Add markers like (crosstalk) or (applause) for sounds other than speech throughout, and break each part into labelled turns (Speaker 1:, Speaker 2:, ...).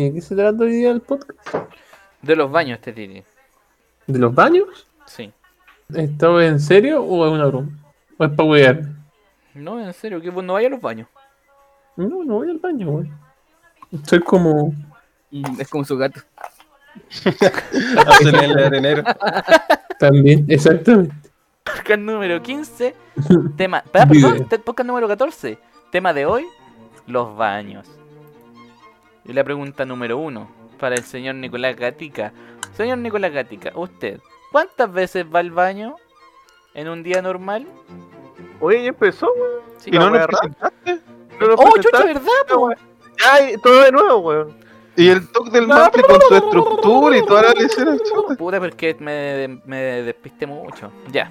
Speaker 1: ¿De qué se trata hoy día el podcast?
Speaker 2: De los baños, este Titi.
Speaker 1: ¿De los baños?
Speaker 2: Sí.
Speaker 1: ¿Esto es en serio o es una broma? ¿O es para wear?
Speaker 2: No, en serio, que no vaya a los baños.
Speaker 1: No, no voy al baño, güey. Estoy como.
Speaker 2: Mm, Es como su gato.
Speaker 3: Hacen el arenero.
Speaker 1: También, exactamente.
Speaker 2: (laughs) Podcast número 15. tema. Pará, perdón, este es podcast número 14. Tema de hoy: los baños. Y la pregunta número 1 para el señor Nicolás Gatica. Señor Nicolás Gatica, usted, ¿cuántas veces va al baño en un día normal?
Speaker 4: Oye, ya empezó, weón.
Speaker 2: Sí,
Speaker 4: Y
Speaker 2: va-
Speaker 4: no nos presentaste. No nos
Speaker 2: ¡Oh, chucha,
Speaker 4: presentaste,
Speaker 2: verdad, po!
Speaker 4: weón.
Speaker 2: ¡Oh,
Speaker 4: Ya, y todo de nuevo, weón.
Speaker 3: Y el toque del maple con su estructura y toda la lección. chuta.
Speaker 2: Puta, porque me, me despiste mucho. Ya.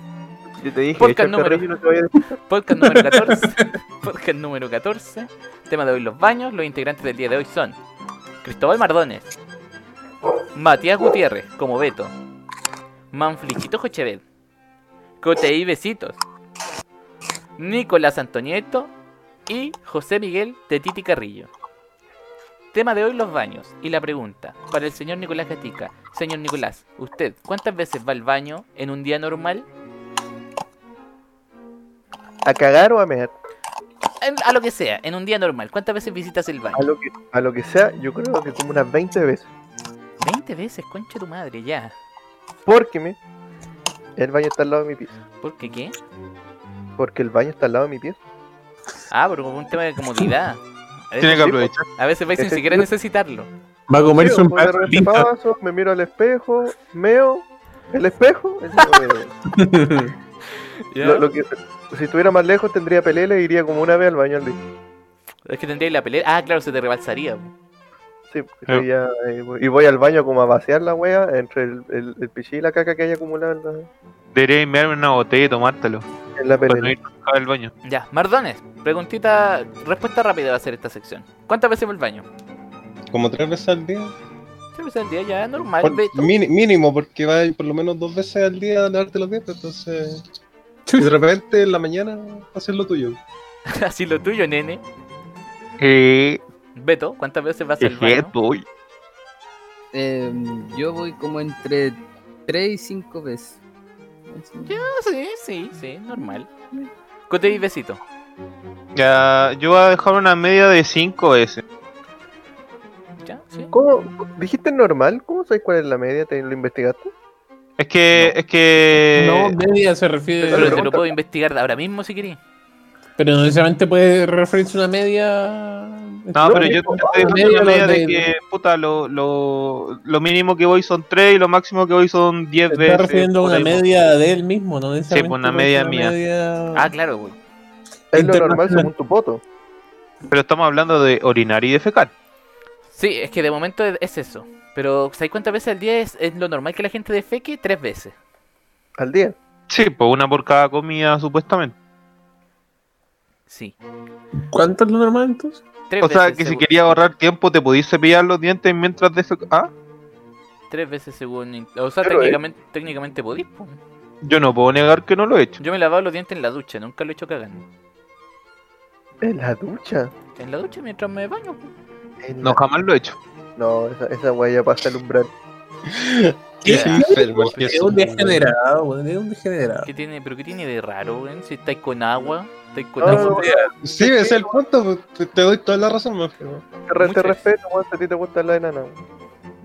Speaker 4: Yo te dije,
Speaker 2: Podcast
Speaker 4: echa el
Speaker 2: número-
Speaker 4: carrillo y no te vayas
Speaker 2: Podcast número 14. (laughs) Podcast número 14. Tema de hoy: los baños. Los integrantes del día de hoy son Cristóbal Mardones, Matías Gutiérrez, como Beto, Manflichito Cochevet, Coteí Besitos, Nicolás Antonieto y José Miguel Tetiti Carrillo. Tema de hoy: los baños. Y la pregunta para el señor Nicolás Gatica: Señor Nicolás, ¿usted cuántas veces va al baño en un día normal?
Speaker 4: a cagar o a mear.
Speaker 2: En- a lo que sea, en un día normal, ¿cuántas veces visitas el baño?
Speaker 4: A lo que, a lo que sea, yo creo que como unas 20 veces.
Speaker 2: 20 veces, concha tu madre, ya.
Speaker 4: Porque me. El baño está al lado de mi pieza.
Speaker 2: ¿Por qué qué?
Speaker 4: Porque el baño está al lado de mi pieza.
Speaker 2: Ah, pero como un tema de comodidad. A
Speaker 3: Tiene
Speaker 2: veces,
Speaker 3: que aprovechar.
Speaker 2: a veces vais sin
Speaker 4: Ese-
Speaker 2: siquiera necesitarlo.
Speaker 1: Va a comerse
Speaker 4: Creo,
Speaker 1: un
Speaker 4: pues, de
Speaker 1: plato de
Speaker 4: repente
Speaker 1: pizza.
Speaker 4: paso, me miro al espejo, meo. El espejo, el- (laughs) lo, lo que, si estuviera más lejos tendría pelea y iría como una vez al baño al día.
Speaker 2: Es que tendría la pelea. Ah, claro, se te rebalsaría. po.
Speaker 4: Sí, estoy ya, eh, voy- y voy al baño como a vaciar la wea entre el, el, el pichí y la caca que hay acumulada en la,
Speaker 3: Debería enviarme una botella y tomártelo.
Speaker 4: en la
Speaker 3: Para no
Speaker 4: pelea.
Speaker 3: ir nunca al baño.
Speaker 2: Ya, Mardones, preguntita, respuesta rápida va a ser esta sección. ¿Cuántas veces va al baño?
Speaker 5: Como tres veces al día.
Speaker 2: Tres veces al día, ya, normal.
Speaker 5: Por-
Speaker 2: Beto.
Speaker 5: mini- mínimo, porque va por lo menos dos veces al día a lavarte los dientes. Entonces, y de
Speaker 1: Chuta.
Speaker 5: repente en la mañana haces lo tuyo.
Speaker 2: (laughs) Así lo tuyo, nene.
Speaker 3: Eh,
Speaker 2: Beto, ¿cuántas veces vas al
Speaker 3: jeje,
Speaker 2: baño?
Speaker 3: voy.
Speaker 6: Eh, yo voy como entre 3 y 5 veces. Así.
Speaker 2: Ya, Ah, sí, sí, sí, normal. Cote y besito.
Speaker 3: Ya, yo voy a dejar una media de 5 veces.
Speaker 2: Ya, sí.
Speaker 4: ¿Cómo? ¿Dijiste normal? ¿Cómo sabes cuál es la media? ¿Te lo investigaste?
Speaker 3: Es que, es
Speaker 1: No,
Speaker 3: que.
Speaker 1: media se refiere.
Speaker 2: Pero te
Speaker 1: Eh, Pero,
Speaker 2: lo puedo investigar ahora mismo si querés.
Speaker 1: no necesariamente puede referirse a una media.
Speaker 3: No,
Speaker 4: No,
Speaker 3: pero
Speaker 4: es
Speaker 3: yo te
Speaker 4: como
Speaker 3: estoy dejando
Speaker 1: media
Speaker 3: una media de
Speaker 1: de-
Speaker 3: que, puta, lo, lo, lo mínimo que voy son 3 y lo máximo que voy son 10
Speaker 1: Te
Speaker 3: veces.
Speaker 1: está refiriendo a
Speaker 3: por
Speaker 1: una
Speaker 3: ahí.
Speaker 1: media de él mismo, no
Speaker 3: pues,
Speaker 1: necesariamente.
Speaker 3: una media
Speaker 1: eh, una
Speaker 3: mía.
Speaker 1: media-
Speaker 2: Ah, claro, güey.
Speaker 4: Es lo
Speaker 1: Internacional.
Speaker 4: normal según tu voto.
Speaker 3: Pero estamos hablando de orinar y defecar.
Speaker 2: Sí, es que de momento es es eso. Pero, ¿sabes cuántas veces al día es, es lo normal que la gente defeque? Tres veces.
Speaker 4: Al día.
Speaker 3: Sí, pues una por cada comida, supuestamente.
Speaker 2: Sí.
Speaker 1: ¿Cuánto es lo normal entonces?
Speaker 2: Tres
Speaker 3: O
Speaker 2: veces.
Speaker 3: sea, que si
Speaker 2: según-
Speaker 3: querías ahorrar tiempo, te podías cepillar los dientes mientras defecas. Ah,
Speaker 2: Tres veces según. O sea,
Speaker 4: Claro, eh.
Speaker 2: técnicamente, técnicamente podís, po.
Speaker 3: yo no puedo negar que no lo he hecho.
Speaker 2: Yo me lavaba los dientes en la ducha, nunca lo he hecho cagando.
Speaker 4: En la ducha.
Speaker 2: En la ducha mientras me baño, po.
Speaker 4: En
Speaker 3: No,
Speaker 4: la-
Speaker 3: jamás lo he hecho.
Speaker 4: No, esa, esa wea ya pasa el umbral.
Speaker 5: Es enfermo el
Speaker 1: Es un degenerado, güey, es un degenerado.
Speaker 2: ¿Qué tiene, ¿Pero qué tiene de raro, güey? Si estáis con agua, estáis con
Speaker 4: No,
Speaker 2: agua.
Speaker 4: no, no,
Speaker 5: Sí, ese es el punto. pues, Te, te doy toda la razón, más
Speaker 4: Te, re- te
Speaker 2: Muchas.
Speaker 4: respeto, weón, si a ti te gusta la enana. weón.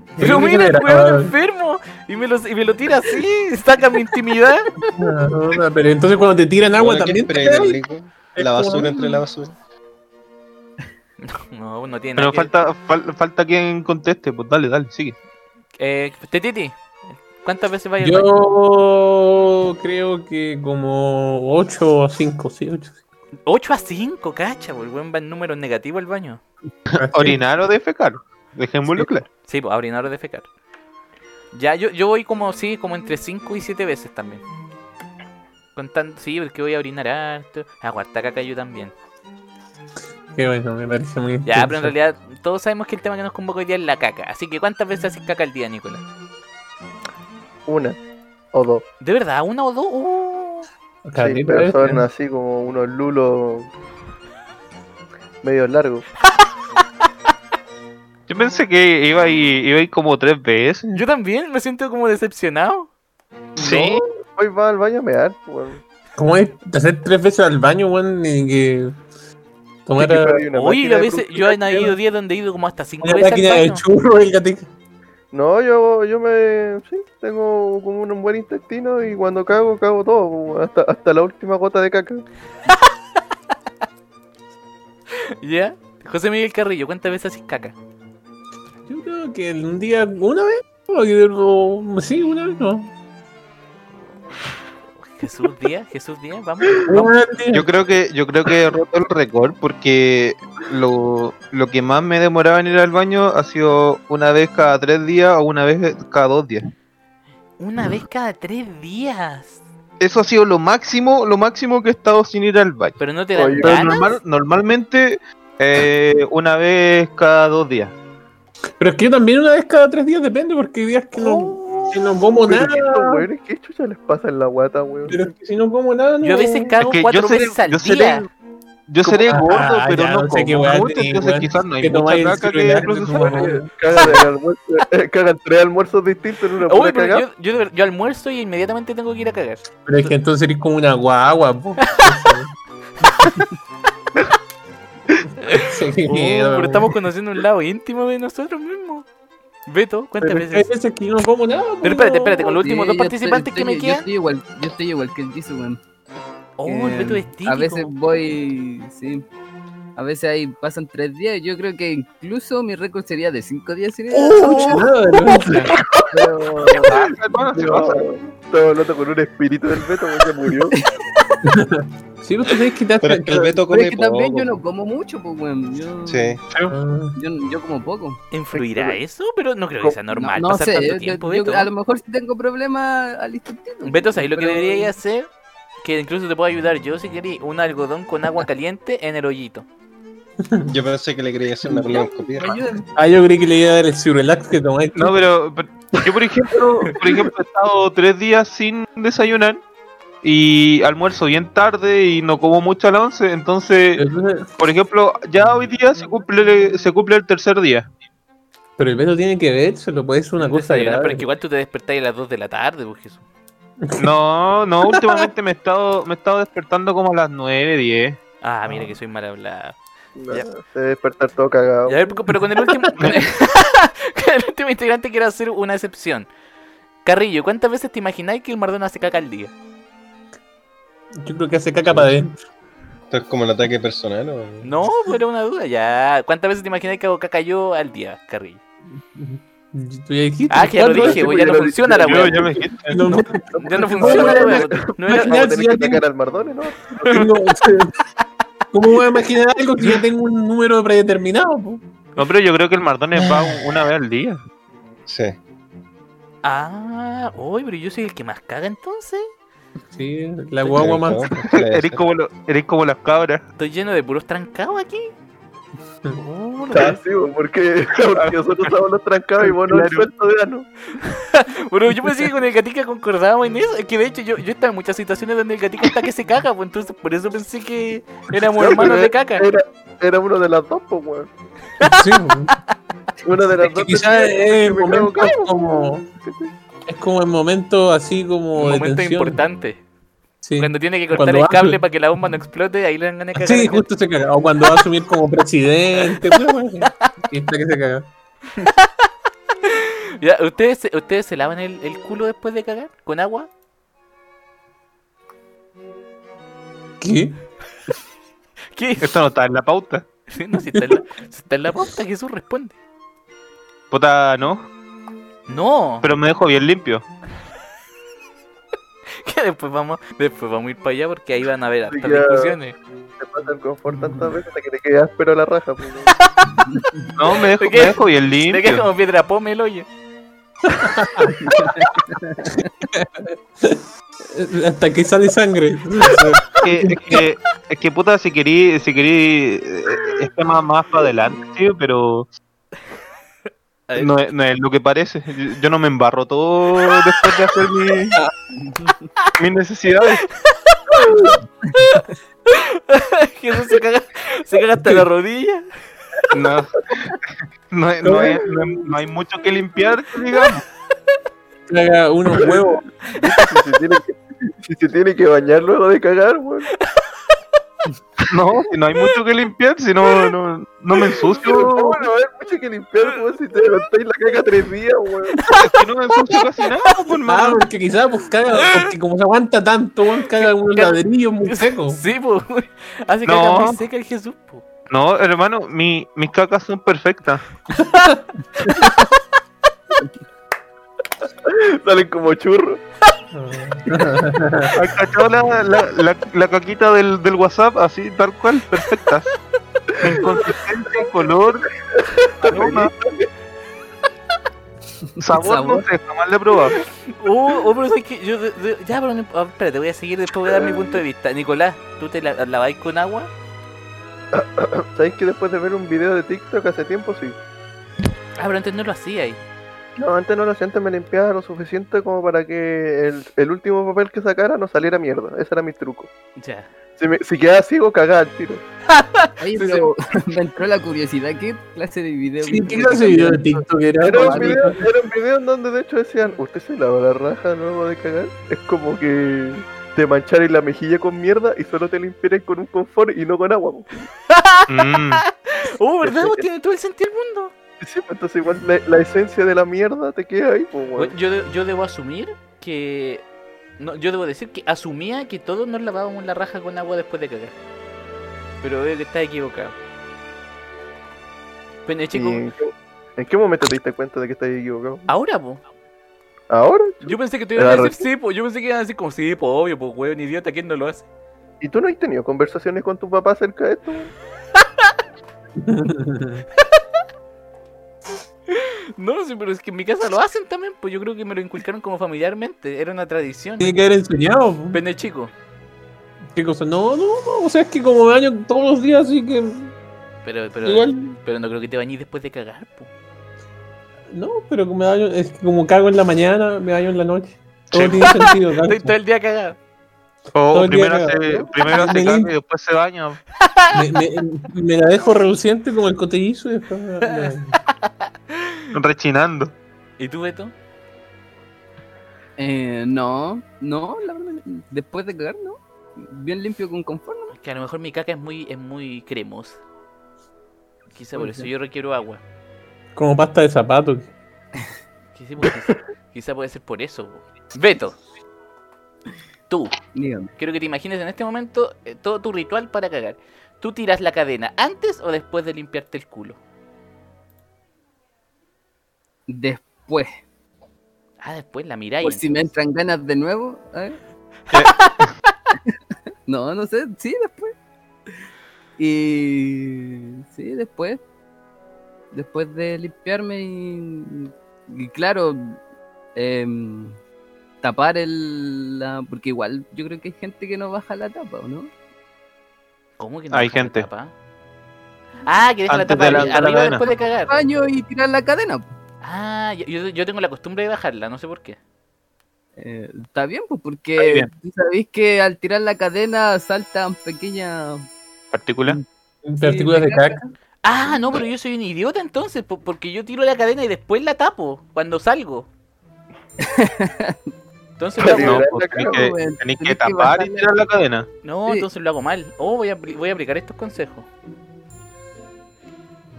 Speaker 2: (laughs) Pero
Speaker 1: Es un
Speaker 2: mira, el
Speaker 1: degenerado.
Speaker 2: weón enfermo. Y me, lo, y me lo tira así, (laughs) saca mi intimidad.
Speaker 1: No, Ah, no, no, pero entonces cuando te tiran agua también te cae. Es
Speaker 5: La
Speaker 1: como-
Speaker 5: basura entre la basura.
Speaker 2: No, no tiene nada
Speaker 3: Pero
Speaker 2: que-
Speaker 3: falta, fal- falta quien conteste, pues dale, dale, sigue.
Speaker 2: Eh, Tetiti, ¿cuántas veces vais al baño?
Speaker 1: Yo creo que como 8 o 5, sí, 8.
Speaker 2: (laughs) 8 a 5, cacha, po, el weón va en número negativo al baño.
Speaker 3: Orinar o defecar. Dejémoslo claro.
Speaker 2: Sí, pues abrir de defecar. Ya, yo, yo voy como, sí, como entre 5 y 7 veces también. Contando, sí, porque voy a orinar harto. Aguarda caca yo también.
Speaker 1: Qué bueno, me parece muy
Speaker 2: Ya, pero en
Speaker 1: interesante.
Speaker 2: realidad todos sabemos que el tema que nos convoca hoy día es la caca. Así que, ¿cuántas veces haces caca al día, Nicolás?
Speaker 4: Una o dos.
Speaker 2: ¿De verdad? ¿Una o dos? Uh.
Speaker 1: Claro,
Speaker 4: sí,
Speaker 1: pero
Speaker 4: pero
Speaker 1: es-
Speaker 4: son ah, así como unos lulos medio largos.
Speaker 3: Yo pensé que iba a ir, iba a ir como tres veces.
Speaker 2: Yo también me siento como decepcionado.
Speaker 3: Sí.
Speaker 4: Hoy va al baño a mear, weón.
Speaker 1: ¿Cómo es hacer tres veces al baño, weón? Y que. Tomar
Speaker 4: Que
Speaker 1: a-
Speaker 4: (laughs) hay una
Speaker 2: Oye,
Speaker 4: máquina
Speaker 2: a
Speaker 4: de
Speaker 2: veces
Speaker 4: producir
Speaker 2: yo he
Speaker 4: las
Speaker 2: habido
Speaker 4: piedras.
Speaker 2: días donde he ido como hasta cinco
Speaker 1: una
Speaker 2: veces al
Speaker 1: máquina de
Speaker 2: baño.
Speaker 1: churro, el gatito.
Speaker 4: No, yo, yo me. Sí, tengo como un buen intestino y cuando cago, cago todo, weón, hasta, hasta la última gota de caca.
Speaker 2: ¿Ya? José Miguel Carrillo, ¿cuántas veces haces caca?
Speaker 1: Yo creo que un día, una vez, o que- o- sí, una vez, no.
Speaker 2: Jesús Díaz, Jesús Díaz, vamos. vamos.
Speaker 1: Una vez al día.
Speaker 3: Yo creo que, yo creo que he roto el récord porque lo, lo que más me demoraba en ir al baño ha sido una vez cada tres días o una vez cada dos días.
Speaker 2: Una vez cada tres días.
Speaker 3: Eso ha sido lo máximo, lo máximo que he estado sin ir al baño.
Speaker 2: Pero no te dan
Speaker 4: Oye,
Speaker 3: Pero
Speaker 2: ganas.
Speaker 3: normal, normalmente eh, una vez cada dos días.
Speaker 1: Pero es que yo también una vez cada tres días depende, porque hay días que no, que no como
Speaker 4: Pero que estos
Speaker 1: nada.
Speaker 4: weones, ¿qué chucha les pasa en la guata, weón?
Speaker 1: Pero es que si no como nada, no.
Speaker 2: Yo a veces cago
Speaker 3: Es que yo
Speaker 2: cuatro
Speaker 3: seré-
Speaker 2: veces al
Speaker 3: yo seré-
Speaker 2: día.
Speaker 3: Yo seré
Speaker 1: Ah,
Speaker 3: gordo,
Speaker 1: ya,
Speaker 3: pero no,
Speaker 1: no sé qué
Speaker 3: como
Speaker 1: weá
Speaker 3: mucho,
Speaker 1: tenés,
Speaker 3: entonces
Speaker 1: weón,
Speaker 3: quizás no hay
Speaker 1: que tomáis
Speaker 3: mucha
Speaker 1: el
Speaker 3: caca que
Speaker 1: celular, como-
Speaker 3: procesar.
Speaker 4: Cagan, el almuerzo, eh, (laughs) cagan tres almuerzos distintos en una
Speaker 2: Uy,
Speaker 4: pura
Speaker 2: pero
Speaker 4: cagada.
Speaker 2: yo, yo, de ver- yo almuerzo y inmediatamente tengo que ir a cagar.
Speaker 1: Pero es que entonces eres como una guagua, po. (laughs) Sí, qué
Speaker 2: Oh,
Speaker 1: miedo,
Speaker 2: pero
Speaker 1: weón.
Speaker 2: estamos conociendo un lado íntimo de nosotros mismos. Beto, ¿cuántas
Speaker 1: Pero es que hay
Speaker 2: veces?
Speaker 1: veces que yo no como nada. po,
Speaker 2: Pero espérate,
Speaker 1: no.
Speaker 2: espérate, con los últimos dos
Speaker 6: Sí, yo
Speaker 2: participantes
Speaker 6: estoy-
Speaker 2: que me
Speaker 6: estoy- Yo
Speaker 2: quedan.
Speaker 6: estoy igual, yo estoy igual que el Jisoo, weón.
Speaker 2: Oh,
Speaker 6: Eh,
Speaker 2: el Beto es típico.
Speaker 6: A veces voy, sí. A veces ahí pasan tres días. Yo creo que incluso mi récord sería de cinco días sin ir.
Speaker 5: Uh,
Speaker 1: Chucha, Oh, nada, weón.
Speaker 3: Hermano, Ah, se pasa.
Speaker 4: Estaba hablando con un espíritu del Beto, weón, que (laughs) murió.
Speaker 1: Sí, pero tú sabes que te
Speaker 5: Pero
Speaker 1: hace-
Speaker 5: es que el Beto
Speaker 6: Pero
Speaker 5: come
Speaker 6: es que también
Speaker 5: poco.
Speaker 6: yo no como mucho, pues, weón. Yo,
Speaker 5: Sí.
Speaker 1: Ah,
Speaker 6: yo, yo como poco.
Speaker 2: ¿Influirá eso? Pero no creo que sea
Speaker 6: No-
Speaker 2: normal
Speaker 6: no
Speaker 2: pasar
Speaker 6: sé,
Speaker 2: tanto
Speaker 6: yo-
Speaker 2: tiempo,
Speaker 6: yo-
Speaker 2: Beto.
Speaker 6: a lo mejor si tengo problemas al instantito.
Speaker 2: Beto, ¿sabes lo que
Speaker 6: Pero-
Speaker 2: debería hacer? Que incluso te puedo ayudar yo si querés. Un algodón con agua caliente en el hoyito.
Speaker 5: Yo pensé que le quería hacer una
Speaker 6: Me
Speaker 5: colonoscopia.
Speaker 6: ayudan.
Speaker 1: Ah, yo creí que le iba a dar el Cirulax que tomáis.
Speaker 3: No, pero, pero yo por ejemplo, por ejemplo he estado tres días sin desayunar y almuerzo bien tarde y no como mucho a las 11, entonces,
Speaker 1: Entonces,
Speaker 3: por ejemplo, ya hoy día se cumple se cumple el tercer día.
Speaker 1: Pero el Beto tiene que ver, se lo puede hacer una cosa eh.
Speaker 2: Desayunar,
Speaker 1: grave.
Speaker 2: Pero es que igual tú te despertás a las 2 de la tarde, pues Jesús.
Speaker 3: No, no, últimamente me he estado me he estado despertando como a las 9, 10.
Speaker 2: Ah, mira que soy mal hablado.
Speaker 4: No,
Speaker 2: Ya.
Speaker 4: Se debe despertar todo cagado.
Speaker 2: Y a ver, pero con el último. con el (laughs) con el último integrante quiero hacer una excepción. Carrillo, ¿cuántas veces te imagináis que el Mardón hace caca al día?
Speaker 1: Yo creo que hace caca para adentro.
Speaker 5: Esto es como el ataque personal. ¿o?
Speaker 2: No, pues era una duda, ya. ¿Cuántas veces te imagináis que hago caca yo al día, Carrillo?
Speaker 1: Tú ya dijiste.
Speaker 2: Ah, que ya lo
Speaker 1: ¿cuatro?
Speaker 2: dije,
Speaker 4: veces,
Speaker 2: güey, ya
Speaker 4: pues,
Speaker 2: no
Speaker 4: ya lo
Speaker 2: funciona la
Speaker 4: dije.
Speaker 3: Yo
Speaker 2: weá.
Speaker 3: ya me dije,
Speaker 1: No, no,
Speaker 2: Ya no funciona
Speaker 3: (laughs)
Speaker 2: la weá. No era-
Speaker 4: Vamos a tener
Speaker 1: si ya
Speaker 4: que
Speaker 1: tengo-
Speaker 4: sacar al Mardone, ¿no?
Speaker 1: no, o sea, ¿Cómo voy a imaginar algo que ya tengo un número predeterminado? po?
Speaker 3: No, pero yo creo que el Mardones va un- una vez al día.
Speaker 5: Sí.
Speaker 2: Ah, uy, pero yo soy el que más caga entonces.
Speaker 1: Sí, la guagua
Speaker 2: (laughs)
Speaker 1: más.
Speaker 5: Puede
Speaker 3: Eres
Speaker 5: ser.
Speaker 3: como, lo- eres como las cabras.
Speaker 2: Estoy lleno de puros trancados aquí.
Speaker 3: (laughs)
Speaker 2: Oh, lo
Speaker 4: (laughs) Ah, sí, weón, porque (laughs) porque nosotros estamos los trancados y vos no el
Speaker 3: Claro.
Speaker 4: suelto de ano.
Speaker 2: Bueno, yo pensé que con el gatica concordábamos en eso. Es que de hecho yo, yo estaba en muchas situaciones donde el gatica está que se caga, pues entonces por eso pensé que éramos
Speaker 4: No,
Speaker 2: hermanos
Speaker 4: pero
Speaker 2: de caca.
Speaker 4: Era, era uno de las dos, pues, weón.
Speaker 1: (laughs) Sí, po.
Speaker 4: Una de las
Speaker 1: Es
Speaker 4: dos.
Speaker 1: que quizás
Speaker 4: decía,
Speaker 1: es el
Speaker 4: me
Speaker 1: momento
Speaker 4: cago, cago,
Speaker 1: como. Es como el momento así como.
Speaker 2: Un
Speaker 1: de
Speaker 2: momento
Speaker 1: tensión.
Speaker 2: importante.
Speaker 1: Sí.
Speaker 2: Cuando tiene que cortar
Speaker 1: Cuando
Speaker 2: el
Speaker 1: hace-
Speaker 2: cable para que la bomba no explote, ahí le dan ganas de cagar.
Speaker 1: Sí, justo se caga. O cuando va a asumir como presidente. pura wea. Y está que se caga.
Speaker 2: Ya, ¿ustedes, se- ¿Ustedes se lavan el, el culo después de cagar? ¿Con agua? (laughs)
Speaker 1: ¿Qué?
Speaker 2: ¿Qué? (laughs)
Speaker 3: Esto no está en la pauta.
Speaker 2: Sí, No, si está en la, si está en la pauta, Jesús responde.
Speaker 3: Puta, no.
Speaker 2: No, (laughs)
Speaker 3: Pero me dejo bien limpio.
Speaker 2: que después vamos, después vamos a ir para allá porque ahí van a haber hartas
Speaker 4: Ya.
Speaker 2: discusiones.
Speaker 4: Te pasa el confort tantas veces hasta que te quedas pero la raja, pues,
Speaker 1: (laughs)
Speaker 4: weón.
Speaker 3: No, me dejo,
Speaker 2: ¿De
Speaker 3: me
Speaker 2: qué?
Speaker 3: dejo bien
Speaker 2: Te quedas
Speaker 3: limpio.
Speaker 2: como piedra pome el hoyo. (laughs)
Speaker 1: Eh, Hasta que sale sangre.
Speaker 3: Que- Es que, es que puta, si querí, si querí, eh, está más, más para adelante, tío, pero
Speaker 2: A ver.
Speaker 3: no es, no es lo que parece. Yo- Yo no me embarro todo después de hacer mi- mis necesidades.
Speaker 2: Jesús se caga, se caga hasta la rodilla.
Speaker 3: No. No, hay- no hay, no hay- no hay mucho que limpiar, digamos.
Speaker 1: Caga unos
Speaker 4: (laughs)
Speaker 1: huevos.
Speaker 4: Si se tiene que, si se tiene que bañar luego de cagar,
Speaker 1: (laughs)
Speaker 4: weón.
Speaker 3: No, si no hay mucho que limpiar, si no, no, no me ensucio.
Speaker 4: No, no, no, hay mucho que limpiar, weón. Si te levantáis la caga tres días, weón.
Speaker 3: Si no me ensucio casi (laughs) nada, pues,
Speaker 1: Ah,
Speaker 3: hermano.
Speaker 1: porque quizás pues caga, porque como se aguanta tanto, weón, caga unos ladrillos muy secos.
Speaker 4: (laughs)
Speaker 2: Sí, pues. Hace que
Speaker 3: No.
Speaker 2: haga muy seca el Jesús, pues. po.
Speaker 3: No, hermano, mi, mis cacas son perfectas.
Speaker 4: Salen como churros.
Speaker 3: ¿Has cachado la, la, la, la caquita del, del WhatsApp? Así, tal cual, perfectas. En consistencia, color, aroma. Sabor,
Speaker 6: Sabor.
Speaker 3: no sé, jamás le he probado.
Speaker 2: Oh, oh, pero sabes que yo, de- de- ya, pero no, ah, espérate, voy a seguir, después voy a dar mi punto de vista. Nicolás, ¿tú te la, laváis con agua?
Speaker 4: ¿Sabéis que después de ver un video de TikTok hace tiempo, sí?
Speaker 2: Ah, pero antes no lo hacía ahí.
Speaker 4: No, antes no lo hacía, antes me limpiaba lo suficiente como para que el, el último papel que sacara no saliera mierda. Ese era mi truco.
Speaker 2: Ya.
Speaker 4: Si, me, si quedaba ciego, cagaba al tiro.
Speaker 6: Oye, pero (laughs) me entró la curiosidad, ¿qué clase de video?
Speaker 1: Sí, ¿Qué clase de video de TikTok era?
Speaker 4: Era un,
Speaker 6: Automático.
Speaker 4: video, era un video en donde de hecho decían, ¿usted se lava la raja luego de cagar? Es como que te mancharéis la mejilla con mierda y solo te limpiaréis con un confort y no con agua. po.
Speaker 3: Mm.
Speaker 2: Oh, ¿verdad? Vos tiene todo el sentido del mundo.
Speaker 4: Sí, pues, entonces igual la, la esencia de la mierda te queda ahí. Pues,
Speaker 2: Bueno, Yo, de- yo debo asumir que. No, yo debo decir que asumía que todos nos lavábamos la raja con agua después de cagar. Pero veo que estás equivocado. Pero eh, chico,
Speaker 4: ¿En, qué, en qué momento te diste cuenta de que estás equivocado?
Speaker 2: ahora, po.
Speaker 4: ¿Ahora?
Speaker 2: Yo pensé que te iban a
Speaker 4: Claro.
Speaker 2: decir sí, po. Yo pensé que iban a decir como sí, po, obvio, po, weón, idiota, ¿quién no lo hace?
Speaker 4: ¿Y tú no has tenido conversaciones con tu papá acerca de esto? weón?
Speaker 2: No, sí, pero es que en mi casa lo hacen también, pues yo creo que me lo inculcaron como familiarmente, era una tradición.
Speaker 1: Tiene que haber enseñado. po.
Speaker 2: Pene chico,
Speaker 1: ¿Qué cosa? No, no, no, o sea, es que como me baño todos los días, así que
Speaker 2: pero, pero,
Speaker 1: igual.
Speaker 2: pero no creo que te bañes después de cagar, po.
Speaker 1: No, pero como me baño, es que como cago en la mañana, me baño en la noche. Todo
Speaker 3: Sí.
Speaker 1: tiene sentido, claro.
Speaker 2: Estoy todo el día cagado.
Speaker 3: O
Speaker 1: Todo el día
Speaker 3: primero se,
Speaker 1: cagado.
Speaker 3: primero se
Speaker 1: Me
Speaker 3: caga y
Speaker 1: limpio.
Speaker 3: después se baña.
Speaker 1: me, me- me la dejo reluciente como el cotellizo y después me- me-
Speaker 3: rechinando.
Speaker 2: ¿Y tú, Beto?
Speaker 6: Eh, no, no, la verdad, después de cagar, no. Bien limpio con confort, ¿no?
Speaker 2: Que a lo mejor mi caca es muy, es muy cremosa. Quizá por eso yo requiero agua.
Speaker 1: como pasta de zapato.
Speaker 2: Quizá, por- (laughs) quizá- quizá puede ser por eso. po. Beto, tú,
Speaker 6: Dígame.
Speaker 2: quiero que te imagines en este momento eh, todo tu ritual para cagar. ¿Tú tiras la cadena antes o después de limpiarte el culo?
Speaker 6: Después,
Speaker 2: Ah, después la miráis.
Speaker 6: por si me
Speaker 2: entonces.
Speaker 6: entran ganas de nuevo, a ver.
Speaker 3: Eh.
Speaker 6: (laughs) no, no sé, sí, después. Y sí, después. Después de limpiarme y, y claro, em, tapar el... la- porque igual yo creo que hay gente que no baja la tapa, ¿o no?
Speaker 2: ¿Cómo que no
Speaker 3: Hay
Speaker 2: deja la
Speaker 3: gente.
Speaker 2: tapa? Ah, que deja la
Speaker 3: Antes
Speaker 2: tapa
Speaker 3: de la-
Speaker 2: arri-
Speaker 3: de la
Speaker 2: arriba
Speaker 3: cadena.
Speaker 2: después de cagar.
Speaker 6: Baño y tirar la cadena. po.
Speaker 2: Ah, yo- yo, yo tengo la costumbre de bajarla, no sé por qué.
Speaker 6: Eh, Está bien, pues porque
Speaker 3: bien.
Speaker 6: tú sabéis que al tirar la cadena saltan pequeñas
Speaker 3: Particular.
Speaker 1: Partículas de caca.
Speaker 2: Ah, no, pero yo soy un idiota entonces, po- porque yo tiro la cadena y después la tapo cuando salgo. Entonces
Speaker 4: (laughs)
Speaker 2: lo
Speaker 3: No,
Speaker 2: hago,
Speaker 4: Liberar
Speaker 3: pues,
Speaker 4: la
Speaker 3: tenés
Speaker 4: cara,
Speaker 3: que,
Speaker 6: weón.
Speaker 3: tenés que
Speaker 6: Tenés que
Speaker 3: tapar y
Speaker 6: bajarla.
Speaker 3: tirar la cadena.
Speaker 2: no,
Speaker 6: Sí.
Speaker 2: entonces lo hago mal. Oh, voy a, apli- voy a aplicar estos consejos.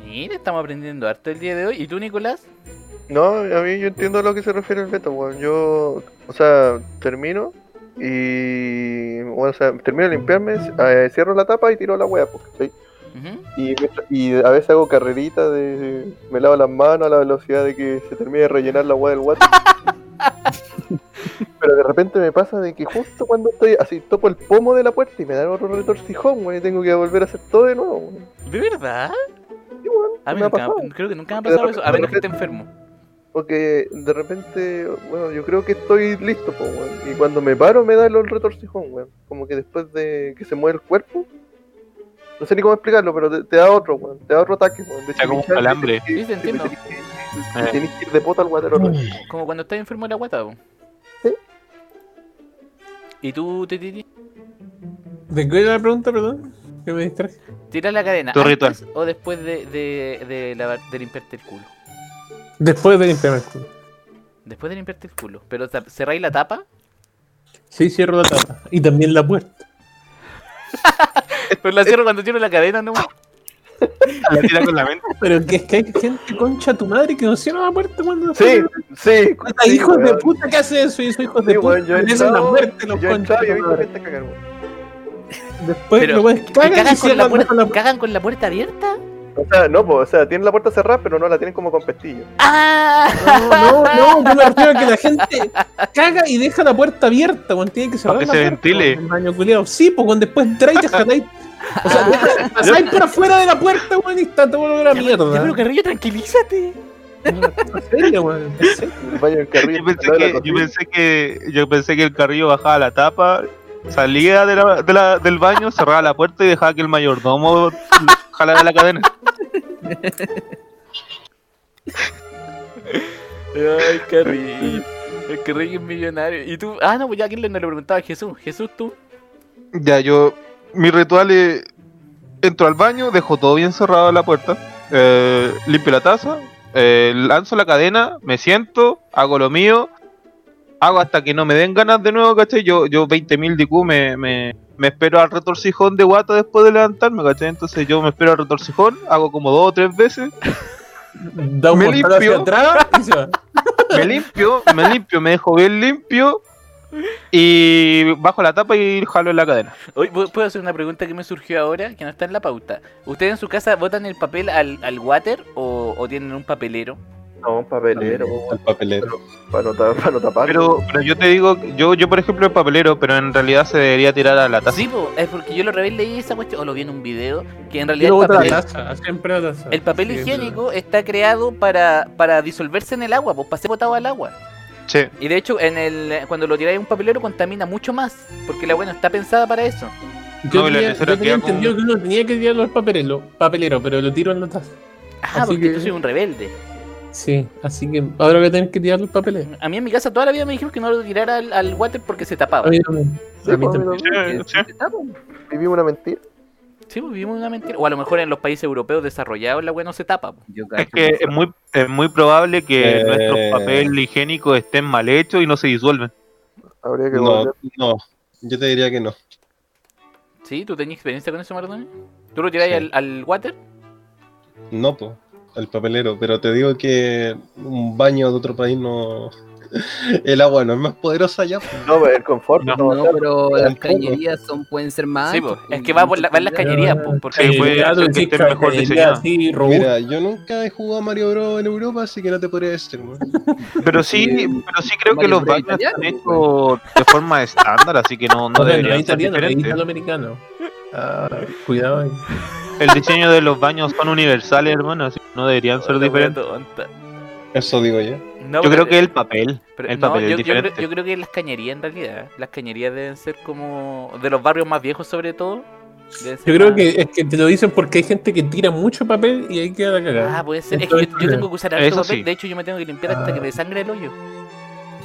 Speaker 2: Mira, estamos aprendiendo harto el día de hoy. ¿Y tú, Nicolás?
Speaker 4: No, a mí yo entiendo a lo que se refiere el Beto, weón. Yo, o sea, termino y, bueno, o sea, termino de limpiarme, eh, cierro la tapa y tiro la wea, pues, ¿cachai?
Speaker 2: Ujú.
Speaker 4: Y, mientras- y a veces hago carrerita de, me lavo las manos a la velocidad de que se termine de rellenar la wea del guate. Pero de repente me pasa de que justo cuando estoy así, topo el pomo de la puerta y me dan otro retorcijón, weón, y tengo que volver a hacer todo de nuevo, weón.
Speaker 2: ¿De verdad?
Speaker 4: Sí, weón,
Speaker 2: A mí
Speaker 4: me
Speaker 2: nunca,
Speaker 4: ha pasado.
Speaker 2: creo que nunca me ha
Speaker 4: Porque de
Speaker 2: pasado eso, a
Speaker 4: repente-
Speaker 2: menos que esté enfermo.
Speaker 4: Porque de repente, bueno, yo creo que estoy listo, po, weón. Y cuando me paro me da el retorcijón, weón. Como que después de que se mueve el cuerpo. No sé ni cómo explicarlo, pero te, te da otro, weón. Te da otro ataque, weón. De
Speaker 3: Está como un
Speaker 4: chimichanga,
Speaker 3: calambre. Eh.
Speaker 4: que-
Speaker 2: Sí, te
Speaker 4: que te
Speaker 2: entiendo.
Speaker 4: tenés que- te tenés que ir de pota al guatero.
Speaker 1: Mm.
Speaker 4: ¿no?
Speaker 2: Como cuando estás enfermo de la guata, po.
Speaker 4: Sí.
Speaker 2: ¿Y tú, Titi?
Speaker 1: ¿De qué era la pregunta, perdón? que me distraje.
Speaker 2: Tira la cadena.
Speaker 3: Tu ritual.
Speaker 2: ¿Antes o después de, de, de, lavar, de limpiarte el culo?
Speaker 1: Después de limpiarme el culo.
Speaker 2: Después de limpiarte el culo. Pero tap- cerráis la tapa.
Speaker 1: Sí, cierro la tapa. Y también la puerta.
Speaker 2: Pero la cierro cuando tiro la cadena, no.
Speaker 3: La tira con la mente.
Speaker 1: Pero que es que hay gente, concha tu madre, que no cierra la puerta cuando
Speaker 4: Sí, sí.
Speaker 1: Puta,
Speaker 4: sí,
Speaker 1: hijos de
Speaker 4: weón.
Speaker 1: puta que hacen eso y esos hijos
Speaker 4: Sí,
Speaker 1: de puta
Speaker 4: weón, yo he
Speaker 1: merecen la
Speaker 4: entrado-
Speaker 1: muerte los
Speaker 4: Yo he
Speaker 1: conchas.
Speaker 4: entrado y he
Speaker 1: de
Speaker 4: visto
Speaker 1: madre.
Speaker 4: gente cagar, weón.
Speaker 1: Después
Speaker 2: Pero,
Speaker 1: lo puedes
Speaker 2: ¿que
Speaker 1: cagar y
Speaker 2: cagan, con la
Speaker 1: cierran
Speaker 2: puerta,
Speaker 1: con la puerta.
Speaker 2: ¿Cagan con la puerta abierta?
Speaker 4: O sea, no, po, o sea, tienen la puerta cerrada, pero no la tienen como con pestillo.
Speaker 2: ¡Ah!
Speaker 1: No, no, no, yo me refiero a
Speaker 2: (laughs)
Speaker 1: que la gente caga y deja la puerta abierta, weón. Tiene que cerrar
Speaker 3: Para que
Speaker 1: la
Speaker 3: se
Speaker 1: puerta,
Speaker 3: ventile.
Speaker 1: weón, el baño culiao. Sí, pues cuando después entráis te jaláis. O
Speaker 2: (laughs)
Speaker 1: sea, te pasáis por afuera de la puerta, weón, y está todo olor a
Speaker 2: Ya, pero
Speaker 1: mierda.
Speaker 2: Carrillo, tranquilízate.
Speaker 1: En serio, weón. en serio.
Speaker 4: El baño del carril.
Speaker 3: (laughs) Yo pensé,
Speaker 4: al lado de
Speaker 3: que,
Speaker 4: la
Speaker 3: yo,
Speaker 4: cocina.
Speaker 3: pensé que, yo pensé que el carrillo bajaba la tapa, salía de la- de la- del baño, cerraba la puerta y dejaba que el mayordomo (laughs) jalara la cadena.
Speaker 2: Ay, Carrillo. El Carrillo es millonario. Y tú. Ah, no, pues ya aquí le- no le preguntaba a Jesús. Jesús, tú.
Speaker 3: Ya, yo. Mi ritual es. Entro al baño, dejo todo bien cerrado la puerta, eh, limpio la taza, eh, lanzo la cadena, me siento, hago lo mío, hago hasta que no me den ganas de nuevo, ¿cachai? Yo, yo 20.000 DQ me, me, me espero al retorcijón de guata después de levantarme, ¿cachai? Entonces yo me espero al retorcijón, hago como dos o tres veces,
Speaker 1: Da un
Speaker 3: Me
Speaker 1: portazo hacia
Speaker 3: limpio.
Speaker 1: atrás y
Speaker 4: (laughs)
Speaker 1: se va.
Speaker 3: me limpio, me limpio, me dejo bien limpio y bajo la tapa y jalo en la cadena.
Speaker 2: Hoy ¿puedo puedo hacer una pregunta que me surgió ahora, que no está en la pauta. ¿Ustedes en su casa botan el papel al, al water o, o tienen un papelero?
Speaker 4: No, un papelero, po,
Speaker 5: El papelero.
Speaker 4: para no, ta- para no tapar.
Speaker 3: Pero, pero yo te digo, yo, yo por ejemplo el papelero, pero en realidad se debería tirar a la
Speaker 1: Ah.
Speaker 3: taza.
Speaker 2: Sí, po, es porque yo lo revés leí esa cuestión, o lo vi en un video, que en realidad
Speaker 1: Yo
Speaker 2: el
Speaker 1: boto la
Speaker 2: papel,
Speaker 1: taza, siempre la taza.
Speaker 2: el papel
Speaker 1: Sí, es
Speaker 2: higiénico está creado para, para disolverse en el agua, pues para ser botado al agua.
Speaker 3: Che,
Speaker 2: Y de hecho, en el cuando lo tiráis a un papelero contamina mucho más, porque la agua no está pensada para eso.
Speaker 1: verdad. Yo
Speaker 3: No, y la
Speaker 1: tenía, yo
Speaker 3: tercera
Speaker 1: tenía
Speaker 3: queda como-
Speaker 1: entendido que uno tenía que tirarlo al papelero, papelero, pero lo tiro en la taza.
Speaker 2: Ah,
Speaker 1: Así
Speaker 2: porque
Speaker 1: que-
Speaker 2: yo soy un rebelde.
Speaker 1: Sí, así que ahora voy a tener que tirar los papeles.
Speaker 2: A mí en mi casa toda la vida me dijeron que no lo tirara al, al water porque se tapaba.
Speaker 1: A mí también.
Speaker 4: Sí, pues,
Speaker 1: a mí
Speaker 4: po,
Speaker 1: también.
Speaker 4: mira,
Speaker 3: che,
Speaker 6: Que
Speaker 3: che.
Speaker 6: se te tapan.
Speaker 4: viví una mentira.
Speaker 2: Sí, pues, vivimos una mentira. O a lo mejor en los países europeos desarrollados la weá no se tapa. po.
Speaker 6: Yo
Speaker 3: Es
Speaker 6: cacho.
Speaker 3: que em- es muy, es muy probable que
Speaker 5: Eh.
Speaker 3: nuestros papel higiénico estén mal hechos y no se disuelven.
Speaker 4: Habría que
Speaker 5: No,
Speaker 4: volver.
Speaker 5: no. Yo te diría que no.
Speaker 2: ¿Sí? ¿Tú tenías experiencia con eso, Maradona? ¿Tú lo tiráis
Speaker 5: Sí.
Speaker 2: al, al water?
Speaker 5: No, po. El papelero. Pero te digo que un baño de otro país no. (laughs) El agua no es más poderosa ya. po.
Speaker 4: No, pues, el confort.
Speaker 3: No.
Speaker 4: No,
Speaker 6: No, pero las
Speaker 5: tampoco.
Speaker 6: cañerías son, pueden ser más.
Speaker 2: sí,
Speaker 6: anchas,
Speaker 2: pues. Es que va, por la- va en las
Speaker 6: muchas
Speaker 2: cañerías, pues. Porque (laughs)
Speaker 3: Sí, puede
Speaker 1: Claro,
Speaker 3: ser que
Speaker 1: Eh, sí,
Speaker 3: esté
Speaker 1: claro,
Speaker 3: mejor
Speaker 1: que
Speaker 3: diseñado.
Speaker 1: así, robusto.
Speaker 5: Mira, yo nunca he jugado a Mario Bros en Europa, así que no te podría decir. weón.
Speaker 3: Pero sí,
Speaker 6: Sí,
Speaker 3: pero sí creo que
Speaker 6: varios
Speaker 3: los
Speaker 6: de
Speaker 3: baños están
Speaker 6: italiano,
Speaker 3: hechos de forma estándar, así que no, no
Speaker 1: No, no,
Speaker 3: deberían ser
Speaker 1: italiano, no,
Speaker 3: diferentes.
Speaker 1: italoamericano. Ah, cuidado ahí.
Speaker 3: El diseño de los baños son universales, hermano, así que no deberían ser diferentes.
Speaker 5: Eso digo yo.
Speaker 3: Yo creo que el papel, el papel
Speaker 2: yo,
Speaker 3: es
Speaker 2: yo creo-
Speaker 3: diferente.
Speaker 2: yo creo que las cañerías en realidad. Las cañerías deben ser como. De los barrios más viejos, sobre todo. deben ser
Speaker 1: Yo creo
Speaker 2: más-
Speaker 1: que es que te lo dicen porque hay gente que tira mucho papel y ahí queda la cagada.
Speaker 2: Ah, puede ser. Es que yo, yo tengo que usar harto
Speaker 3: Eso
Speaker 2: papel.
Speaker 3: sí.
Speaker 2: De hecho, yo me tengo que limpiar hasta que
Speaker 1: Ah.
Speaker 2: me sangre el hoyo.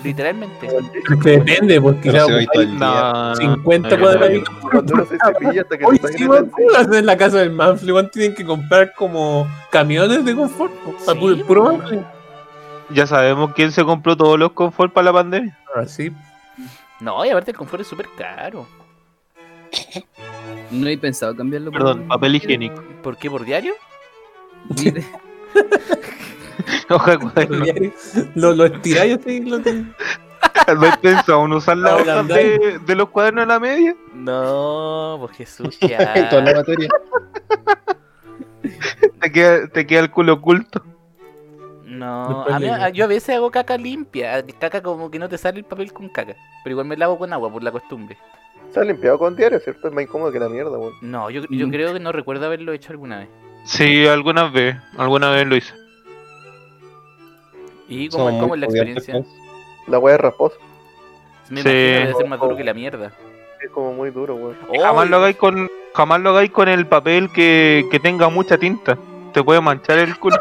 Speaker 2: Literalmente.
Speaker 1: Es que depende, porque
Speaker 5: Pero
Speaker 1: claro,
Speaker 5: se ve todo el día.
Speaker 3: (laughs) Ah, No,
Speaker 1: 50
Speaker 3: no,
Speaker 1: cuadraditos.
Speaker 4: cuando uno se cepilla hasta que
Speaker 1: Hoy
Speaker 4: le sangre
Speaker 1: sí,
Speaker 4: el
Speaker 1: weón,
Speaker 4: diente.
Speaker 1: ¿cómo lo hacen en la casa del Manfred? weón? Tienen que comprar como camiones de confort. weón, para
Speaker 2: Sí,
Speaker 1: puro, puro
Speaker 2: weón.
Speaker 1: Manfred.
Speaker 3: Ya sabemos quién se compró todos los confort para la pandemia. (laughs)
Speaker 1: Ah, sí.
Speaker 2: No, y aparte el confort es súper caro.
Speaker 6: No he pensado cambiarlo. por-
Speaker 3: Perdón, papel higiénico.
Speaker 2: ¿Por qué? ¿Por diario? (laughs)
Speaker 6: Mire,
Speaker 3: Ojalá cuaderno.
Speaker 1: (laughs) Lo, lo estiráis así. Lo
Speaker 3: ¿No he pensado en usar las hojas de, de los cuadernos a la media?
Speaker 2: No, pues Jesús, qué
Speaker 5: En (laughs) toda la
Speaker 2: asco.
Speaker 5: materia.
Speaker 3: Te queda, te queda el culo oculto.
Speaker 2: No,
Speaker 1: Después
Speaker 2: a mí-
Speaker 1: le-
Speaker 2: a- yo a veces hago caca limpia. Caca como que no te sale el papel con caca. Pero igual me lavo con agua por la costumbre.
Speaker 4: Se ha limpiado con diario, ¿cierto? Es más incómodo que la mierda, weón.
Speaker 2: No, yo, yo
Speaker 6: Mm.
Speaker 2: creo que no recuerdo haberlo hecho alguna vez.
Speaker 3: Sí, algunas veces. Alguna vez lo hice.
Speaker 2: ¿Y cómo,
Speaker 5: Somos muy
Speaker 2: cómo es la
Speaker 5: pudientes,
Speaker 2: experiencia?
Speaker 4: La weá es rasposa.
Speaker 2: Me
Speaker 3: Sí. Oh,
Speaker 2: imagino que debe ser más duro que la mierda.
Speaker 4: Es como muy duro, weón.
Speaker 3: Jamás
Speaker 2: ¡Ay!
Speaker 3: lo hagáis con, jamás lo hagáis con el papel que, que tenga mucha tinta. Te puede manchar el culo.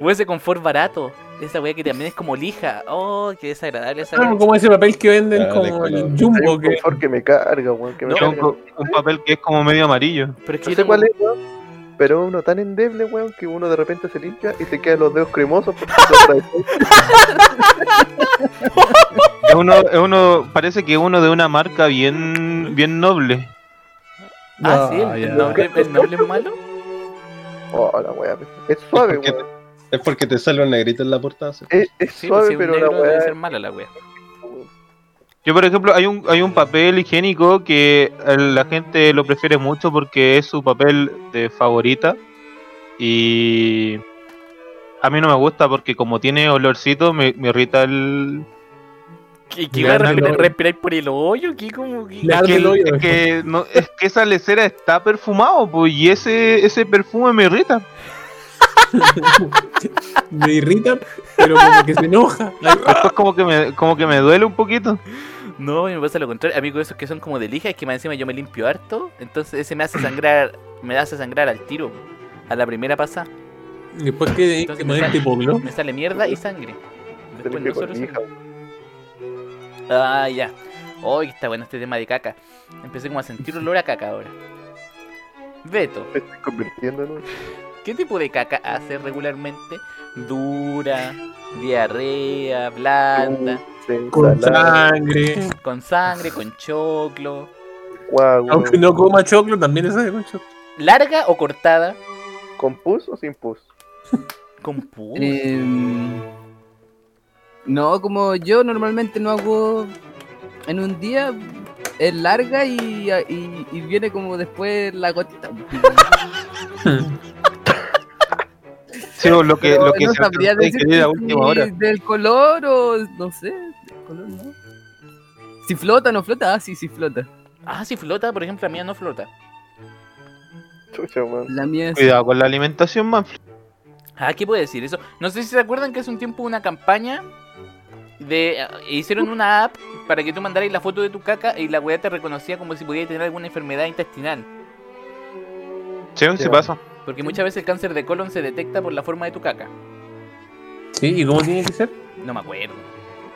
Speaker 2: O ese Oh, confort barato. esa weá que también es como lija. Oh, qué desagradable esa
Speaker 1: Claro,
Speaker 2: weá.
Speaker 1: como ese papel que venden
Speaker 5: Ah,
Speaker 1: como
Speaker 5: de
Speaker 1: en
Speaker 5: color.
Speaker 4: Hay
Speaker 1: Jumbo
Speaker 4: un
Speaker 1: que
Speaker 4: confort que me carga, weón. Que me
Speaker 2: No,
Speaker 3: Es un,
Speaker 4: carga.
Speaker 3: co- un papel que es como medio amarillo.
Speaker 2: Pero es que yo
Speaker 4: No sé
Speaker 2: tengo-
Speaker 4: cuál es, weón. Pero es uno tan endeble, weón, que uno de repente se limpia y te quedan los dedos cremosos porque se atravesó.
Speaker 3: Es uno, es uno, parece que es uno de una marca bien, bien noble.
Speaker 2: Ah, sí,
Speaker 1: Ah,
Speaker 2: el,
Speaker 1: ya.
Speaker 2: el noble, el noble es malo.
Speaker 4: Oh, la weá. Es suave,
Speaker 5: ¿Por qué?
Speaker 4: weón.
Speaker 5: Es porque te sale un negrito en la portada. ¿sí?
Speaker 4: Es, es
Speaker 2: Sí, pues,
Speaker 4: suave,
Speaker 2: si es un
Speaker 4: pero la
Speaker 2: negro debe
Speaker 4: weá.
Speaker 2: ser mala la weá.
Speaker 3: Yo, por ejemplo, hay un, hay un papel higiénico que eh, la gente lo prefiere mucho porque es su papel de favorita. Y a mí no me gusta porque como tiene olorcito, me, me irrita el...
Speaker 2: ¿Qué, qué
Speaker 1: Le
Speaker 2: weá,
Speaker 1: dan
Speaker 2: respirar,
Speaker 1: algo.
Speaker 2: respirar por el hoyo? ¿Qué como que-
Speaker 1: Le
Speaker 3: Es
Speaker 1: arde
Speaker 3: que,
Speaker 1: el hoyo,
Speaker 3: es que no- es que esa lecera está perfumado, pues, y ese, ese perfume me irrita.
Speaker 1: me irrita, pero como que se enoja.
Speaker 3: Después como que me, como que me duele un poquito.
Speaker 2: No, me pasa lo contrario. A mí con esos que son como de lija, es que más encima yo me limpio harto. Entonces ese me hace sangrar, me hace sangrar al tiro. A la primera pasa,
Speaker 1: Después que tenés que
Speaker 2: Entonces,
Speaker 1: ponerte poplo.
Speaker 2: me sale mierda y sangre. Después
Speaker 4: Tenés
Speaker 2: no
Speaker 4: que
Speaker 2: solo
Speaker 4: con
Speaker 2: sangre.
Speaker 4: hija,
Speaker 2: Ah, ya. Hoy está bueno este tema de caca. Empecé como a sentir olor a caca ahora. Beto,
Speaker 4: me estoy convirtiendo en un.
Speaker 2: ¿qué tipo de caca hace regularmente? Dura, diarrea, blanda,
Speaker 1: Con
Speaker 4: ensalada,
Speaker 1: sangre.
Speaker 2: con sangre, con choclo.
Speaker 4: guau, weón.
Speaker 1: Aunque no coma choclo, también es de con choclo.
Speaker 2: ¿Larga o cortada?
Speaker 4: ¿Con pus o sin pus?
Speaker 2: Con pus.
Speaker 6: Em, no, como yo normalmente no hago en un día, es larga y, y- y viene como después
Speaker 3: (laughs)
Speaker 6: la gotita.
Speaker 3: Sí, o lo que,
Speaker 6: Pero
Speaker 3: lo que
Speaker 6: no
Speaker 3: se
Speaker 6: sabría
Speaker 3: alcanza a
Speaker 6: decir
Speaker 3: ingerir a
Speaker 6: si
Speaker 3: última hora.
Speaker 6: del color o no sé, del color no. Si flota, no flota, ah sí, sí flota.
Speaker 2: Ah, si flota, por ejemplo, la mía no flota.
Speaker 4: Chucha, weón.
Speaker 6: La mía es
Speaker 3: Cuidado con la alimentación, man.
Speaker 2: Ah, ¿qué puede decir eso? No sé si se acuerdan que hace un tiempo hubo una campaña de e hicieron una app para que tú mandaras la foto de tu caca y la weá te reconocía como si podías tener alguna enfermedad intestinal.
Speaker 3: Sí, sí pasa.
Speaker 2: Porque muchas veces el cáncer de colon se detecta por la forma de tu caca.
Speaker 1: Sí, ¿y cómo tiene que ser?
Speaker 2: No me acuerdo.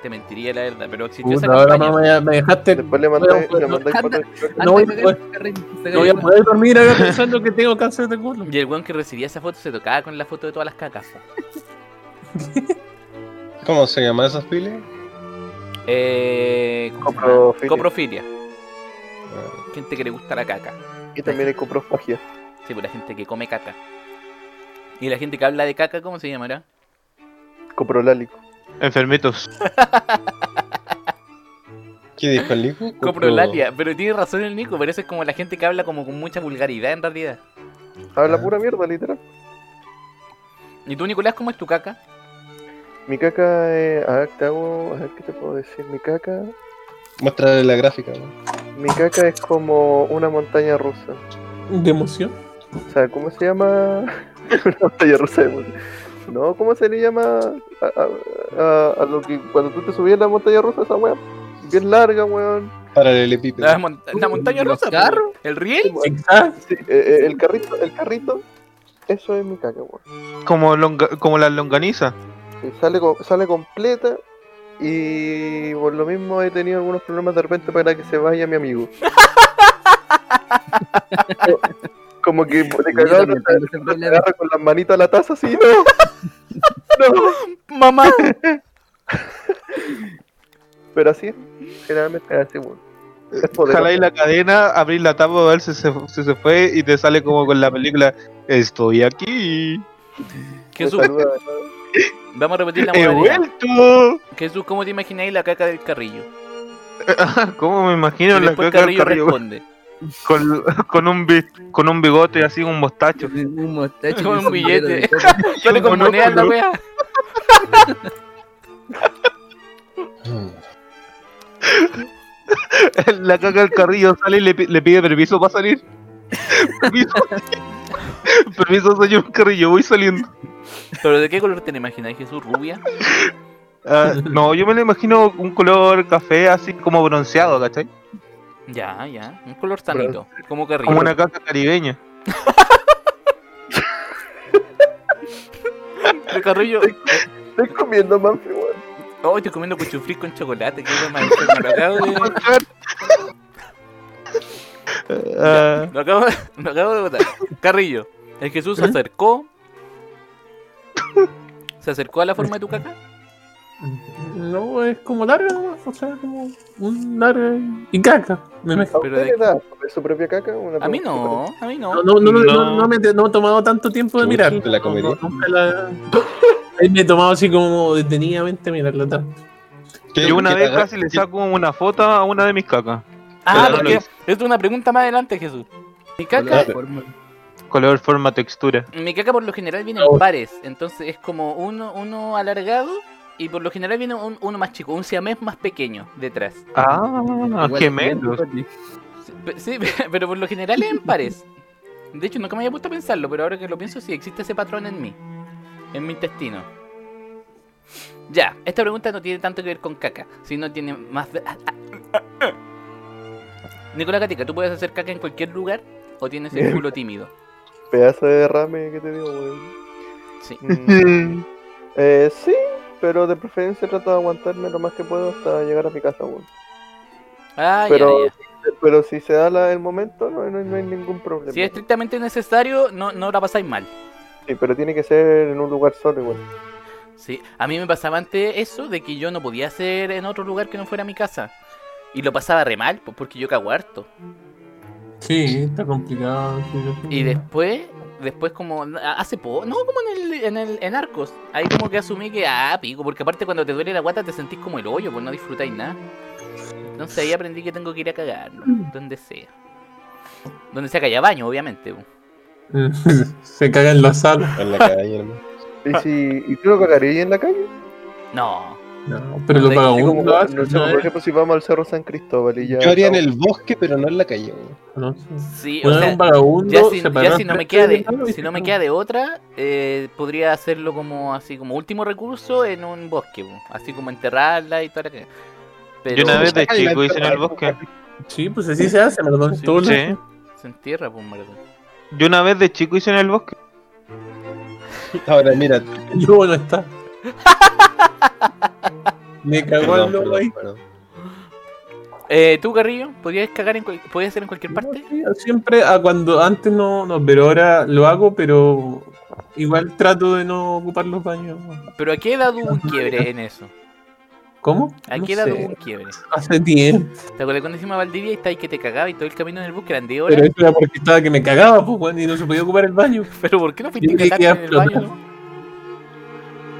Speaker 2: Te mentiría la verdad, pero existió
Speaker 1: Puta,
Speaker 2: esa
Speaker 1: ahora
Speaker 2: campaña.
Speaker 1: mamá, ya me dejaste.
Speaker 4: Después le
Speaker 1: No voy
Speaker 4: mandáis
Speaker 1: a poder-
Speaker 4: le mandáis
Speaker 6: Anda.
Speaker 4: fotos.
Speaker 1: No voy a
Speaker 6: Antes de
Speaker 1: poder-
Speaker 6: sacar el carril, sacar
Speaker 1: No voy a
Speaker 6: el
Speaker 1: poder dormir (laughs) ahora pensando que tengo cáncer de colon.
Speaker 2: Y el weón que recibía esa foto se tocaba con la foto de todas las cacas. po.
Speaker 5: ¿Cómo se llama esas pilas?
Speaker 2: Eh, ¿cómo se llama?
Speaker 4: Coprofilia.
Speaker 2: Coprofilia. Gente que le gusta la caca.
Speaker 4: Y también hay coprofagia.
Speaker 2: Sí, por la gente que come caca. Y la gente que habla de caca, ¿cómo se llamará?
Speaker 4: Coprolálico.
Speaker 3: Enfermitos.
Speaker 5: ¿Qué dijo el Nico?
Speaker 2: Coprolalia. Pero tiene razón el Nico, pero eso es como la gente que habla como con mucha vulgaridad en realidad.
Speaker 4: Habla
Speaker 5: Ah.
Speaker 4: pura mierda, literal.
Speaker 2: ¿Y tú, Nicolás, cómo es tu caca?
Speaker 4: Mi caca es. A ver, te hago. A ver, ¿qué te puedo decir? Mi caca.
Speaker 5: Muéstrale la gráfica. ¿no?
Speaker 4: Mi caca es como una montaña rusa.
Speaker 1: De emoción.
Speaker 4: O sea, ¿cómo se llama? (laughs) una montaña rusa de emociones. No, ¿cómo se le llama a, a- a- a lo que cuando tú te subías a la montaña rusa esa weá? Bien larga, weón.
Speaker 5: Paralelepípedo.
Speaker 2: La, mon- la montaña
Speaker 6: ¿Los
Speaker 2: rusa. po.
Speaker 6: carros?
Speaker 2: ¿El riel?
Speaker 1: Exacto.
Speaker 4: Sí, eh, eh, el carrito, el carrito, eso es mi caca, weón.
Speaker 3: Como, longa- como la longaniza.
Speaker 4: Sí, sale, co- sale completa y por lo mismo he tenido algunos problemas de repente para que se vaya
Speaker 2: (laughs)
Speaker 4: mi amigo. Co- Como que le
Speaker 6: Yo
Speaker 4: cagaron,
Speaker 6: también tengo ese
Speaker 4: (laughs)
Speaker 6: problema.
Speaker 4: agarra con las manitas a la taza así, no. no.
Speaker 2: Mamá.
Speaker 4: Pero así es, generalmente es así, weón. Es poderoso.
Speaker 3: Jaláis la cadena, abrís la tapa a ver si se, si se fue y te sale como con la película Estoy aquí.
Speaker 2: Jesús,
Speaker 4: Me saluda,
Speaker 2: vamos a repetir la
Speaker 3: ¡He
Speaker 2: modalidad.
Speaker 3: vuelto!
Speaker 2: Jesús, ¿cómo te imagináis la caca del carrillo?
Speaker 3: ¿Cómo me
Speaker 2: Y
Speaker 3: imagino la
Speaker 2: después
Speaker 3: caca del
Speaker 2: carrillo,
Speaker 3: carrillo
Speaker 2: responde.
Speaker 3: con, con un bi- con un bigote así,
Speaker 2: (laughs)
Speaker 3: un mostacho?
Speaker 6: Un mostacho
Speaker 2: Con
Speaker 6: y
Speaker 2: un
Speaker 6: sombrero de
Speaker 2: billete.
Speaker 6: copa.
Speaker 2: Sale con
Speaker 3: monóculo.
Speaker 2: monedas la wea. Ah.
Speaker 5: Mm.
Speaker 3: (laughs) la caca del carrillo sale y le, pi- le pide permiso para salir. (laughs) permiso. (laughs) permiso, señor carrillo, voy saliendo.
Speaker 2: ¿Pero de qué color te la imagináis, Jesús? ¿Rubia?
Speaker 3: Ah, no, yo me lo imagino un color café así como bronceado, ¿cachai?
Speaker 2: Ya, ya. Un color sanito. Como carrillo.
Speaker 3: Como una caca caribeña.
Speaker 2: El carrillo. eh,
Speaker 4: Estoy comiendo Manfred, weón.
Speaker 2: Oh, estoy comiendo cuchuflí con chocolate. Que es lo más enfermo. Lo
Speaker 3: (laughs)
Speaker 2: acabo de.
Speaker 3: Ah,
Speaker 2: Lo acabo, lo acabo de (laughs) botar. Carrillo. El Jesús se acercó. Se acercó a la forma de tu caca.
Speaker 1: No, es como larga, ¿no? o sea, como un larga y caca. Me imagino.
Speaker 4: ¿A
Speaker 2: Pero
Speaker 4: usted
Speaker 2: de-
Speaker 4: le da sobre su propia caca? Una
Speaker 2: A mí
Speaker 4: pregunta
Speaker 2: no, a mí
Speaker 1: No,
Speaker 2: no.
Speaker 1: no, no, no,
Speaker 5: No.
Speaker 1: no me te- no he tomado tanto tiempo de
Speaker 5: Chucha,
Speaker 1: mirar.
Speaker 5: te la comería.
Speaker 1: No, no, nunca la- (laughs) Ahí me he tomado así como detenidamente mirarla tanto.
Speaker 5: Que-
Speaker 3: yo una
Speaker 5: que
Speaker 3: vez
Speaker 5: te agar-
Speaker 3: casi le saco una foto a una de mis cacas.
Speaker 2: Ah,
Speaker 5: Claro,
Speaker 2: porque
Speaker 5: no.
Speaker 2: esto es una pregunta más adelante, Jesús. Mi caca,
Speaker 5: Hola.
Speaker 3: Color, forma, textura.
Speaker 2: mi caca por lo general viene
Speaker 1: No.
Speaker 2: en pares. Entonces es como uno, uno alargado y por lo general viene un- uno más chico, un siamés más pequeño detrás.
Speaker 3: Ah, gemelos.
Speaker 2: Sí, pe- Sí, (laughs) pero por lo general es en pares. De hecho, nunca me había puesto a pensarlo, pero ahora que lo pienso, sí existe ese patrón en mí. En mi intestino. Ya, esta pregunta no tiene tanto que ver con caca, sino tiene más... de- ah, Nicolás Gatica, ¿tú puedes hacer caca en cualquier lugar o tienes el culo tímido?
Speaker 4: Pedazo de derrame que te digo, weón.
Speaker 2: Sí.
Speaker 4: Mm, eh, sí, pero de preferencia trato de aguantarme lo más que puedo hasta llegar a mi casa, weón.
Speaker 2: Ah, ya,
Speaker 4: Pero, eh,
Speaker 2: ya.
Speaker 4: pero si se da la- el momento, no, no- no hay ningún problema.
Speaker 2: Si es estrictamente necesario, no, no la pasáis mal.
Speaker 4: Sí, pero tiene que ser en un lugar solo, igual.
Speaker 2: Sí, a mí me pasaba antes eso de que yo no podía hacer en otro lugar que no fuera mi casa. Y lo pasaba re mal, pues, porque yo cago harto.
Speaker 1: Sí, está complicado.
Speaker 2: Y después, después como a- hace poco, no como en el, en el en Arcos, ahí como que asumí que ah, pico, porque aparte cuando te duele la guata te sentís como el hoyo, pues no disfrutáis nada. Entonces ahí aprendí que tengo que ir a cagar, ¿no? donde sea. Donde sea que haya baño, obviamente. po.
Speaker 1: (laughs) Se caga en la sala.
Speaker 5: En la calle, hermano.
Speaker 4: ¿Y si y tú lo cagarías en la calle?
Speaker 2: No.
Speaker 1: No, pero lo
Speaker 2: Sí,
Speaker 1: paga
Speaker 4: Así
Speaker 1: uno.
Speaker 4: como,
Speaker 1: lo
Speaker 4: no
Speaker 1: hace,
Speaker 4: sé,
Speaker 1: ¿no?
Speaker 4: por ejemplo, si vamos al Cerro San Cristóbal y ya...
Speaker 5: Yo haría en el bosque, pero no en la calle, weón.
Speaker 1: No,
Speaker 2: Sí, o
Speaker 1: Bueno,
Speaker 2: sea,
Speaker 1: un vagabundo
Speaker 2: ya si,
Speaker 1: se
Speaker 2: ya
Speaker 1: paró
Speaker 2: si no me
Speaker 1: enfrente
Speaker 2: queda
Speaker 1: del
Speaker 2: de,
Speaker 1: malo y
Speaker 2: si
Speaker 1: se
Speaker 2: no me
Speaker 1: fue.
Speaker 2: queda de otra, eh, podría hacerlo como así, como último recurso en un bosque, po. así como enterrarla y toda la que. Pero
Speaker 3: Yo una vez de
Speaker 5: Ay, la
Speaker 3: chico hice en el
Speaker 5: enterrada.
Speaker 3: bosque.
Speaker 1: Sí, pues así se hace, perdón.
Speaker 2: Sí.
Speaker 1: todos los-
Speaker 3: Sí.
Speaker 2: se entierra, pues, maratón.
Speaker 3: Yo una vez de chico hice en el bosque.
Speaker 5: Ahora, mira.
Speaker 1: (laughs) El lobo no
Speaker 5: (laughs)
Speaker 1: está. me cagó
Speaker 5: Perdón,
Speaker 1: el lobo ahí.
Speaker 5: perdón, perdón.
Speaker 2: Eh, ¿Tú, Carrillo? ¿Podrías cagar en cual- podías hacer en cualquier parte?
Speaker 1: No, sí, Siempre, a cuando antes no, no, pero ahora lo hago, pero igual trato de no ocupar los baños.
Speaker 2: ¿Pero a qué edad
Speaker 1: (laughs)
Speaker 2: hubo un quiebre en eso?
Speaker 1: ¿Cómo?
Speaker 2: ¿A
Speaker 1: No
Speaker 2: qué edad
Speaker 1: sé,
Speaker 2: hubo un quiebre?
Speaker 1: Hace tiempo,
Speaker 2: ¿Te acuerdas cuando hicimos a Valdivia y estáis que te cagaba y todo el camino en el bus que eran de horas?
Speaker 1: pero
Speaker 2: (laughs) Pero,
Speaker 1: eso era porque estaba que me cagaba, pues, weón, y no se podía ocupar el baño.
Speaker 2: ¿por qué no fuiste
Speaker 1: Yo
Speaker 2: a
Speaker 1: creí
Speaker 2: cagar en
Speaker 1: que
Speaker 2: el
Speaker 1: iba a
Speaker 2: baño? no?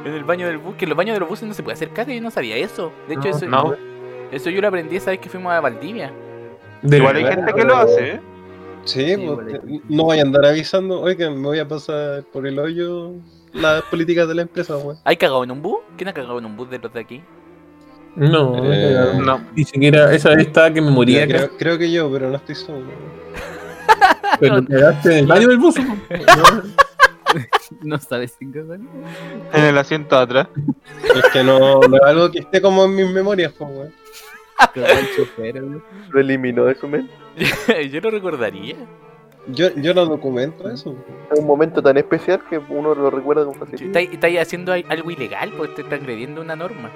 Speaker 2: En el baño del bus, que en los baños de los buses no se puede hacer caca, yo no sabía eso. De hecho,
Speaker 1: No,
Speaker 2: eso,
Speaker 3: No,
Speaker 2: eso yo lo aprendí esa vez que fuimos a Valdivia.
Speaker 1: De
Speaker 3: igual hay
Speaker 1: verdad.
Speaker 3: gente que lo hace, ¿eh?
Speaker 5: Sí,
Speaker 6: Sí,
Speaker 5: pues,
Speaker 6: igual
Speaker 5: no vaya a andar avisando, oigan, me voy a pasar por el hoyo las políticas de la empresa, weón.
Speaker 2: ¿Hay cagado en un bus? ¿Quién ha cagado en un bus de los de aquí? (laughs)
Speaker 1: No,
Speaker 5: Eh,
Speaker 1: de verdad.
Speaker 3: No.
Speaker 1: ni siquiera esa vez estaba que me moría,
Speaker 5: Ya, Creo, creo que yo, pero no estoy seguro.
Speaker 1: pero
Speaker 2: No.
Speaker 1: te cagaste en el baño del pues. bus. po.
Speaker 2: (laughs)
Speaker 6: No sabes si cagan.
Speaker 3: En el asiento de atrás.
Speaker 5: Es que no, no es algo que esté como en mis memorias, pues, weón.
Speaker 6: Cagar el chofer, weón.
Speaker 4: Lo eliminó de su mente.
Speaker 2: yo lo recordaría.
Speaker 5: Yo, yo no documento eso. weón.
Speaker 4: Es un momento tan especial que uno lo recuerda con facilidad.
Speaker 2: ¿Estáis estáis haciendo al- algo ilegal? Porque te está agrediendo una norma.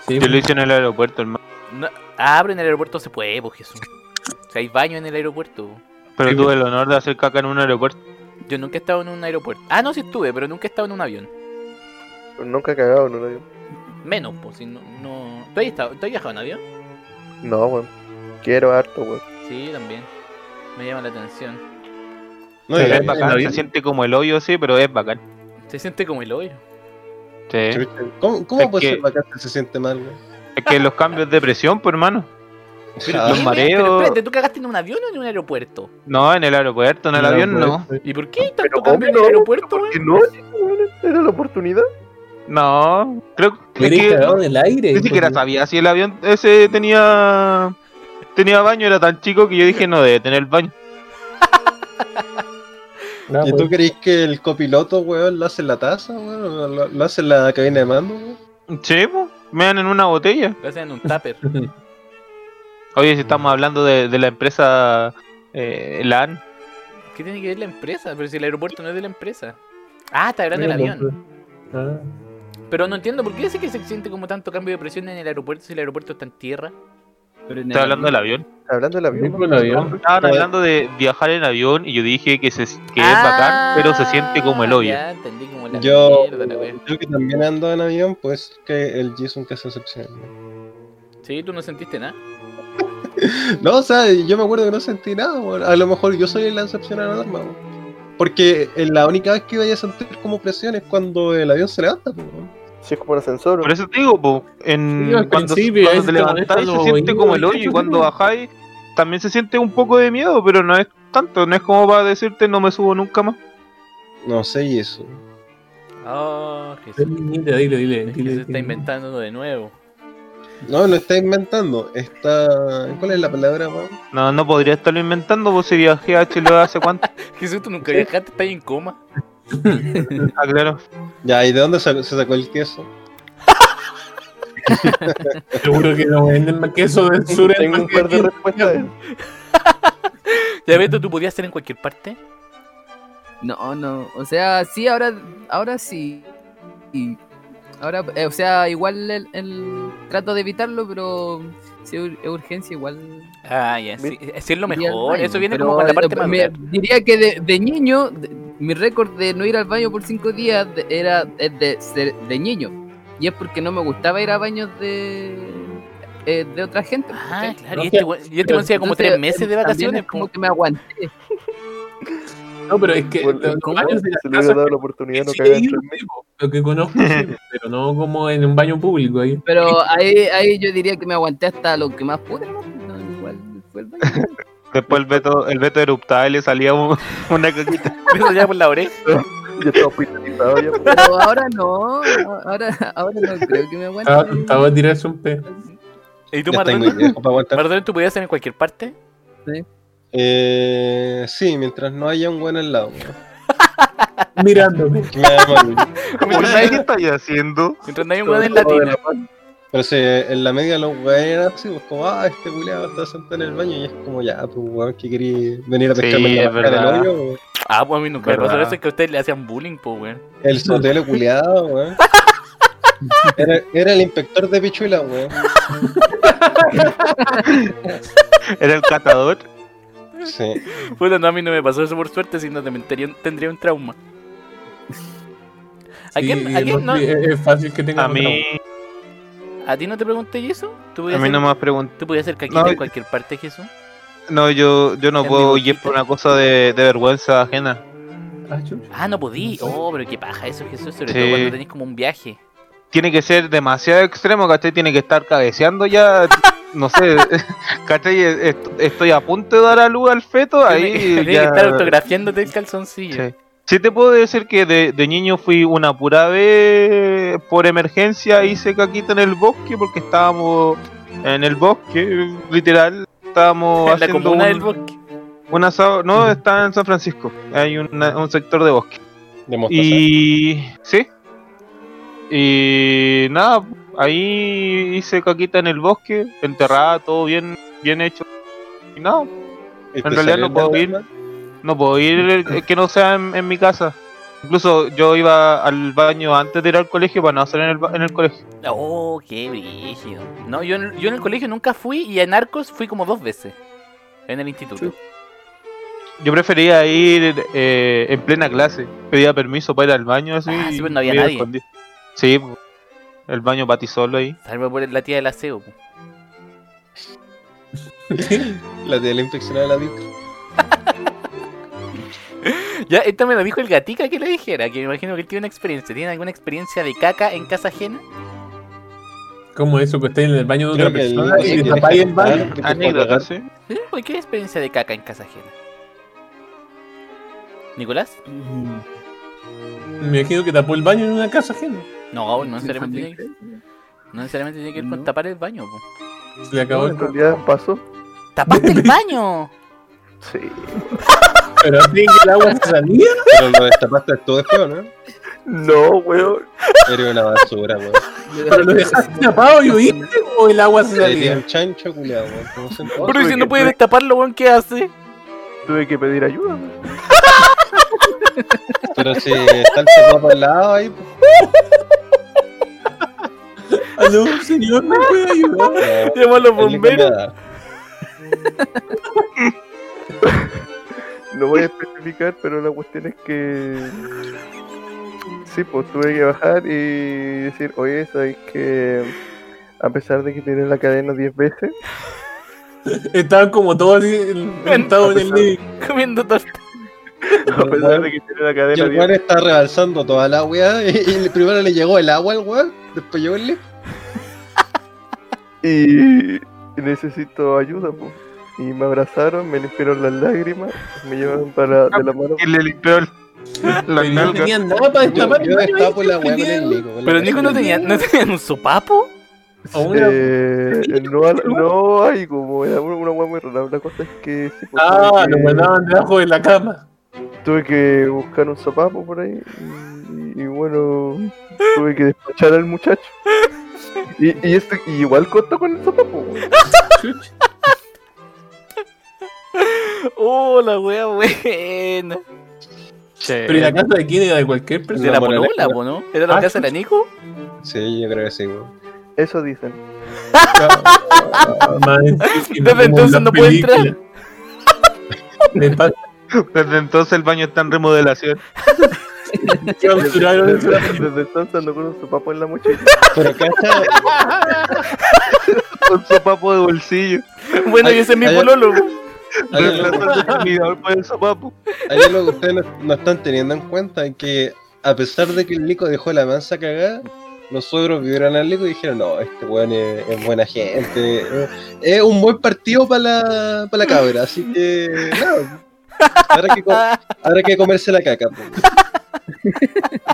Speaker 1: Sí, pues.
Speaker 3: Yo lo hice en el aeropuerto, hermano.
Speaker 2: No, ah, pero en el aeropuerto se puede, pues Jesús. O sea, hay baño en el aeropuerto. po.
Speaker 3: Pero tuve el honor de hacer caca en un aeropuerto.
Speaker 2: Yo nunca he estado en un aeropuerto. Ah, no, sí estuve, pero nunca he estado en un avión.
Speaker 4: Pero nunca he cagado en un avión.
Speaker 2: Menos, pues, si no... no... ¿Tú has, estado, tú has viajado en avión?
Speaker 4: No, weón. Quiero harto, weón.
Speaker 2: Sí, también. Me llama la atención.
Speaker 5: No,
Speaker 3: Pero
Speaker 5: ya,
Speaker 3: es
Speaker 5: ya,
Speaker 3: bacán,
Speaker 5: ya.
Speaker 3: se siente como el hoyo, sí, pero es bacán.
Speaker 2: Se siente como el hoyo.
Speaker 3: Sí.
Speaker 5: Chucha, ¿Cómo,
Speaker 3: Es
Speaker 5: cómo puede
Speaker 3: que-
Speaker 5: ser bacán si se siente mal, weón?
Speaker 3: Es que los cambios de presión, pues, hermano.
Speaker 5: Ah,
Speaker 2: Dime,
Speaker 3: mareos.
Speaker 2: Pero espérate, ¿tú cagaste en un avión o en un aeropuerto?
Speaker 3: No, en el aeropuerto, en el avión no.
Speaker 2: ¿Y por qué hay tanto
Speaker 4: Pero
Speaker 2: cambio en
Speaker 4: obvio,
Speaker 2: el aeropuerto,
Speaker 4: ¿Por
Speaker 2: güey?
Speaker 4: qué no? weón? Era la oportunidad.
Speaker 3: No, creo
Speaker 1: Me
Speaker 3: es
Speaker 1: hubiera
Speaker 3: que
Speaker 1: cagado en el aire. pues.
Speaker 3: ni siquiera
Speaker 1: porque-
Speaker 3: sabía si el avión ese tenía tenía baño, era tan chico que yo dije no debe tener baño.
Speaker 1: No,
Speaker 5: ¿Y tú
Speaker 1: pues,
Speaker 5: crees que el copiloto, weón, lo hace en la taza, weón? ¿Lo, lo hace en la cabina de mando, weón?
Speaker 3: Sí, pues, me dan en una botella.
Speaker 2: Lo hacen en un tupper.
Speaker 3: Oye, si estamos hablando de, de la empresa eh, LAN,
Speaker 2: ¿Qué tiene que ver la empresa? Pero si el aeropuerto no es de la empresa. Ah, está hablando del
Speaker 1: mira,
Speaker 2: avión.
Speaker 1: pues, ah.
Speaker 2: Pero no entiendo por qué dice que se siente como tanto cambio de presión en el aeropuerto si el aeropuerto está en tierra.
Speaker 6: Pero en el
Speaker 3: Estaba hablando del
Speaker 6: avión-
Speaker 3: avión. Eh.
Speaker 4: Hablando del avión.
Speaker 1: Sí, con
Speaker 4: ¿no?
Speaker 1: el avión.
Speaker 3: Estaban
Speaker 5: Joder.
Speaker 3: hablando de viajar en avión y yo dije que, se, que es
Speaker 2: Ah,
Speaker 3: bacán, pero se siente como el hoyo.
Speaker 2: Ya, entendí como la
Speaker 5: Yo,
Speaker 2: mierda, la wea.
Speaker 5: yo que también ando en avión, pues que el Jason que se excepción.
Speaker 2: Sí, tú no sentiste nada.
Speaker 5: No, o sea, yo me acuerdo que no sentí nada, weón. A lo mejor yo soy la excepción a la norma, weón. Porque eh, la única vez que vaya a sentir como presión es cuando el avión se levanta, pues, weón.
Speaker 4: Sí, es como un ascensor.
Speaker 3: Por eso te digo, po, en,
Speaker 1: Sí, al
Speaker 3: cuando,
Speaker 1: principio,
Speaker 3: cuando
Speaker 1: ahí
Speaker 3: te
Speaker 1: se te
Speaker 3: levantáis se
Speaker 1: molestan
Speaker 3: siente
Speaker 1: los
Speaker 3: como el
Speaker 1: oídos,
Speaker 3: hoyo y cuando bajáis también se siente un poco de miedo, pero no es tanto, no es como para decirte no me subo nunca más.
Speaker 5: No sé, y eso.
Speaker 2: Oh, Jesús.
Speaker 1: Dile, dile, dile.
Speaker 2: Es que
Speaker 1: dile,
Speaker 2: se está
Speaker 1: dile.
Speaker 2: inventando de nuevo.
Speaker 5: No, no está inventando. Está. ¿Cuál es la palabra, weón?
Speaker 3: No, no podría estarlo inventando, pues si viajé a Chile hace cuánto.
Speaker 2: Jesús, tú nunca viajaste, estás en coma.
Speaker 3: (laughs) Ah, claro.
Speaker 5: Ya, ¿y de dónde sacó- se sacó el queso?
Speaker 1: Seguro que no venden más queso del sur. es
Speaker 4: Tengo
Speaker 1: más
Speaker 4: un
Speaker 1: que
Speaker 4: par de
Speaker 1: aquí.
Speaker 4: respuestas.
Speaker 2: Ya, Beto, tú podías ser en cualquier parte.
Speaker 6: No, no. O sea, sí, ahora, ahora sí. Y ahora, eh, o sea, igual el, el- trato de evitarlo, pero si es ur- es urgencia, igual.
Speaker 2: Ah, ya, sí, sí es lo
Speaker 6: iría al
Speaker 2: mejor.
Speaker 6: baño,
Speaker 2: Eso viene
Speaker 6: pero,
Speaker 2: como con la parte
Speaker 6: eh,
Speaker 2: más.
Speaker 6: me- Diría que de, de niño, de- mi récord de no ir al baño por cinco días de- era es de, ser- de niño. Y es porque no me gustaba ir a baños de, eh, de otra gente.
Speaker 2: Ah,
Speaker 6: ¿cachai?
Speaker 2: claro. Y este güey y este güey hacía como
Speaker 6: Entonces, em,
Speaker 2: tres meses de
Speaker 6: también
Speaker 2: vacaciones.
Speaker 6: es Como (laughs)
Speaker 2: po.
Speaker 6: que me aguanté.
Speaker 1: No, pero es que
Speaker 4: Por-
Speaker 1: los
Speaker 4: ¿cómo?
Speaker 1: baños de
Speaker 4: Se le
Speaker 1: las
Speaker 4: hubiera
Speaker 1: casas
Speaker 4: dado
Speaker 1: que-
Speaker 4: la oportunidad, no
Speaker 1: sí,
Speaker 4: cagar
Speaker 1: he
Speaker 4: en
Speaker 1: ido,
Speaker 4: tres
Speaker 1: sí, po, lo que conozco, sí,
Speaker 4: (laughs)
Speaker 1: po, pero no como en un baño público ahí.
Speaker 6: Pero ahí, ahí yo diría que me aguanté hasta lo que más pude, ¿no? No, igual fue el baño.
Speaker 3: Después el Beto, el Beto eruptaba y le salía un- una caquita.
Speaker 2: Beto ya por la oreja.
Speaker 4: Yo estaba hospitalizado ya.
Speaker 6: (laughs)
Speaker 4: pues.
Speaker 6: Pero ahora no, ahora, ahora no creo que me aguante.
Speaker 1: Estaba, estaba a tirarse un pe.
Speaker 2: ¿Y tú,
Speaker 5: Ya estoy muy
Speaker 2: Mardón?
Speaker 5: viejo (laughs) para aguantar.
Speaker 2: Mardón, tú podías ser en cualquier parte.
Speaker 5: Eh, sí, mientras no haya un buen al lado, weón.
Speaker 1: Mirándome.
Speaker 5: Que me haga mal.
Speaker 2: Mientras no
Speaker 3: (laughs) Oye, ¿Qué
Speaker 2: hay-
Speaker 3: estáis haciendo?
Speaker 2: mientras no hay un weón en latina.
Speaker 5: Pero si en la media los weones eran así, pues como, ah, este culiado está sentado en el baño y es como, ya, pues weón, que quería venir a
Speaker 3: Sí,
Speaker 5: pescarme en la
Speaker 3: es
Speaker 5: vaca del
Speaker 3: verdad.
Speaker 5: hoyo, weón.
Speaker 2: Ah, pues a mí nunca me
Speaker 3: Verdad.
Speaker 2: pasó eso. Es que a ustedes le hacían bullying, po, weón.
Speaker 5: El sotelo culiado, weón. Era, era el inspector de pichula, weón.
Speaker 3: Era el (laughs) catador.
Speaker 5: Sí.
Speaker 2: Puta, Pues no, a mí no me pasó eso por suerte, sino que me tendría, tendría un trauma. ¿A
Speaker 1: Sí,
Speaker 2: quién- a
Speaker 1: el
Speaker 2: quién
Speaker 1: otro
Speaker 2: no?
Speaker 1: día Es es fácil que tenga
Speaker 3: A
Speaker 1: un
Speaker 3: mí,
Speaker 1: trauma.
Speaker 2: ¿A ti no te pregunté eso? ¿Tú
Speaker 3: a
Speaker 2: podías,
Speaker 3: mí
Speaker 2: ser,
Speaker 3: no me has preguntado.
Speaker 2: ¿tú podías ser caquita
Speaker 3: No,
Speaker 2: en
Speaker 3: y-
Speaker 2: cualquier parte, Jesús?
Speaker 3: No, yo, yo no
Speaker 2: El
Speaker 3: puedo
Speaker 2: bigotito.
Speaker 3: ir por una cosa de, de vergüenza ajena.
Speaker 1: Ah, chucha.
Speaker 2: Ah, no podí. Oh, pero qué paja eso, Jesús. Sobre
Speaker 3: Sí.
Speaker 2: todo cuando tenés como un viaje.
Speaker 3: tiene que ser demasiado extremo, ¿cachai? Tiene que estar cabeceando ya, no sé, (laughs) ¿cachai? Est- Estoy a punto de dar a luz al feto, ahí (laughs)
Speaker 2: Tienes (laughs) que, tienes
Speaker 3: ya...
Speaker 2: que estar autografiándote el calzoncillo.
Speaker 3: Sí. Sí te puedo decir que de, de niño fui una pura vez por emergencia, hice caquita en el bosque porque estábamos en el bosque, literal,
Speaker 2: (laughs)
Speaker 3: estábamos
Speaker 2: En la
Speaker 3: haciendo
Speaker 2: comuna
Speaker 3: un,
Speaker 2: del bosque.
Speaker 3: un asado, no, está en San Francisco, hay una- un sector de bosque.
Speaker 5: De mostaza.
Speaker 3: Y. Sí. Y. Nada, ahí hice caquita en el bosque, enterrada, todo bien, bien hecho. Y nada,
Speaker 5: ¿Y te
Speaker 3: en realidad
Speaker 5: salió
Speaker 3: no puedo
Speaker 5: el
Speaker 3: ir.
Speaker 5: alma?
Speaker 3: no puedo ir eh, que no sea en, en mi casa. Incluso yo iba al baño antes de ir al colegio para no hacer en el, ba- en el colegio.
Speaker 2: Oh, qué brígido. No, yo en, yo en el colegio nunca fui y en Arcos fui como dos veces. En el instituto.
Speaker 3: Yo prefería ir eh, en plena clase. Pedía permiso para ir al baño así.
Speaker 2: Ah, sí,
Speaker 3: y
Speaker 2: pues no había
Speaker 3: me iba
Speaker 2: nadie.
Speaker 3: escondido. Sí, pues, el baño para ti solo ahí.
Speaker 2: Salvo por la tía del aseo. po.
Speaker 5: La de la infección de la diuca.
Speaker 2: Ya, esta me lo dijo el gatica que le dijera, que me imagino que él tiene una experiencia. ¿Tiene alguna experiencia de caca en casa ajena?
Speaker 1: ¿Cómo eso? Que estáis en el baño de otra
Speaker 5: Creo que el
Speaker 1: persona y
Speaker 5: niño
Speaker 1: le
Speaker 5: tiene
Speaker 1: tapáis
Speaker 5: que
Speaker 1: el baño.
Speaker 5: estar, porque para
Speaker 3: Ah, Anécdota,
Speaker 5: cagar.
Speaker 3: sí.
Speaker 2: ¿Sí? ¿Por qué experiencia de caca en casa ajena? ¿Nicolás?
Speaker 1: Me imagino que tapó el baño en una casa ajena.
Speaker 2: No, no necesariamente tiene que, no necesariamente tiene que ver con
Speaker 6: No.
Speaker 2: tapar el baño. po.
Speaker 1: Se le acabó
Speaker 4: No,
Speaker 1: el
Speaker 4: en realidad pasó.
Speaker 2: ¡Tapaste el baño!
Speaker 4: Sí.
Speaker 1: Pero así que el agua se
Speaker 4: (laughs)
Speaker 1: salía.
Speaker 5: Pero lo destapaste todo después, ¿no?
Speaker 4: No, weón.
Speaker 5: Eres una basura, weón.
Speaker 1: Pero lo dejaste tapado y huiste o el agua se
Speaker 5: Eres
Speaker 1: salía.
Speaker 5: un chancho culiado, weón. Como siempre.
Speaker 2: Pero ¿y si
Speaker 4: tuve
Speaker 2: no
Speaker 4: que-
Speaker 2: puedes
Speaker 4: tuve-
Speaker 2: destaparlo, weón, ¿qué hace? (laughs)
Speaker 4: Tuve que pedir ayuda. weón.
Speaker 3: (laughs)
Speaker 5: Pero si está el cerdo para el lado ahí, pues.
Speaker 1: Aló, Ah, señor, ¿me puede ayudar?
Speaker 2: Llamo a los
Speaker 5: Él le
Speaker 2: bomberos.
Speaker 5: cambia-
Speaker 4: No voy a especificar, pero la cuestión es que. Sí, pues tuve que bajar y decir, oye, sabéis que. A pesar de que tienes la cadena 10 veces,
Speaker 1: Estaban como todos
Speaker 5: (laughs)
Speaker 1: así, el- sentados en el living.
Speaker 2: Comiendo torta.
Speaker 4: (laughs) a pesar de que tienes la
Speaker 5: Y
Speaker 4: cadena
Speaker 5: el
Speaker 4: 10
Speaker 5: weón está rebalsando toda la weá. (laughs) Y, y primero le llegó el agua al weón, después llegó el lift.
Speaker 4: y necesito ayuda, pues. Y me abrazaron, me limpiaron las lágrimas, me llevaron para de la mano.
Speaker 3: Y le limpió el- la
Speaker 1: Pero no
Speaker 3: nalga.
Speaker 1: tenían nada para
Speaker 5: Yo,
Speaker 1: destapar.
Speaker 5: yo
Speaker 1: el baño,
Speaker 5: destapo
Speaker 1: ahí
Speaker 5: la weá con
Speaker 1: siempre
Speaker 5: el
Speaker 1: quedan-
Speaker 5: Nico. con la
Speaker 2: Pero
Speaker 5: weá
Speaker 2: Nico
Speaker 5: con
Speaker 2: no
Speaker 5: el
Speaker 2: tenía,
Speaker 5: Nico.
Speaker 2: no tenía un sopapo.
Speaker 1: a una-
Speaker 4: Eh, no, no hay como, era una hueá muy rara. La cosa es que. sí, pues,
Speaker 1: Ah,
Speaker 4: tuve
Speaker 1: lo
Speaker 4: que-
Speaker 1: guardaban debajo de la cama.
Speaker 4: Tuve que buscar un zapapo por ahí y, y bueno, tuve que despachar al muchacho. Y, y este, y igual contó con el zapapo. weón.
Speaker 2: Oh, la wea buena.
Speaker 1: Pero ¿y
Speaker 3: Eh.
Speaker 1: la casa de quién era de cualquier
Speaker 2: De
Speaker 1: persona?
Speaker 2: la
Speaker 5: moraleja.
Speaker 2: polola, po, ¿no? ¿Era la
Speaker 1: Ah,
Speaker 2: casa de la Nico? (laughs)
Speaker 5: Sí, yo creo que sí, weón.
Speaker 4: Eso dicen.
Speaker 1: (laughs)
Speaker 2: Desde entonces no puede entrar.
Speaker 1: entrar.
Speaker 3: Desde entonces el baño está en remodelación.
Speaker 1: (laughs) Clausuraron eso.
Speaker 4: Desde, (laughs) desde entonces ando con un zapapo en la mochila.
Speaker 5: Pero cacha,
Speaker 3: Con sopapo de bolsillo.
Speaker 2: Bueno,
Speaker 5: Ay,
Speaker 2: y ese es mi
Speaker 5: ay,
Speaker 2: pololo.
Speaker 5: ayer
Speaker 3: Desde
Speaker 5: lo,
Speaker 3: entonces el dormidor fue el sopapo.
Speaker 5: ayer lo que ustedes no, no están teniendo en cuenta es que a pesar de que el Nico dejó la mansa cagada, los suegros vieron al Nico y dijeron, no, este weón es, es buena gente, es- es un buen partido para la, pa' la cabra, así que nada. Habrá que, co- habrá que comerse la caca. pues.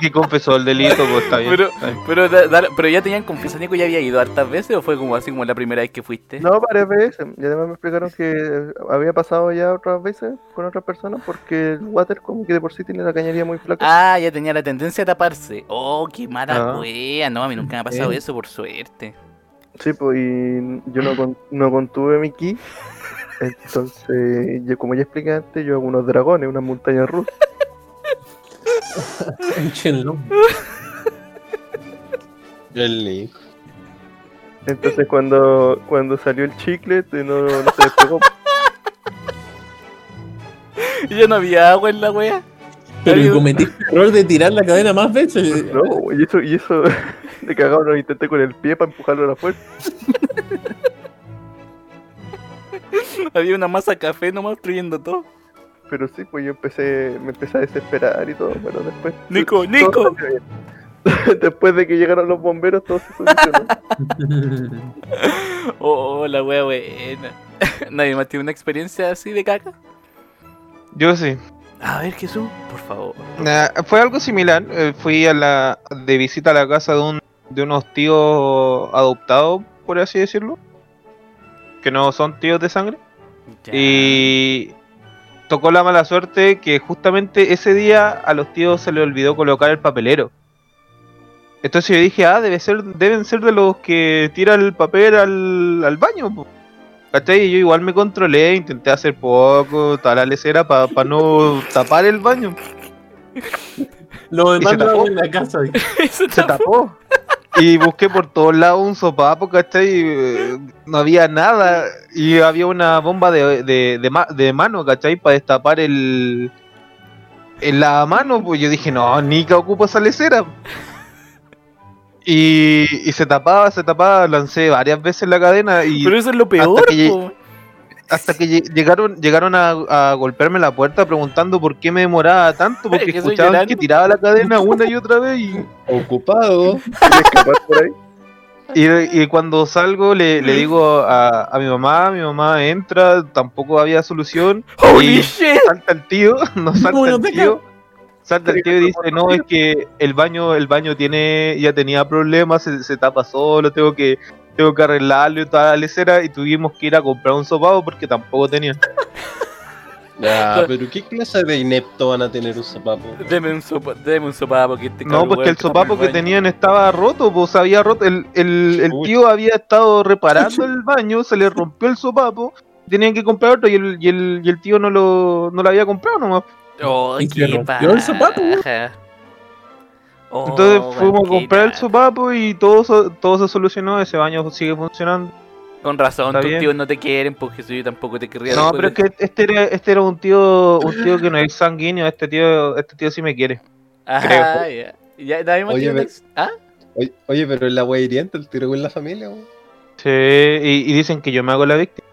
Speaker 3: Que confesó el delito, pues está bien.
Speaker 2: Pero-
Speaker 3: está bien.
Speaker 2: Pero, da- da- pero ya tenían confianza, Nico ya había ido hartas veces o fue como así como la primera vez que fuiste.
Speaker 4: No, varias veces. Y además me explicaron que había pasado ya otras veces con otras personas porque el water como que de por sí tiene la cañería muy flaca.
Speaker 2: Ah, ya tenía la tendencia a taparse. Oh, qué mala
Speaker 3: Ah.
Speaker 2: wea. No, a mí nunca me ha pasado
Speaker 1: Bien.
Speaker 2: eso, por suerte. (laughs)
Speaker 4: Sí, pues y yo no, con- no contuve mi ki. Entonces, yo, como ya expliqué antes, yo hago unos dragones, unas montañas rusas.
Speaker 1: Échenlo.
Speaker 5: El Nico.
Speaker 4: Entonces cuando, cuando salió el chicle te- no, no se despegó.
Speaker 2: Y Ya no había agua en la wea.
Speaker 1: Pero y cometiste el error de tirar la cadena más veces.
Speaker 4: No, y eso, y eso (laughs) de cagado lo intenté con el pie para empujarlo a la fuerza.
Speaker 2: Había una masa café nomás obstruyendo todo.
Speaker 4: Pero sí, pues yo empecé, me empecé a desesperar y todo, pero después.
Speaker 2: Nico,
Speaker 4: todo
Speaker 2: Nico.
Speaker 4: salió bien. (laughs) Después de que llegaron los bomberos, todo se solucionó.
Speaker 2: Oh, la wea buena. (laughs) Nadie más tiene una experiencia así de caca.
Speaker 3: Yo sí.
Speaker 2: A ver, Jesús, por favor.
Speaker 3: Nah, Ah, fue algo similar. eh, fui a la, de visita a la casa de, un, de unos tíos adoptados, por así decirlo. Que no son tíos de sangre.
Speaker 2: Ya.
Speaker 3: Y tocó la mala suerte que justamente ese día a los tíos se les olvidó colocar el papelero. Entonces yo dije, ah, debe ser, deben ser de los que tiran el papel al, al baño. po". ¿Cachai? Y yo igual me controlé, intenté hacer poco, tal la lecera para no tapar el baño.
Speaker 1: Lo
Speaker 3: Y se
Speaker 1: demás
Speaker 3: tapó.
Speaker 1: en la casa.
Speaker 2: (laughs) Eso
Speaker 3: Se
Speaker 2: tampoco.
Speaker 3: tapó. Y busqué por todos lados un sopapo, ¿cachai? Y, eh, No había nada. Y había una bomba de, de, de ma- de mano, ¿cachai? Para destapar el, el mano. Pues yo dije, no, Nika ocupa esa lecera. Y, y se tapaba, se tapaba, lancé varias veces la cadena (laughs) y
Speaker 2: Pero eso es lo peor,
Speaker 3: que lleg-
Speaker 2: po.
Speaker 3: hasta que lle- llegaron llegaron a, a golpearme la puerta preguntando por qué me demoraba tanto, porque
Speaker 2: Que estoy
Speaker 3: escuchaban que
Speaker 2: llorando.
Speaker 3: tiraba la cadena una y otra vez y,
Speaker 5: Ocupado.
Speaker 4: Quería escapar por ahí.
Speaker 3: Y, y cuando salgo le, le digo a, a mi mamá, mi mamá entra, tampoco había solución.
Speaker 2: Holy
Speaker 3: y
Speaker 2: shit.
Speaker 3: salta el tío, (laughs) nos salta
Speaker 1: Bueno,
Speaker 3: el
Speaker 1: venga.
Speaker 3: tío. Salta el tío y dice, no, es que el baño, el baño tiene, ya tenía problemas, se, se tapa solo, tengo que, tengo que arreglarlo y toda la lecera, y tuvimos que ir a comprar un sopado porque tampoco tenía.
Speaker 5: Nah, pero ¿qué clase de inepto van a tener un zapapo?
Speaker 2: Deme un, sopa, deme un sopapo que este
Speaker 3: No,
Speaker 2: cabrón
Speaker 3: porque
Speaker 2: weón
Speaker 3: el
Speaker 2: que está
Speaker 3: sopapo
Speaker 2: por
Speaker 3: que
Speaker 2: el baño.
Speaker 3: tenían estaba roto, pues había roto. El, el, el
Speaker 5: Chucha.
Speaker 3: tío había estado
Speaker 2: (laughs)
Speaker 3: reparando el baño, se le rompió el sopapo, tenían que comprar otro y el, y el, y el tío no lo, no lo había comprado nomás.
Speaker 2: Oh,
Speaker 1: Y se
Speaker 2: qué
Speaker 1: rompió el sopapo, weón.
Speaker 2: paja. Oh,
Speaker 3: Entonces fuimos a
Speaker 2: Juanquita.
Speaker 3: comprar el sopapo y todo, so- todo se solucionó, ese baño sigue funcionando.
Speaker 2: Con razón,
Speaker 3: Está
Speaker 2: tus
Speaker 3: bien.
Speaker 2: tíos no te quieren porque yo tampoco te querría.
Speaker 3: No,
Speaker 2: después
Speaker 3: pero es
Speaker 2: de-
Speaker 3: que este era, este era un tío, un tío que no es sanguíneo, este tío, este tío sí me quiere.
Speaker 2: Ah, ya. Ya, la misma
Speaker 5: Oye,
Speaker 2: tiene
Speaker 5: ve-
Speaker 2: ex- ¿Ah?
Speaker 5: Oye, oye, pero es la wea hiriente, el tiro con la familia, weón.
Speaker 3: Sí, y, y dicen que yo me hago la víctima.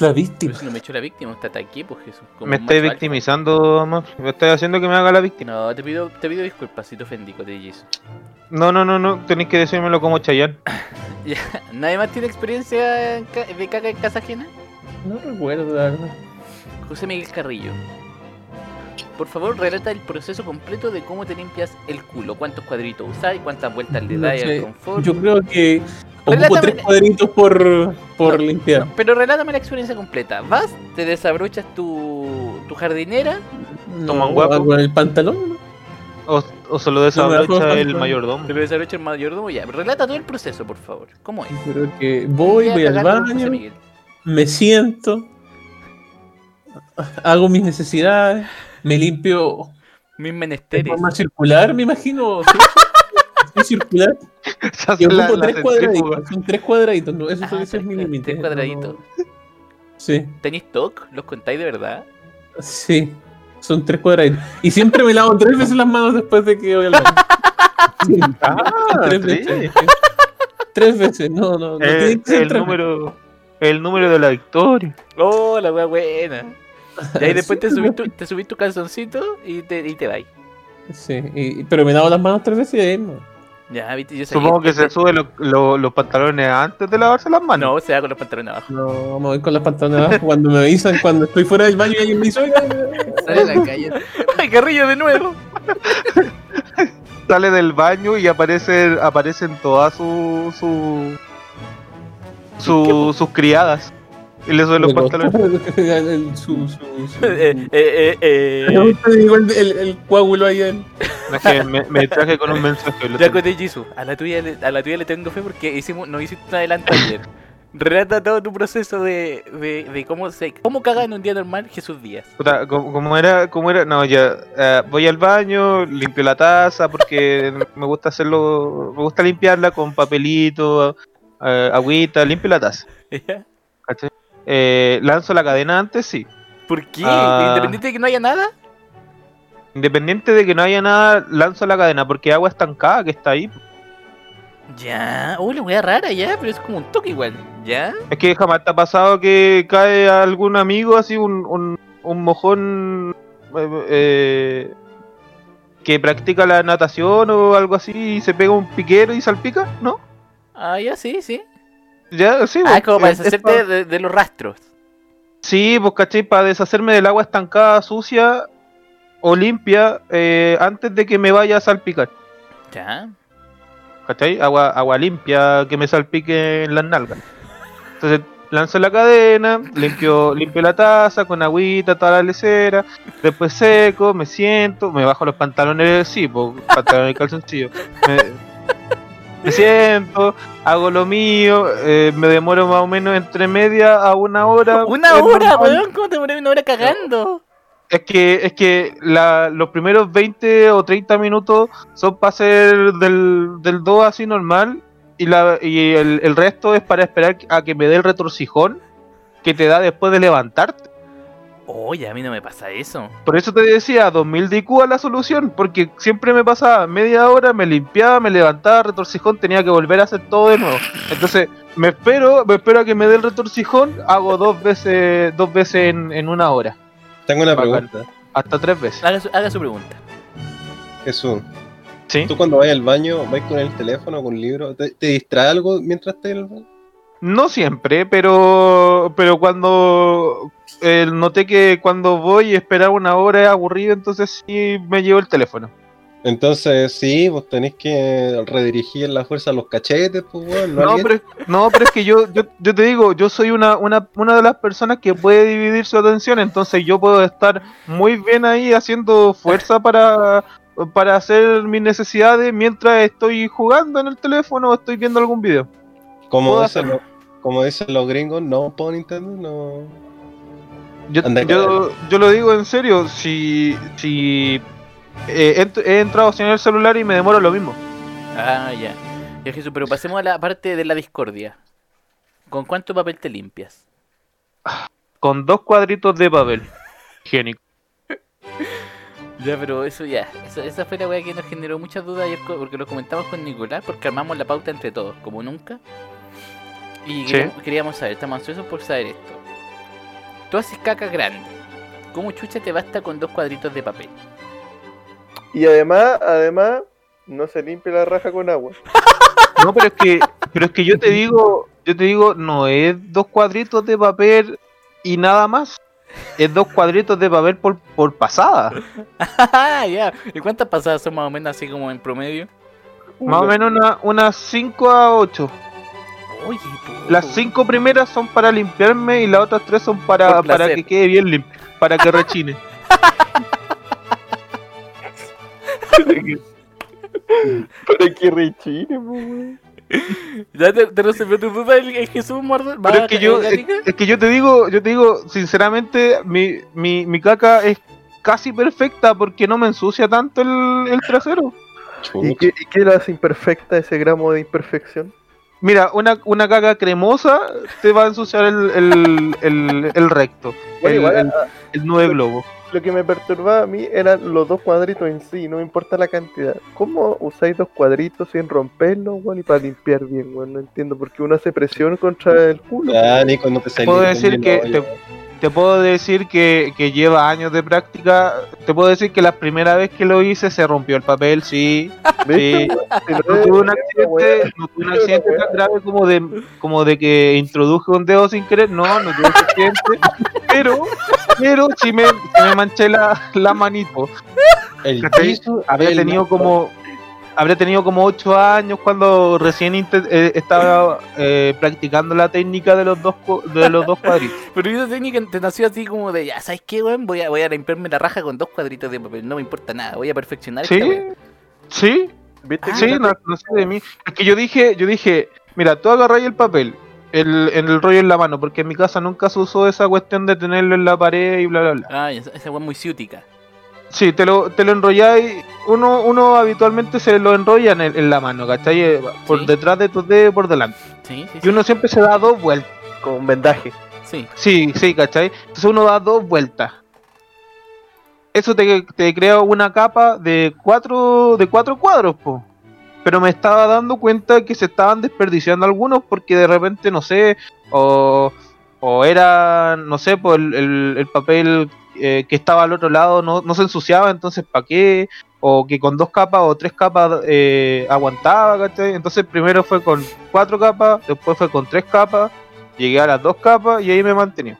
Speaker 1: La
Speaker 2: Pero
Speaker 1: víctima.
Speaker 2: si no me echo la víctima, está aquí, pues Jesús. como
Speaker 3: Me
Speaker 2: un
Speaker 3: estoy
Speaker 2: macho alfa.
Speaker 3: victimizando, man. me estoy haciendo que me haga la víctima.
Speaker 2: No, te pido, te pido disculpas si te ofendí, Cote Jesus.
Speaker 3: No, no, no, no, tenéis que decírmelo como Chayanne.
Speaker 2: (laughs) ¿Nadie más tiene experiencia en ca- de caca en casa ajena?
Speaker 1: No recuerdo, la verdad.
Speaker 2: José Miguel Carrillo. Por favor, relata el proceso completo de cómo te limpias el culo. ¿Cuántos cuadritos usás? ¿Cuántas vueltas le
Speaker 1: No
Speaker 2: das al
Speaker 1: sé,
Speaker 2: confort?
Speaker 1: Yo creo que ocupo
Speaker 2: Relátame-
Speaker 1: tres cuadritos por, por
Speaker 2: No,
Speaker 1: limpiar.
Speaker 2: Pero relátame la experiencia completa. Vas, te desabrochas tu, tu jardinera.
Speaker 3: Toma
Speaker 1: No,
Speaker 3: un guapo.
Speaker 1: Con el pantalón, ¿no?
Speaker 3: O, o se lo
Speaker 1: No me
Speaker 3: desabrocha
Speaker 1: acuerdo.
Speaker 3: el mayordomo.
Speaker 1: Mm.
Speaker 2: Te
Speaker 3: (laughs)
Speaker 2: lo desabrocha el mayordomo ya. Relata todo el proceso, por favor. ¿Cómo es?
Speaker 1: Yo creo que voy,
Speaker 2: Ya
Speaker 1: voy al
Speaker 2: cagaron, José
Speaker 1: baño,
Speaker 2: Miguel.
Speaker 1: me siento, hago mis necesidades, me limpio
Speaker 2: Mis
Speaker 1: de
Speaker 2: menesteres.
Speaker 1: forma circular, me
Speaker 2: (laughs)
Speaker 1: imagino. ¿sí? Sí, circular.
Speaker 3: Se hace
Speaker 1: Y
Speaker 3: la-
Speaker 1: ocupo
Speaker 3: la
Speaker 1: tres
Speaker 3: centrífuga.
Speaker 1: cuadraditos. Son tres cuadraditos. No, eso,
Speaker 2: Ah,
Speaker 1: eso
Speaker 2: tres
Speaker 1: es mi
Speaker 2: cua-
Speaker 1: límite.
Speaker 2: tres
Speaker 1: no,
Speaker 2: cuadraditos.
Speaker 1: no. Sí,
Speaker 2: ¿Tenéis TOC? ¿Los contáis de verdad?
Speaker 1: sí. Son tres cuadraditos. Y siempre me lavo tres veces las manos después de que voy al baño. Sí,
Speaker 3: Ah,
Speaker 1: (laughs) tres
Speaker 3: sí.
Speaker 1: veces. ¿eh? Tres veces. No, no. no tiene
Speaker 3: El,
Speaker 1: que ser
Speaker 3: Eh, el
Speaker 1: tres
Speaker 3: número, el número de la victoria.
Speaker 2: ¡Oh, la wea buena!
Speaker 1: veces.
Speaker 2: Y ahí después
Speaker 1: (laughs)
Speaker 2: te
Speaker 1: Sí,
Speaker 2: subís tu, te subís tu calzoncito y te, y te vais.
Speaker 1: Sí, y- pero me lavo las manos tres veces y ahí no.
Speaker 2: Ya, viste, yo sabía
Speaker 3: Supongo que se suben lo- lo- los pantalones antes de lavarse las manos.
Speaker 2: No, se da con los pantalones
Speaker 3: (laughs)
Speaker 2: abajo.
Speaker 1: No, vamos a ir con las pantalones abajo cuando me avisan, cuando estoy fuera del baño y alguien me dice, oiga,
Speaker 6: Sale a la calle.
Speaker 2: ¡Ay, Carrillo
Speaker 1: (laughs)
Speaker 2: de nuevo!
Speaker 3: sale del baño y aparece, aparecen todas sus su, su- sus criadas. Y le suben los pantalones.
Speaker 1: El, su,
Speaker 2: (laughs)
Speaker 1: su, su-
Speaker 2: Eh, eh, eh, eh.
Speaker 1: Ahorita digo el, el- el coágulo ahí en-
Speaker 3: No, es que me, me traje con un mensaje. lo
Speaker 2: Ya
Speaker 3: tengo.
Speaker 2: conté Jisoo, a la tuya le, a la tuya le tengo fe porque hicimos, nos hiciste un adelanto ayer. Relata todo tu proceso de, de, de cómo se cómo caga en un día normal Jesús Díaz.
Speaker 3: Puta, ¿cómo, cómo era? ¿Cómo era? No, ya. eh, voy al baño, limpio la taza porque me gusta hacerlo. Me gusta limpiarla con papelito, eh, agüita, limpio la taza.
Speaker 2: ¿Ya?
Speaker 3: ¿cachai? Eh, lanzo la cadena antes, sí.
Speaker 2: ¿Por qué?
Speaker 3: Ah.
Speaker 2: Independiente de que no haya nada.
Speaker 3: Independiente de que no haya nada, lanzo la cadena porque agua estancada que está ahí.
Speaker 2: Ya, oh, la wea rara ya, pero es como un toque igual. ¿Ya?
Speaker 3: Es que jamás te ha pasado que cae algún amigo así, un, un, un mojón eh, eh, que practica la natación o algo así y se pega un piquero y salpica, ¿no?
Speaker 2: Ah, ya, sí, sí.
Speaker 3: Ya, sí.
Speaker 2: Ah,
Speaker 3: pues,
Speaker 2: es como
Speaker 3: eh,
Speaker 2: para
Speaker 3: es pa-
Speaker 2: deshacerte de, de los rastros.
Speaker 3: Sí, pues caché, para deshacerme del agua estancada, sucia o limpia eh, antes de que me vaya a salpicar.
Speaker 2: Ya.
Speaker 3: ¿Cachai? Agua, agua limpia que me salpique en las nalgas. Entonces lanzo la cadena, limpio, limpio la taza con agüita, toda la lecera, después seco, me siento, me bajo los pantalones, sí, po, pantalones y calzoncillos. Me, me siento, hago lo mío, eh, me demoro más o menos entre media a una hora.
Speaker 2: (laughs) Una
Speaker 3: Es
Speaker 2: hora,
Speaker 3: normal.
Speaker 2: weón, ¿cómo te pones una hora cagando?
Speaker 3: Es que, es que la- los primeros 20 o 30 minutos son para hacer del, del 2 así normal y, la, y el, el resto es para esperar a que me dé el retorcijón que te da después de levantarte.
Speaker 2: Oye, a mí no me pasa eso.
Speaker 3: Por eso te decía, 2000 de IQ a la solución, porque siempre me pasaba media hora, me limpiaba, me levantaba, retorcijón, tenía que volver a hacer todo de nuevo. Entonces, me espero, me espero a que me dé el retorcijón, hago dos veces, dos veces en, en una hora,
Speaker 5: Tengo una
Speaker 3: Bacán.
Speaker 5: pregunta,
Speaker 3: hasta tres veces.
Speaker 2: Haga su, haga su pregunta.
Speaker 5: Jesús.
Speaker 3: ¿Sí?
Speaker 5: ¿Tú cuando vas al baño, vas con el teléfono, con un libro? ¿Te, te distrae algo mientras estás en el baño?
Speaker 3: No siempre, pero pero cuando eh, noté que cuando voy y esperar una hora es aburrido, entonces sí me llevo el teléfono.
Speaker 5: Entonces, sí, vos tenés que redirigir la fuerza a los cachetes, pues, weón. No,
Speaker 3: No,
Speaker 5: alguien-
Speaker 3: pero, no, pero es que yo, yo, yo te digo, yo soy una, una, una de las personas que puede dividir su atención, entonces yo puedo estar muy bien ahí haciendo fuerza para, para hacer mis necesidades mientras estoy jugando en el teléfono o estoy viendo algún video.
Speaker 5: como,
Speaker 3: puedo
Speaker 5: dicen
Speaker 3: hacerlo.
Speaker 5: los- como dicen los gringos, no, por Nintendo, no.
Speaker 3: Yo,
Speaker 5: Anda,
Speaker 3: yo, yo lo digo en serio, si, si eh, ent- he entrado sin el celular y me demoro lo mismo.
Speaker 2: Ah, ya. Ya Jesús, pero pasemos a la parte de la discordia. ¿Con cuánto papel te limpias?
Speaker 3: Con dos cuadritos de papel. Higiénico.
Speaker 2: Ya, pero eso ya. Eso- esa fue la weá que nos generó muchas dudas ayer co- porque lo comentamos con Nicolás porque armamos la pauta entre todos, como nunca. Y
Speaker 3: Sí.
Speaker 2: queríamos, queríamos saber, estamos ansiosos por saber esto. Tú haces caca grande. ¿Cómo chucha te basta con dos cuadritos de (laughs) papel?
Speaker 4: Y además, además, no se limpia la raja con agua.
Speaker 3: No, pero es que, pero es que yo te digo, yo te digo, no es dos cuadritos de papel y nada más. Es dos cuadritos de papel por, por pasada.
Speaker 2: Ah, ya. ¿Y cuántas pasadas son más o menos así como en promedio?
Speaker 3: Más o menos una- unas 5 a 8.
Speaker 2: Oye,
Speaker 3: Las
Speaker 2: po.
Speaker 3: cinco primeras son para limpiarme y las otras tres son para,
Speaker 2: Por placer.
Speaker 3: para que quede bien limpio, para que rechine.
Speaker 4: Pero que rechine, po, weón.
Speaker 2: ¿Ya te, te resolvió tu duda el, el Jesús Mordor? ¿Va
Speaker 3: Pero es
Speaker 2: a-
Speaker 3: que yo,
Speaker 2: eh,
Speaker 3: es,
Speaker 2: Gatica?
Speaker 3: es que yo te digo, yo te digo, sinceramente, mi, mi, mi caca es casi perfecta porque no me ensucia tanto el, el trasero.
Speaker 4: ¿Y qué, y qué la hace imperfecta ese gramo de imperfección?
Speaker 3: Mira, una, una caca cremosa te va a ensuciar el, el, el, el recto,
Speaker 4: Bueno,
Speaker 3: el,
Speaker 4: igual, ah,
Speaker 3: el,
Speaker 4: a-
Speaker 3: el nudo de globo.
Speaker 4: lo que me perturbaba a mí eran los dos cuadritos en sí, no me importa la cantidad. ¿Cómo usáis dos cuadritos sin romperlos, weón, y para limpiar bien, weón? No entiendo, porque uno hace presión contra el culo.
Speaker 5: Ah, Nico, no te salí
Speaker 3: Puedo
Speaker 5: con
Speaker 3: decir
Speaker 5: mi
Speaker 3: que
Speaker 5: novia.
Speaker 3: Te puedo decir que, que lleva años de práctica. Te puedo decir que la primera vez que lo hice se rompió el papel, sí.
Speaker 4: ¿Viste,
Speaker 3: sí.
Speaker 4: weón? Si no, (laughs)
Speaker 3: No tuve un
Speaker 4: weón.
Speaker 3: accidente, no tuve un accidente tan grave como de, como de que introduje un dedo sin querer. No, no tuve un accidente. Pero, pero sí me, sí me manché la, la manito.
Speaker 5: El
Speaker 3: ¿Cachai?
Speaker 5: piso
Speaker 3: Habría
Speaker 5: del
Speaker 3: tenido
Speaker 5: mapa.
Speaker 3: como. Habría tenido como 8 años cuando recién inte- eh, estaba eh, practicando la técnica de los dos cu- de los dos cuadritos.
Speaker 2: Pero esa técnica te nació así como de, ya, ¿sabes qué, weón? Voy a, voy a limpiarme la raja con dos cuadritos de papel, no me importa nada, voy a perfeccionar
Speaker 3: Sí,
Speaker 2: esta weá.
Speaker 3: sí,
Speaker 4: ¿Viste que
Speaker 3: Ah. Sí,
Speaker 4: la-
Speaker 3: no, no sé de mí. Es que yo dije, yo dije, mira, tú agarráis el papel, el, en el rollo en la mano, porque en mi casa nunca se usó esa cuestión de tenerlo en la pared y bla, bla, bla.
Speaker 2: Ay, Ah, esa, esa weá es muy ciútica.
Speaker 3: Sí, te lo, te lo enrolláis, uno, uno habitualmente se lo enrolla en, el- en la mano, ¿cachai? Eh, Por
Speaker 2: Sí.
Speaker 3: detrás de tus dedos y por delante.
Speaker 2: Sí, sí,
Speaker 3: Y
Speaker 2: sí.
Speaker 3: uno siempre se da dos vueltas.
Speaker 4: Con un vendaje.
Speaker 2: sí.
Speaker 3: Sí, sí, ¿cachai? Entonces uno da dos vueltas. Eso te, te crea una capa de cuatro, de cuatro cuadros, po. Pero me estaba dando cuenta que se estaban desperdiciando algunos porque de repente, no sé, o, o era, no sé, por el, el- el papel eh, que estaba al otro lado no, no se ensuciaba, entonces ¿para qué? O que con dos capas o tres capas eh, aguantaba, ¿cachai? Entonces primero fue con cuatro capas, después fue con tres capas, llegué a las dos capas y ahí me mantení.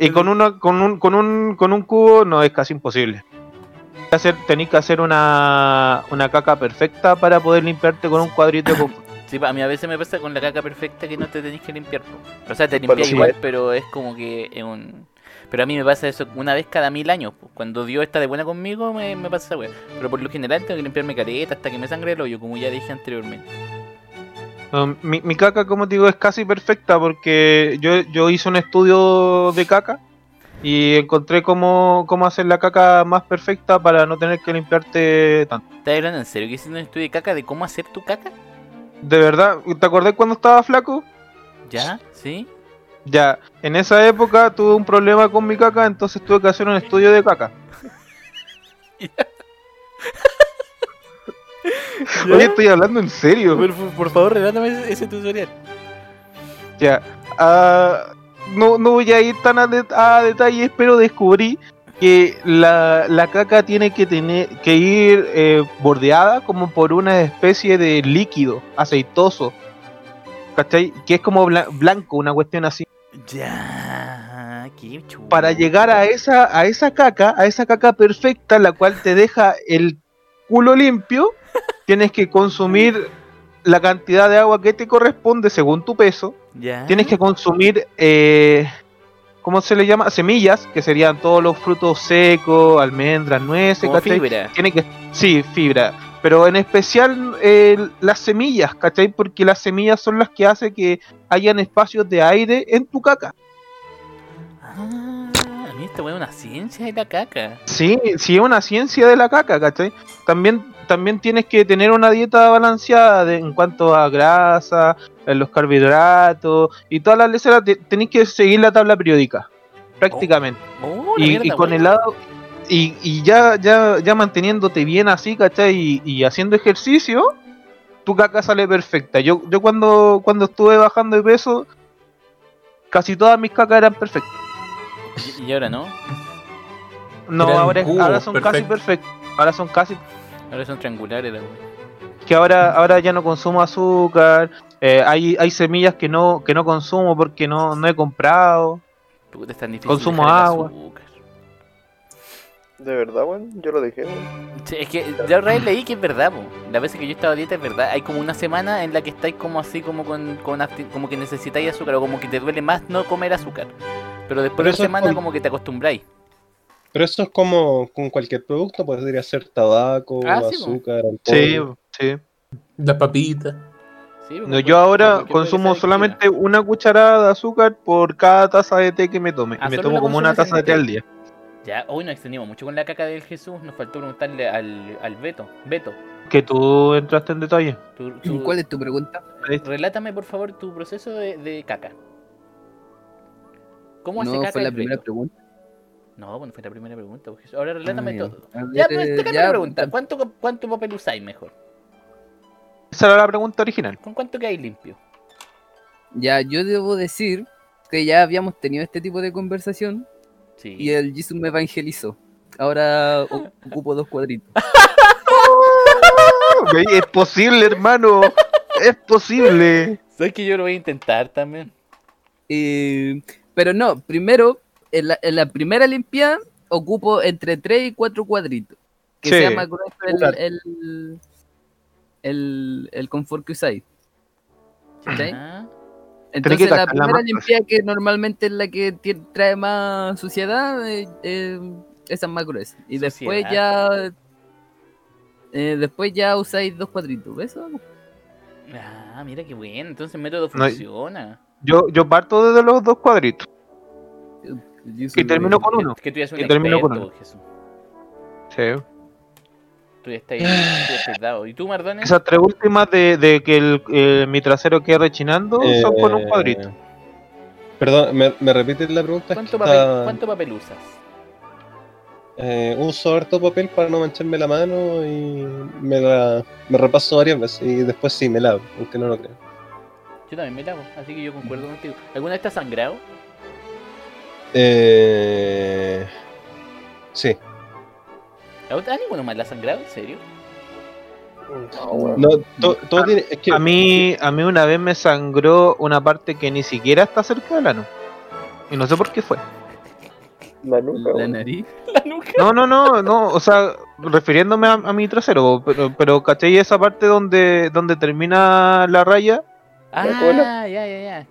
Speaker 3: y con una, con un, con un, con un cubo no es casi imposible. Tenéis que hacer- Tenéis que hacer una, una caca perfecta para poder limpiarte con un cuadrito. Con...
Speaker 2: Sí, pa, a mí a veces me pasa con la caca perfecta que no te tenés que limpiar. po. O sea, te limpias
Speaker 4: sí.
Speaker 2: igual, pero es como que es un... Pero a mí me pasa eso una vez cada mil años. po. Cuando Dios está de buena conmigo, me, me pasa esa weá. Pero por lo general tengo que limpiarme careta hasta que me sangre el hoyo, como ya dije anteriormente.
Speaker 3: No, mi, mi caca, como te digo, es casi perfecta porque yo, yo hice un estudio de caca y encontré cómo, cómo hacer la caca más perfecta para no tener que limpiarte tanto.
Speaker 2: ¿Estás hablando en serio que hiciste un estudio de caca de cómo hacer tu caca?
Speaker 3: De verdad, ¿te acordás cuando estaba flaco?
Speaker 2: ¿Ya? ¿Sí?
Speaker 3: Ya, en esa época tuve un problema con mi caca, entonces tuve que hacer un estudio de caca. (laughs) Oye, estoy hablando en serio.
Speaker 2: Por, por favor, relátame ese, ese tutorial.
Speaker 3: Ya, ah, no, no voy a ir tan a, det- a detalles, pero descubrí que la, la caca tiene que tener que ir eh, bordeada como por una especie de líquido aceitoso, ¿cachai? Que es como bla- blanco, una cuestión así.
Speaker 2: Ya, qué chulo.
Speaker 3: para llegar a esa, a esa caca, a esa caca perfecta, la cual te deja el culo limpio, tienes que consumir la cantidad de agua que te corresponde según tu peso,
Speaker 2: Ya.
Speaker 3: tienes que consumir, eh, ¿cómo se le llama? Semillas, que serían todos los frutos secos, almendras, nueces,
Speaker 2: Como
Speaker 3: ¿cachai?
Speaker 2: fibra.
Speaker 3: Tiene que, sí, fibra. Pero en especial eh, las semillas, ¿cachai? Porque las semillas son las que hace que hayan espacios de aire en tu caca.
Speaker 2: Ah, esta weón, una ciencia de la caca.
Speaker 3: Sí, sí es una ciencia de la caca, ¿cachai? También, también tienes que tener una dieta balanceada de- en cuanto a grasa, en los carbohidratos y todas las leceras. te- Tenés que seguir la tabla periódica, prácticamente.
Speaker 2: Oh, la
Speaker 3: y,
Speaker 2: mierda,
Speaker 3: y con
Speaker 2: weón.
Speaker 3: el lado... Y, y ya, ya, ya manteniéndote bien así, ¿cachai? Y, y haciendo ejercicio, tu caca sale perfecta. Yo, yo cuando, cuando estuve bajando de peso, casi todas mis cacas eran perfectas.
Speaker 2: Y- Y ahora no,
Speaker 3: No,
Speaker 1: Eran
Speaker 3: ahora, es-
Speaker 1: cubos,
Speaker 3: ahora son casi
Speaker 1: perfecto.
Speaker 3: perfectas. Ahora son casi
Speaker 2: ahora son triangulares la weón.
Speaker 3: que ahora ahora ya no consumo azúcar eh, hay, hay semillas que no que no consumo porque no, no he comprado
Speaker 2: Puta, es tan difícil.
Speaker 3: Consumo
Speaker 2: dejar el
Speaker 3: agua.
Speaker 2: azúcar.
Speaker 4: De verdad, weón, yo lo dejé, weón.
Speaker 2: Sí, es que ya otra vez leí que es verdad, po. La veces que yo estaba a dieta es verdad. Hay como una semana en la que estáis como así, como con, con absti- como que necesitáis azúcar o como que te duele más no comer azúcar. Pero después
Speaker 5: Pero
Speaker 2: de una
Speaker 5: eso es
Speaker 2: semana
Speaker 5: con-
Speaker 2: como que te acostumbráis.
Speaker 5: Pero eso es como con cualquier producto, pues, podría ser tabaco,
Speaker 2: Ah, sí, po.
Speaker 5: azúcar, alcohol.
Speaker 3: sí sí
Speaker 1: Las papitas.
Speaker 2: Sí,
Speaker 3: No,
Speaker 2: porque
Speaker 3: yo
Speaker 2: porque
Speaker 3: ahora
Speaker 2: puede que
Speaker 3: consumo
Speaker 2: sea
Speaker 3: solamente una cucharada de azúcar por cada taza de té que me tome
Speaker 2: Ah,
Speaker 3: y me
Speaker 2: solo
Speaker 3: tomo
Speaker 2: la
Speaker 3: como una
Speaker 2: consumes en
Speaker 3: taza de té
Speaker 2: té.
Speaker 3: al día
Speaker 2: adictiva. Ya, hoy nos extendimos mucho con la caca del Jesús. Nos faltó preguntarle al, al Beto. Beto,
Speaker 3: que tú entraste en detalle
Speaker 2: tú- tú-
Speaker 6: ¿Cuál es tu pregunta?
Speaker 2: relátame por favor tu proceso de, de caca. ¿Cómo hace
Speaker 6: No,
Speaker 2: caca
Speaker 6: fue la
Speaker 2: el
Speaker 6: primera
Speaker 2: Beto?
Speaker 6: pregunta.
Speaker 2: No, bueno, fue la primera pregunta. pues, Jesús. Ahora relátame
Speaker 6: Ah,
Speaker 2: todo.
Speaker 6: A
Speaker 2: Ya,
Speaker 6: ver,
Speaker 2: pues,
Speaker 6: eh,
Speaker 2: te cambio
Speaker 6: ya,
Speaker 2: la pregunta.
Speaker 6: ta-
Speaker 2: ¿Cuánto, ¿Cuánto papel usáis mejor?
Speaker 3: esa era la pregunta original
Speaker 2: ¿Con cuánto quedáis limpio?
Speaker 6: Ya, yo debo decir que ya habíamos tenido este tipo de conversación
Speaker 2: Sí.
Speaker 6: y el Jesus me evangelizó. Ahora
Speaker 2: (laughs)
Speaker 6: o- ocupo dos cuadritos.
Speaker 3: Ve, es posible hermano es posible
Speaker 2: ¿Sabes que yo lo voy a intentar también?
Speaker 6: Eh, pero no, primero, en la, en la primera limpiada ocupo entre 3 y 4 cuadritos. Que
Speaker 3: Sí.
Speaker 6: sea más grueso el,
Speaker 5: Puta.
Speaker 6: el, el, el confort que usáis. ¿Cachai?
Speaker 2: Ah,
Speaker 3: Tenés que
Speaker 6: Entonces la
Speaker 3: tacar la
Speaker 6: primera
Speaker 3: masa.
Speaker 6: limpiada que normalmente es la que tie- trae más suciedad, eh, eh, esa es más gruesa. Y después ya... eh, después ya usáis dos cuadritos, ¿eso?
Speaker 2: ah, mira qué bueno. Entonces el método
Speaker 3: No hay-
Speaker 2: funciona.
Speaker 3: yo yo parto desde los dos cuadritos y termino con uno
Speaker 2: Es que tú ya eres un
Speaker 3: Que termino con
Speaker 2: experto, Jesús.
Speaker 3: sí.
Speaker 2: Tú ya estás, tú ya estás dado. ¿Y tú, Mardones?
Speaker 3: esas tres últimas de, de que el- eh, mi trasero quede rechinando
Speaker 5: Eh,
Speaker 3: son con un cuadrito
Speaker 5: Perdón, ¿me, me repites la pregunta? Es
Speaker 2: ¿Cuánto
Speaker 5: que
Speaker 2: papel,
Speaker 5: está-
Speaker 2: ¿Cuánto papel usas?
Speaker 5: eh, uso harto papel para no mancharme la mano y me la me repaso varias veces y después sí me lavo, aunque no lo creo.
Speaker 2: Yo también me lavo, así que yo concuerdo contigo. ¿Alguna vez te has sangrado?
Speaker 5: Eh, sí.
Speaker 2: ¿A vos- a ninguno más la ha sangrado? ¿En serio?
Speaker 4: No, weón.
Speaker 5: No, to- todo tiene. Es que
Speaker 3: A mí, a mí una vez me sangró una parte que ni siquiera está cerca del ano. Y no sé por qué fue.
Speaker 4: La nuca,
Speaker 6: La
Speaker 4: weón.
Speaker 6: nariz.
Speaker 3: No, no, no, no. O sea, refiriéndome a, a mi trasero, pero, pero ¿cachai? Esa parte donde, donde termina la raya.
Speaker 4: cola?
Speaker 2: Ah, ya, ya, ya.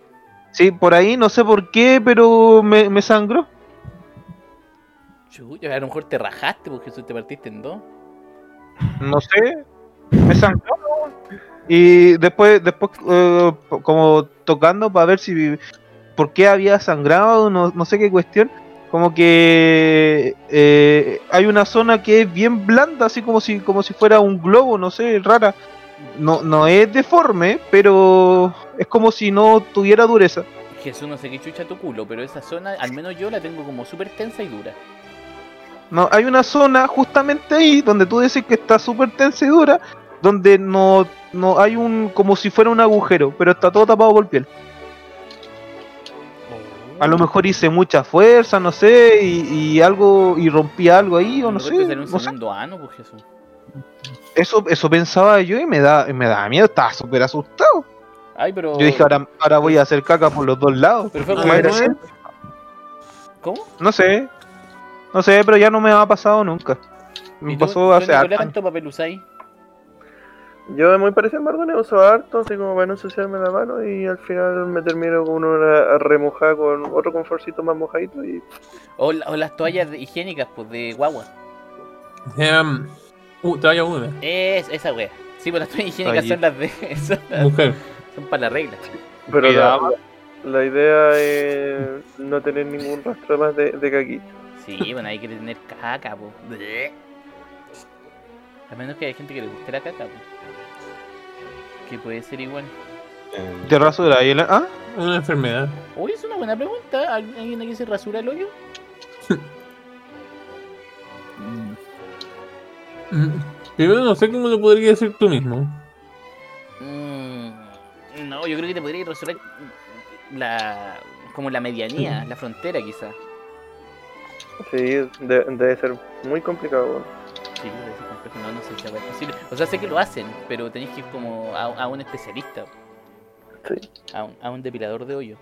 Speaker 3: Sí, por ahí, no sé por qué, pero me, me sangró.
Speaker 2: Chuyo, a lo mejor te rajaste porque Jesús te partiste en dos.
Speaker 3: No sé. Me sangró. Y después, después eh, como tocando para ver si por qué había sangrado, no, no sé qué cuestión. Como que eh, hay una zona que es bien blanda, así como si, como si fuera un globo, no sé, rara. No, no es deforme, pero es como si no tuviera dureza.
Speaker 2: Jesús, no sé qué chucha tu culo, pero esa zona, al menos yo la tengo como súper tensa y dura.
Speaker 3: No, hay una zona justamente ahí donde tú decís que está súper tensa y dura, donde no, no hay un como si fuera un agujero, pero está todo tapado por piel.
Speaker 2: Oh.
Speaker 3: A lo mejor hice mucha fuerza, no sé, y, y algo y rompí algo ahí o no
Speaker 2: Nosotros
Speaker 3: sé.
Speaker 2: tenemos este
Speaker 3: no
Speaker 2: un
Speaker 3: sé.
Speaker 2: segundo ano, pues Jesús.
Speaker 3: Eso eso pensaba yo y me da y me daba miedo, estaba súper asustado.
Speaker 2: Ay, pero.
Speaker 3: Yo dije, ahora, ahora voy a hacer caca por los dos lados.
Speaker 2: Oh. Pero fue
Speaker 3: Ah,
Speaker 2: como-
Speaker 3: ¿no es?
Speaker 2: ¿Cómo?
Speaker 3: No sé. No sé, pero ya no me ha pasado nunca.
Speaker 2: ¿Y
Speaker 3: Me
Speaker 2: tú,
Speaker 3: pasó
Speaker 2: tú,
Speaker 3: hace
Speaker 2: Nicolás,
Speaker 3: años.
Speaker 2: ¿Cuánto papel usáis?
Speaker 4: Yo muy parecido a Mardones, uso harto, así como para no ensuciarme la mano y al final me termino con una remojada con otro conforcito más mojadito y
Speaker 2: O, la- o las toallas de- higiénicas, pues de guagua.
Speaker 1: Em, uh, te vaya una.
Speaker 2: Es, esa wea. Sí, pues las toallas higiénicas
Speaker 3: Oye.
Speaker 2: son las de. (laughs) Son, las-
Speaker 1: Mujer.
Speaker 2: son para la regla.
Speaker 4: Pero la,
Speaker 3: Cuidado.
Speaker 4: la idea es no tener ningún rastro más de, de caquita.
Speaker 2: Sí, bueno, hay que tener caca, po. Bleh. A menos que hay gente que le guste la caca, po. Que puede ser igual.
Speaker 3: ¿Te rasura ahí la... ¿Ah?
Speaker 1: Es una enfermedad.
Speaker 2: Uy, es una buena pregunta. ¿Al- ¿Alguien aquí se rasura el hoyo?
Speaker 6: Mm,
Speaker 1: Mm. Primero no sé cómo lo podría decir tú mismo.
Speaker 2: Mm, no, yo creo que te podría rasurar la. como la (laughs) medianía, la frontera quizás.
Speaker 4: Sí, de- debe ser muy complicado, weón.
Speaker 2: Sí, debe ser complejo, no, no sé si es posible. O sea, sé que lo hacen, pero tenés que ir como a, a un especialista.
Speaker 4: Sí.
Speaker 2: A un, a un depilador de hoyo.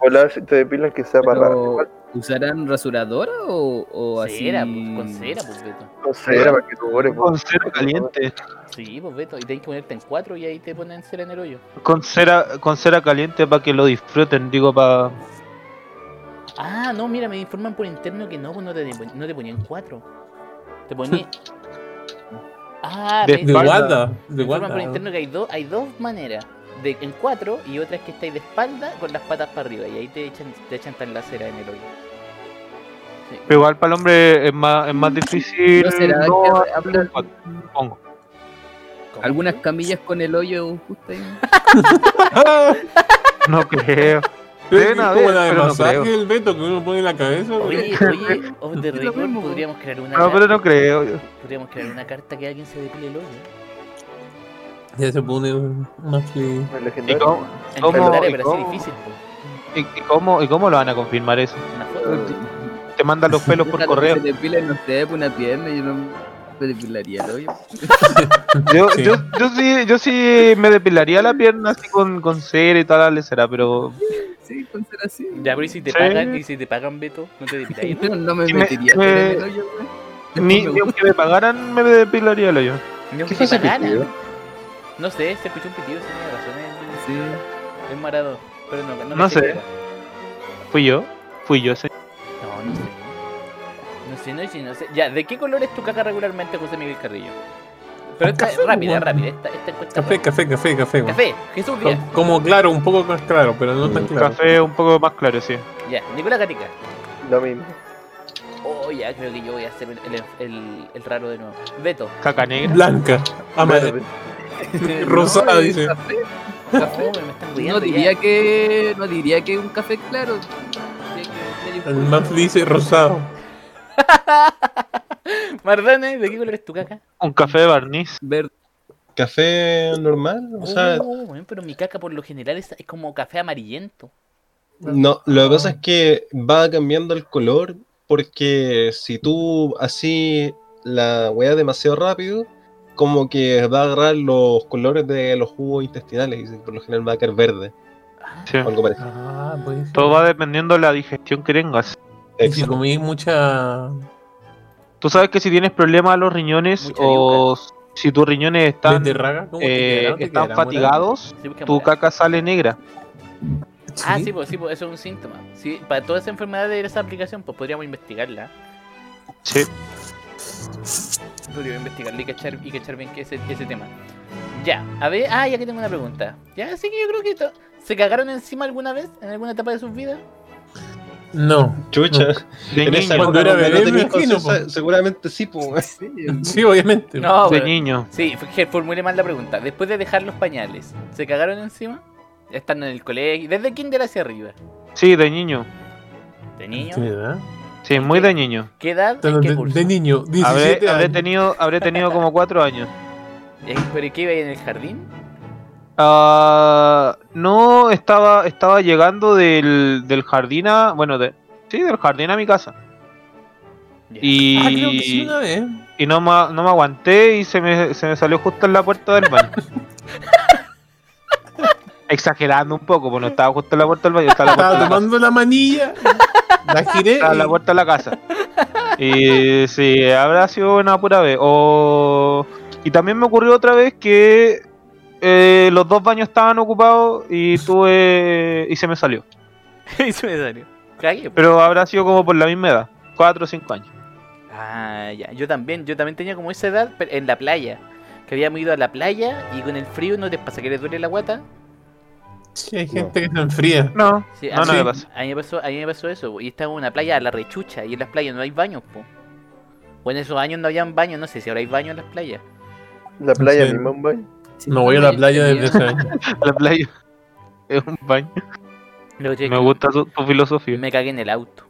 Speaker 4: Hola, si te depilan que sea para
Speaker 6: pero,
Speaker 4: igual
Speaker 6: ¿Usarán rasuradora o, o así?
Speaker 2: Cera, pues, con cera, pues Beto.
Speaker 4: con cera para que tú ores,
Speaker 3: Con
Speaker 4: weón.
Speaker 3: cera caliente.
Speaker 2: Sí, pues Beto. Y tenés que ponerte en cuatro y ahí te ponen cera en el hoyo.
Speaker 3: Con cera, con cera caliente para que lo disfruten, digo, para...
Speaker 2: Ah, no, mira, me informan por interno que no, pues, no te, no te ponían cuatro. Te
Speaker 3: (laughs)
Speaker 2: ponían. Ah, me-
Speaker 3: De
Speaker 1: De
Speaker 3: Espalda.
Speaker 1: guarda. De
Speaker 2: Me informan
Speaker 1: guarda.
Speaker 2: por interno que hay, dos hay dos maneras. De, en cuatro y otra es que estáis de espalda con las patas para arriba y ahí te echan, te echan tan la cera en el hoyo. Sí.
Speaker 3: Pero igual para el hombre es más, es más difícil.
Speaker 6: ¿No será
Speaker 3: Eh, no
Speaker 6: que
Speaker 3: hacerlo
Speaker 6: habrá-
Speaker 3: en cuatro, supongo.
Speaker 2: ¿Cómo?
Speaker 6: algunas camillas con el hoyo justo ahí?
Speaker 1: Ah,
Speaker 3: No creo.
Speaker 1: es
Speaker 3: Deben haber,
Speaker 1: como la de
Speaker 3: pero no
Speaker 1: masaje
Speaker 3: creo.
Speaker 1: del Beto que uno pone en la cabeza.
Speaker 2: Oye, oye,
Speaker 6: (laughs)
Speaker 2: off the
Speaker 6: Lo
Speaker 2: record,
Speaker 6: mismo, po.
Speaker 2: podríamos crear una
Speaker 3: No, pero
Speaker 2: carta,
Speaker 3: no creo.
Speaker 2: podríamos crear una carta que alguien se depile el hoyo.
Speaker 1: Ya se pone más que.
Speaker 4: El
Speaker 3: ¿Y
Speaker 4: legendario.
Speaker 3: cómo,
Speaker 2: En
Speaker 3: ¿Cómo?
Speaker 2: calendario,
Speaker 3: ¿Y
Speaker 2: pero así
Speaker 3: cómo?
Speaker 2: difícil, po.
Speaker 3: y, y cómo, ¿Y cómo lo van a confirmar eso?
Speaker 2: Una foto.
Speaker 3: Te mandan
Speaker 6: (laughs)
Speaker 3: los pelos por
Speaker 6: Déjalo que
Speaker 3: correo.
Speaker 6: Se depilen ustedes por una pierna y yo no me depilaría el hoyo.
Speaker 3: Yo,
Speaker 1: Sí.
Speaker 3: yo, yo sí, yo sí me depilaría la pierna así con, con cera y tal, lecera, pero
Speaker 6: Sí, con ser así.
Speaker 2: Ya, pero ¿y si te
Speaker 3: Sí.
Speaker 2: pagan, y si te pagan Beto, no te depiláis.
Speaker 6: Yo no me
Speaker 3: Sí, me-
Speaker 6: metería
Speaker 3: me-
Speaker 6: en el hoyo, güey. Después
Speaker 3: ni,
Speaker 6: me
Speaker 3: ni aunque me pagaran me depilaría el hoyo.
Speaker 2: No,
Speaker 5: ¿Qué
Speaker 2: que
Speaker 5: fue
Speaker 2: te
Speaker 5: ese
Speaker 2: pagaran.
Speaker 5: pitido?
Speaker 2: No sé, se escuchó un pitido, sí, tiene razón, es-
Speaker 1: (laughs)
Speaker 6: Sí.
Speaker 2: es marado. Pero no, no,
Speaker 3: No
Speaker 2: caché
Speaker 3: sé.
Speaker 2: qué era.
Speaker 3: Fui yo, fui yo, sí.
Speaker 2: No, no sé. No sé, no sé, no sé. Ya, ¿de qué color es tu caca regularmente, José Miguel Carrillo? Pero esta
Speaker 1: Café,
Speaker 2: rápida,
Speaker 1: weón.
Speaker 2: rápida. Esta, esta encuesta.
Speaker 1: Café,
Speaker 2: rápida.
Speaker 1: café, café, café. güey.
Speaker 2: Café, Jesús Díaz.
Speaker 1: Co- Como claro, un poco más claro, pero no tan
Speaker 5: Mm,
Speaker 1: claro.
Speaker 3: Café un poco más claro, sí.
Speaker 2: Ya, Nicolás Gatica.
Speaker 4: Lo mismo.
Speaker 2: Oh, ya, creo que yo voy a hacer el, el, el- el raro de nuevo. Beto.
Speaker 3: Caca negra.
Speaker 1: Blanca, amarilla.
Speaker 4: Verde.
Speaker 1: Rosada,
Speaker 6: No,
Speaker 1: dice.
Speaker 6: es café.
Speaker 2: Café, me están
Speaker 6: No
Speaker 2: cuidando.
Speaker 6: diría que. No diría que un café claro. Diría que medio
Speaker 1: El
Speaker 6: oscuro.
Speaker 1: Max dice rosado.
Speaker 2: Mardane, ¿de qué color es tu caca?
Speaker 3: Un café de barniz.
Speaker 6: Verde.
Speaker 5: ¿Café normal? O
Speaker 3: Uh,
Speaker 5: sea,
Speaker 2: Oh, weón, pero mi caca por lo general es, es como café amarillento.
Speaker 5: No, lo que pasa es que va cambiando el color porque si tú así la weas demasiado rápido, como que va a agarrar los colores de los jugos intestinales y por lo general va a caer verde
Speaker 2: Ah,
Speaker 3: sí.
Speaker 5: o algo parecido.
Speaker 1: Ah, pues.
Speaker 3: Todo va dependiendo de la digestión que tengas.
Speaker 1: Y si
Speaker 5: Exacto.
Speaker 1: comí mucha.
Speaker 3: Tú sabes que si tienes problemas a los riñones
Speaker 2: Mucha
Speaker 3: o si tus riñones están,
Speaker 1: de raga, ¿cómo
Speaker 3: eh,
Speaker 1: te quedará? ¿Te
Speaker 3: están
Speaker 1: quedará
Speaker 3: fatigados,
Speaker 2: sí, porque
Speaker 3: tu
Speaker 2: amarilla.
Speaker 3: caca sale negra.
Speaker 1: morada?
Speaker 2: Ah, sí, pues, sí, pues, eso es un síntoma. Sí, para toda esa enfermedad de esa aplicación, pues podríamos investigarla.
Speaker 3: Sí.
Speaker 2: Podríamos investigarla y cachar, y cachar bien que ese, ese tema. Ya, a ver, ah, ya que tengo una pregunta. Ya, así que yo creo que to- ¿se cagaron encima alguna vez? ¿En alguna etapa de sus vidas?
Speaker 1: No.
Speaker 2: (laughs)
Speaker 5: Chucha,
Speaker 3: De
Speaker 5: en esa
Speaker 3: niño.
Speaker 1: Cuando
Speaker 5: época
Speaker 1: era bebé,
Speaker 5: donde no tenías
Speaker 1: me imagino,
Speaker 5: conciencia, seguramente sí, pues.
Speaker 6: Sí.
Speaker 1: Sí, obviamente.
Speaker 2: No,
Speaker 3: De
Speaker 2: pero-
Speaker 3: niño.
Speaker 2: Sí, fue que formulé mal la pregunta. Después de dejar los pañales, ¿se cagaron encima? Ya Están en el colegio, desde kinder hacia arriba.
Speaker 3: Sí, de niño.
Speaker 2: ¿De niño?
Speaker 1: Sí, ¿verdad?
Speaker 3: Sí, muy de niño.
Speaker 2: ¿Qué edad?
Speaker 1: De,
Speaker 2: ¿En qué
Speaker 1: de-
Speaker 2: curso?
Speaker 1: de niño, 17
Speaker 3: Habré,
Speaker 1: años.
Speaker 3: habré tenido, habré tenido como cuatro años.
Speaker 2: Eh, ¿Pero qué iba en el (laughs) jardín?
Speaker 3: Ah, no, estaba, estaba llegando del, del jardín a. Bueno, de, sí, del jardín a mi casa.
Speaker 2: Ya.
Speaker 3: Y,
Speaker 1: Ah, creo que sí, una vez.
Speaker 3: y no, ma- no me aguanté y se me, se me salió justo en la puerta del baño. Exagerando un poco, porque no estaba justo en la puerta del baño, estaba en la
Speaker 1: Estaba
Speaker 3: puerta de la casa.
Speaker 1: tomando la manilla, la giré.
Speaker 3: Estaba en la
Speaker 1: y-
Speaker 3: puerta de la casa. Y sí, habrá sido una pura vez. O, y también me ocurrió otra vez que eh, los dos baños estaban ocupados y tuve. y se me salió.
Speaker 2: Y se me salió. Cagué, pues. po.
Speaker 3: Pero habrá sido como por la misma edad, 4 o 5 años.
Speaker 2: Ah, ya. Yo también, yo también tenía como esa edad pero en la playa. Que habíamos ido a la playa y con el frío no te pasa que le duele la guata.
Speaker 1: Sí, hay gente que se enfría.
Speaker 3: No,
Speaker 2: Sí, a,
Speaker 3: no,
Speaker 2: mí,
Speaker 3: no me
Speaker 1: sí.
Speaker 3: pasa.
Speaker 2: a mí me pasó, a mí me pasó eso, po, y estaba en una playa a la rechucha, y en las playas no hay baños, po. O en esos años no habían baños, no sé si ahora hay baños en las playas.
Speaker 4: La playa
Speaker 1: Sí.
Speaker 4: misma, un baño.
Speaker 1: No voy a la playa desde
Speaker 6: (laughs)
Speaker 1: ese año.
Speaker 3: A (laughs) la playa. Es un baño.
Speaker 2: Lo que-
Speaker 3: Me gusta tu, tu filosofía.
Speaker 2: Me cagué en el auto.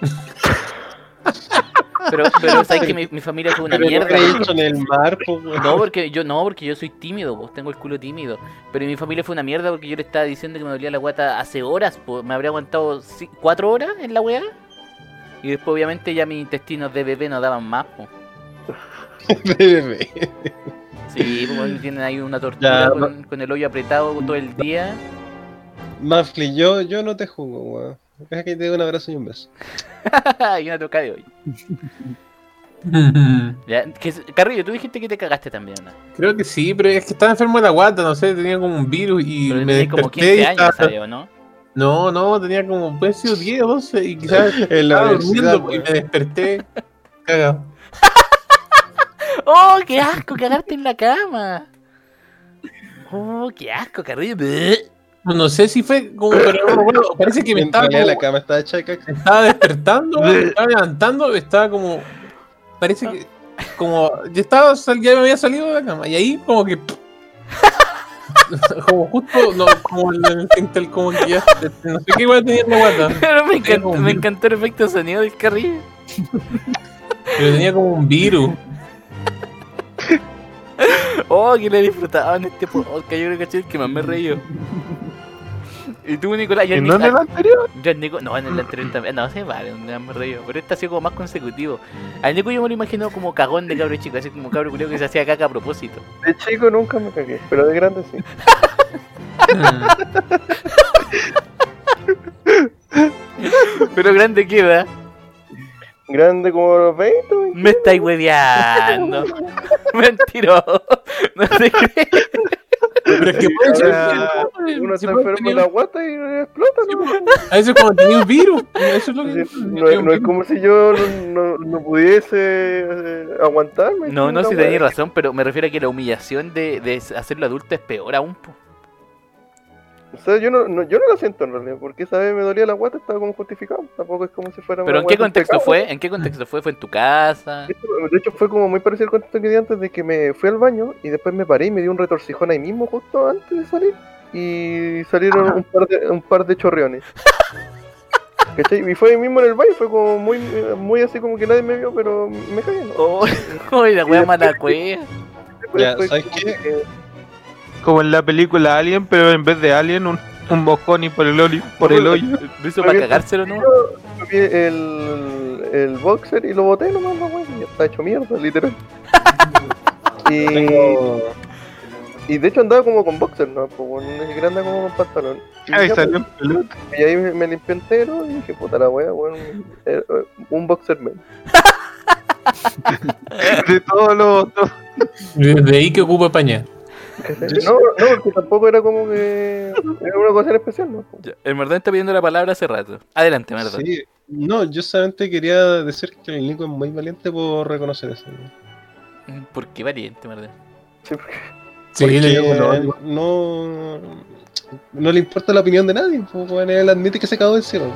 Speaker 2: (laughs) pero, pero sabes que mi, mi familia fue una
Speaker 5: Pero
Speaker 2: mierda.
Speaker 5: no creí en el mar, pues, weón.
Speaker 1: (laughs)
Speaker 2: No, porque yo no, porque yo soy tímido, pues, tengo el culo tímido. Pero mi familia fue una mierda porque yo le estaba diciendo que me dolía la guata hace horas, pues, me habría aguantado ci- cuatro horas en la weá. Y después obviamente ya mis intestinos de bebé no daban más, pues.
Speaker 5: (laughs) Bebé.
Speaker 2: Sí,
Speaker 1: (laughs)
Speaker 2: pues, tienen ahí una tortura
Speaker 5: Ya,
Speaker 2: con, con el hoyo apretado todo el día. (laughs)
Speaker 5: Mafli, yo, yo no te jugo, weón. Deja que te dé un abrazo y un beso.
Speaker 2: y una toca de hoy. (laughs) Ya, que, Carrillo, tú dijiste que te cagaste también, ¿no?
Speaker 1: Creo que sí, pero es que estaba enfermo de la guata, no sé, tenía como un virus y
Speaker 2: Pero
Speaker 1: me
Speaker 2: tenés como
Speaker 1: desperté. y
Speaker 2: 15 años,
Speaker 1: estaba-
Speaker 2: ¿sabes? ¿no?
Speaker 1: No, no, tenía como, puede ser 10 o 12 y quizás
Speaker 5: En la
Speaker 1: estaba
Speaker 5: universidad, pues.
Speaker 1: durmiendo pues, y
Speaker 5: weón.
Speaker 1: me desperté. Cagado.
Speaker 2: ¡Oh, qué asco! Cagarte en la cama. ¡Oh, qué
Speaker 1: (laughs)
Speaker 2: asco, Carrillo! Bleh.
Speaker 1: No sé si fue como, pero no, bueno, parece que me
Speaker 5: En
Speaker 1: estaba,
Speaker 5: realidad la
Speaker 1: como-
Speaker 5: cama estaba chaca.
Speaker 1: me estaba despertando,
Speaker 5: (laughs)
Speaker 1: me estaba levantando, estaba como, parece que, como, ya estaba, sal- ya me había salido de la cama y ahí como que, (laughs) como justo, no, como en el intel, como que ya, no sé qué igual tenía en la guata.
Speaker 2: Pero (laughs)
Speaker 1: Tenía como
Speaker 2: me encantó,
Speaker 1: un
Speaker 2: me
Speaker 1: virus.
Speaker 2: encantó el efecto sonido del Carrillo.
Speaker 1: Pero tenía como un
Speaker 2: (laughs)
Speaker 1: virus.
Speaker 2: ¡Oh, que le disfrutaba en este podcast! Yo creo que es el que más me he reído. ¿Y tú, Nicolás? Yo
Speaker 3: ¿En
Speaker 2: ni-
Speaker 3: dónde la anterior?
Speaker 2: Yo al Nico, no, en el anterior también, no, se vale, me más reído, pero este ha sido como más consecutivo. Al Nico yo me lo imagino como cagón de cabro chico, así como cabro culeo que se hacía caca a propósito.
Speaker 4: De chico nunca me cagué, pero de grande sí.
Speaker 2: Pero grande queda,
Speaker 4: Grande como los 20, güey.
Speaker 2: me estáis (laughs) hueveando. Mentiroso, no (laughs) te crees.
Speaker 1: Pero es que puede ser
Speaker 4: Ahora,
Speaker 1: que-
Speaker 4: Uno
Speaker 1: si
Speaker 4: está
Speaker 1: puede
Speaker 4: enfermo de
Speaker 1: tener-
Speaker 4: la guata y explota, ¿no?
Speaker 1: A veces cuando tenía un virus, eso es lo que...
Speaker 4: Sí, No, es- no es como si yo no, no- no pudiese eh, aguantarme.
Speaker 2: No, no,
Speaker 4: una
Speaker 2: si
Speaker 4: weá.
Speaker 2: tenéis razón, pero me refiero a que la humillación de, de hacerlo adulto es peor aún. po.
Speaker 4: O sea, yo no, no- yo no la siento en realidad, porque esa vez me dolía la guata, estaba como justificado. Tampoco es como si fuera
Speaker 2: Pero pues,
Speaker 4: una
Speaker 2: ¿en qué
Speaker 4: weá de un
Speaker 2: contexto
Speaker 4: pecado.
Speaker 2: fue? ¿En qué contexto fue? ¿Fue en tu casa? (laughs)
Speaker 4: De hecho- De hecho, fue como muy parecido al contexto que di antes de que me fui al baño y después me paré y me di un retorcijón ahí mismo justo antes de salir. Y
Speaker 2: Ah.
Speaker 4: salieron un par, de, un par
Speaker 2: (laughs)
Speaker 4: de chorreones. ¿Cachai? Y fue ahí mismo en el baño, fue como muy, eh, muy así como que nadie me vio, pero me cagué. ¿no?
Speaker 2: Oh, oh, la wea (laughs) mala cueva.
Speaker 4: Después
Speaker 5: Ya,
Speaker 4: fue
Speaker 5: ¿sabes
Speaker 4: como
Speaker 5: qué?
Speaker 4: que-
Speaker 3: Como en la película Alien, pero en vez de Alien, un, un mojón y por el, oli- por el hoyo.
Speaker 2: (laughs) ¿Lo hizo para cagárselo, no?
Speaker 4: Cambié el, el boxer y lo boté nomás, la wea, y ya está hecho mierda,
Speaker 5: (laughs)
Speaker 4: literal. y,
Speaker 1: Eh,
Speaker 5: Tengo-
Speaker 4: y de hecho andaba como con boxer, ¿no? Como ni siquiera andaba como con pantalón. Y
Speaker 3: Ahí
Speaker 4: ya,
Speaker 3: salió en pelota.
Speaker 4: pues, y ahí me, me limpié entero y dije, puta la wea, weón, eh, eh, un boxer
Speaker 5: (laughs)
Speaker 4: menos.
Speaker 3: De todos los otros.
Speaker 1: Desde ahí que ocupa pañal.
Speaker 4: No, no, porque tampoco era como que era una ocasión especial,
Speaker 5: (laughs)
Speaker 4: ¿no?
Speaker 2: Ya, El Merdán está pidiendo la palabra hace rato. Adelante, Merdán.
Speaker 5: Sí. No, yo solamente quería decir que el Nico es muy valiente por reconocer eso. weón.
Speaker 2: Mm, ¿Por qué valiente, Merdán?
Speaker 4: Sí, porque
Speaker 1: Sí, le digo
Speaker 5: Porque
Speaker 1: no.
Speaker 5: no, no le importa la opinión de nadie. Pues, weón, él admite que se
Speaker 2: (laughs)
Speaker 5: cagó encima.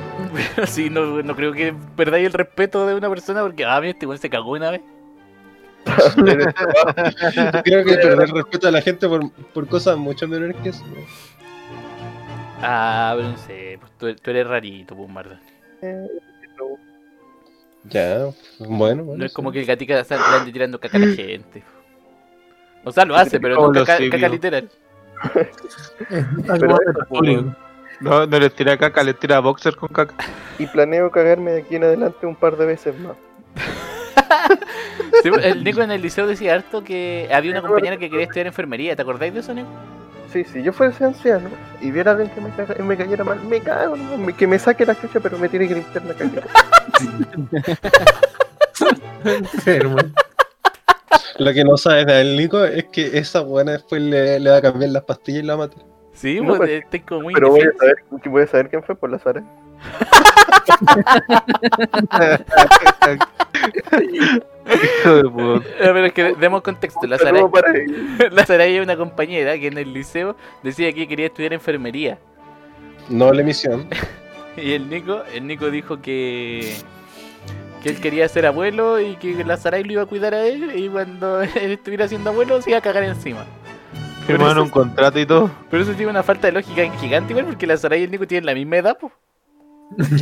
Speaker 2: Pero (laughs) sí, no, no creo que perdáis el respeto de una persona porque, ah, mira, este weón se cagó una vez.
Speaker 5: Creo que perder respeto a la gente por, por cosas mucho menores que eso. weón.
Speaker 2: Ah, pero no sé, pues tú, tú eres rarito, pues, Merdán.
Speaker 4: eh,
Speaker 5: Ya, bueno, bueno.
Speaker 2: No es
Speaker 5: sí.
Speaker 2: como que el gatica se ande tirando caca a la gente. O sea, lo hace, pero no
Speaker 3: Como los
Speaker 2: caca,
Speaker 3: simios.
Speaker 2: caca literal.
Speaker 4: pero eso, pues,
Speaker 1: Pobre.
Speaker 3: No, no les tira caca, les tira boxer con caca.
Speaker 4: y planeo cagarme de aquí en adelante un par de veces más.
Speaker 2: Sí, pues, el Nico en el liceo decía harto que había una compañera que quería estudiar enfermería. ¿Te acordáis de eso, Nico?
Speaker 4: Sí, si yo fuese anciano y viera a alguien que me, caga- me cayera mal, me cago, ¿no? Me- que me saque la chucha, pero me tiene que limpiar la caca.
Speaker 1: Enfermo.
Speaker 5: Lo que no sabes del Nico es que esa buena después le, le va a cambiar las pastillas y la va a matar.
Speaker 2: Sí,
Speaker 4: No,
Speaker 2: pues,
Speaker 4: pues,
Speaker 2: este es como muy
Speaker 4: Pero voy a
Speaker 2: indefenso.
Speaker 4: saber, que voy a saber quién fue pues, por la Sara.
Speaker 3: Hijo de puta.
Speaker 2: pero es que demos contexto.
Speaker 4: (laughs)
Speaker 2: La Saray,
Speaker 4: Saludos para él.
Speaker 2: (laughs) la Saray es una compañera que en el liceo decía que quería estudiar enfermería. (laughs)
Speaker 5: Noble misión.
Speaker 2: Y el Nico, el Nico dijo que, que él quería ser abuelo y que la Saray lo iba a cuidar a él y cuando (laughs) él estuviera siendo abuelo se iba a cagar encima. Pero
Speaker 3: Firmaron
Speaker 2: eso,
Speaker 3: un contrato y todo.
Speaker 2: pero eso tiene una falta de lógica gigante igual porque la Saray y el Nico tienen la misma edad, po.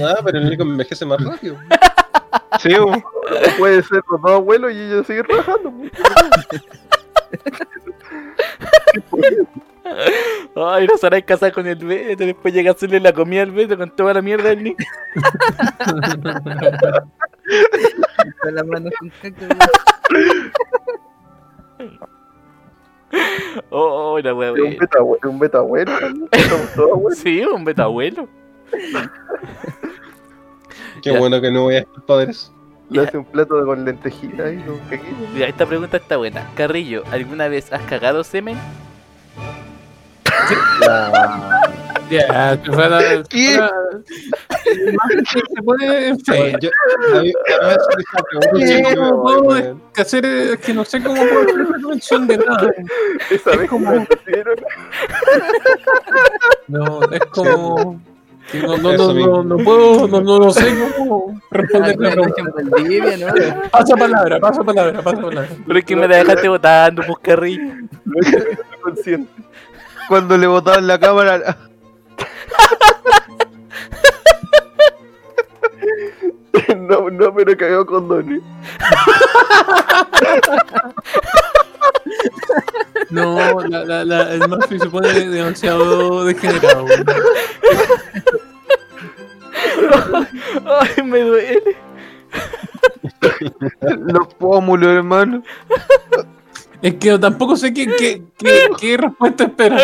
Speaker 5: Ah, pero el Nico me envejece más rápido.
Speaker 3: Sí, un-
Speaker 4: Puede ser los dos abuelos y ella sigue trabajando. pues. po.
Speaker 2: Ay, la Saray casada con el Beto, después llega a hacerle la comida al Beto con toda la mierda del
Speaker 4: (laughs)
Speaker 2: Nico.
Speaker 6: Con las manos con
Speaker 1: (laughs)
Speaker 6: caca,
Speaker 2: Oh, oh, la wea,
Speaker 4: Es un
Speaker 2: buena.
Speaker 4: beta abue- es un beta abuelo. ¿no? Somos todos abuelos.
Speaker 2: Sí, un beta abuelo.
Speaker 5: Qué
Speaker 2: Ya.
Speaker 5: bueno que no voy a estos padres.
Speaker 4: Le hace un plato con lentejitas y con
Speaker 2: (laughs)
Speaker 4: caquita.
Speaker 2: Mira, esta pregunta está buena. Carrillo, ¿alguna vez has cagado semen?
Speaker 1: (laughs) Ya, se fue a la-
Speaker 3: ¿Qué?
Speaker 1: Se pone
Speaker 5: Bueno,
Speaker 1: enfermo.
Speaker 5: yo, a mí- a mí me hace esa pregunta
Speaker 1: Sí,
Speaker 5: y yo,
Speaker 1: no,
Speaker 5: bueno,
Speaker 1: no, es- que hacer es que no sé cómo puedo hacer una conexión de nada.
Speaker 4: Esa vez como
Speaker 1: No, es como que no, no,
Speaker 5: Eso
Speaker 1: no, no, no puedo, no, no, no sé cómo responder la
Speaker 6: Alguna
Speaker 1: pregunta.
Speaker 6: noche en Valdivia, ¿no?
Speaker 1: Pasa palabra, pasa palabra, pasa palabra.
Speaker 2: Pero es que me la dejaste botando, pues Carrillo.
Speaker 4: consciente. (laughs)
Speaker 3: cuando le botaban la cámara. (laughs)
Speaker 4: No, no, pero cagó con Donny.
Speaker 1: No, la, la, la, el Murphy se pone demasiado degenerado.
Speaker 2: Ay, me duele.
Speaker 3: Los pómulos, hermano.
Speaker 1: Es que tampoco sé qué, qué, qué, qué respuesta esperar.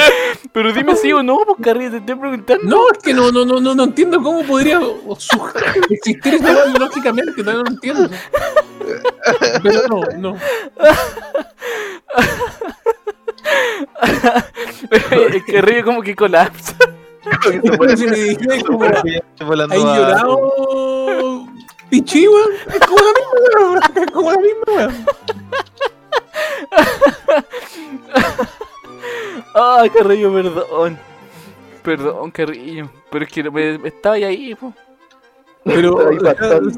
Speaker 2: Pero dime sí o no, pues Carrillo, te estoy (laughs) preguntando.
Speaker 1: No, es que no, no, no, no, no entiendo cómo podría su- existir eso lógicamente, no lo entiendo. Pero no, no.
Speaker 2: El Carrillo como que colapsa.
Speaker 1: Es como si le dijera como, ¿hay
Speaker 3: Chupalando a-
Speaker 1: llorado? Pichi, weón. Es como la misma, weón. Es como la misma, weón.
Speaker 2: Ay, Carrillo, perdón. Perdón, Carrillo. Pero es que me, estaba ahí, pues.
Speaker 1: Pero
Speaker 4: Ahí bastante.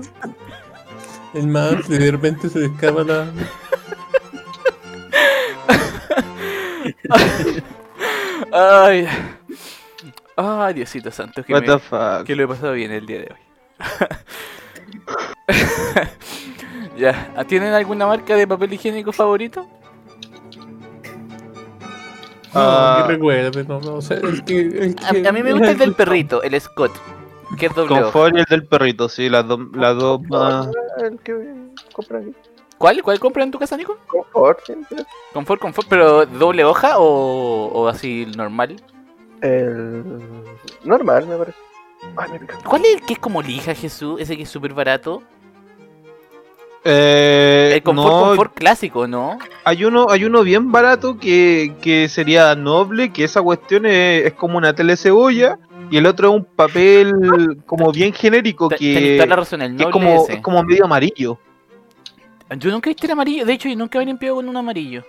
Speaker 1: el man de repente se le escapa la.
Speaker 2: Ay. Ay, Diosito santo, que,
Speaker 3: What
Speaker 2: me,
Speaker 3: the fuck.
Speaker 2: que lo he pasado bien el día de hoy. (laughs) ya, ¿tienen alguna marca de papel higiénico favorito?
Speaker 3: Ah.
Speaker 1: No, que recuerde, no, no sé. El que, el
Speaker 2: A,
Speaker 1: que-
Speaker 2: a mí me gusta el del perrito, el Scott, que es doble O.
Speaker 3: Confort y el del perrito, sí, las dos las dos más.
Speaker 4: El que compra aquí.
Speaker 2: ¿Cuál? ¿Cuál compras en tu casa, Nico?
Speaker 4: Confort siempre.
Speaker 2: Confort, confort, pero doble hoja o, o así normal.
Speaker 4: El normal, me parece. Ah, Ay, me pica.
Speaker 2: ¿Cuál es el que es como lija, Jesús? Ese que es súper barato.
Speaker 3: Eh,
Speaker 2: El confort,
Speaker 3: no,
Speaker 2: confort clásico, ¿no?
Speaker 3: Hay uno, hay uno bien barato que, que sería noble, que esa cuestión es, es como una tele cebolla, y el otro es un papel como bien genérico
Speaker 2: Te-
Speaker 3: que,
Speaker 2: tenés toda la razón, el
Speaker 3: que es,
Speaker 2: noble
Speaker 3: como,
Speaker 2: ese.
Speaker 3: es como medio amarillo.
Speaker 2: Yo nunca he visto el amarillo, de hecho yo nunca había limpiado con un amarillo.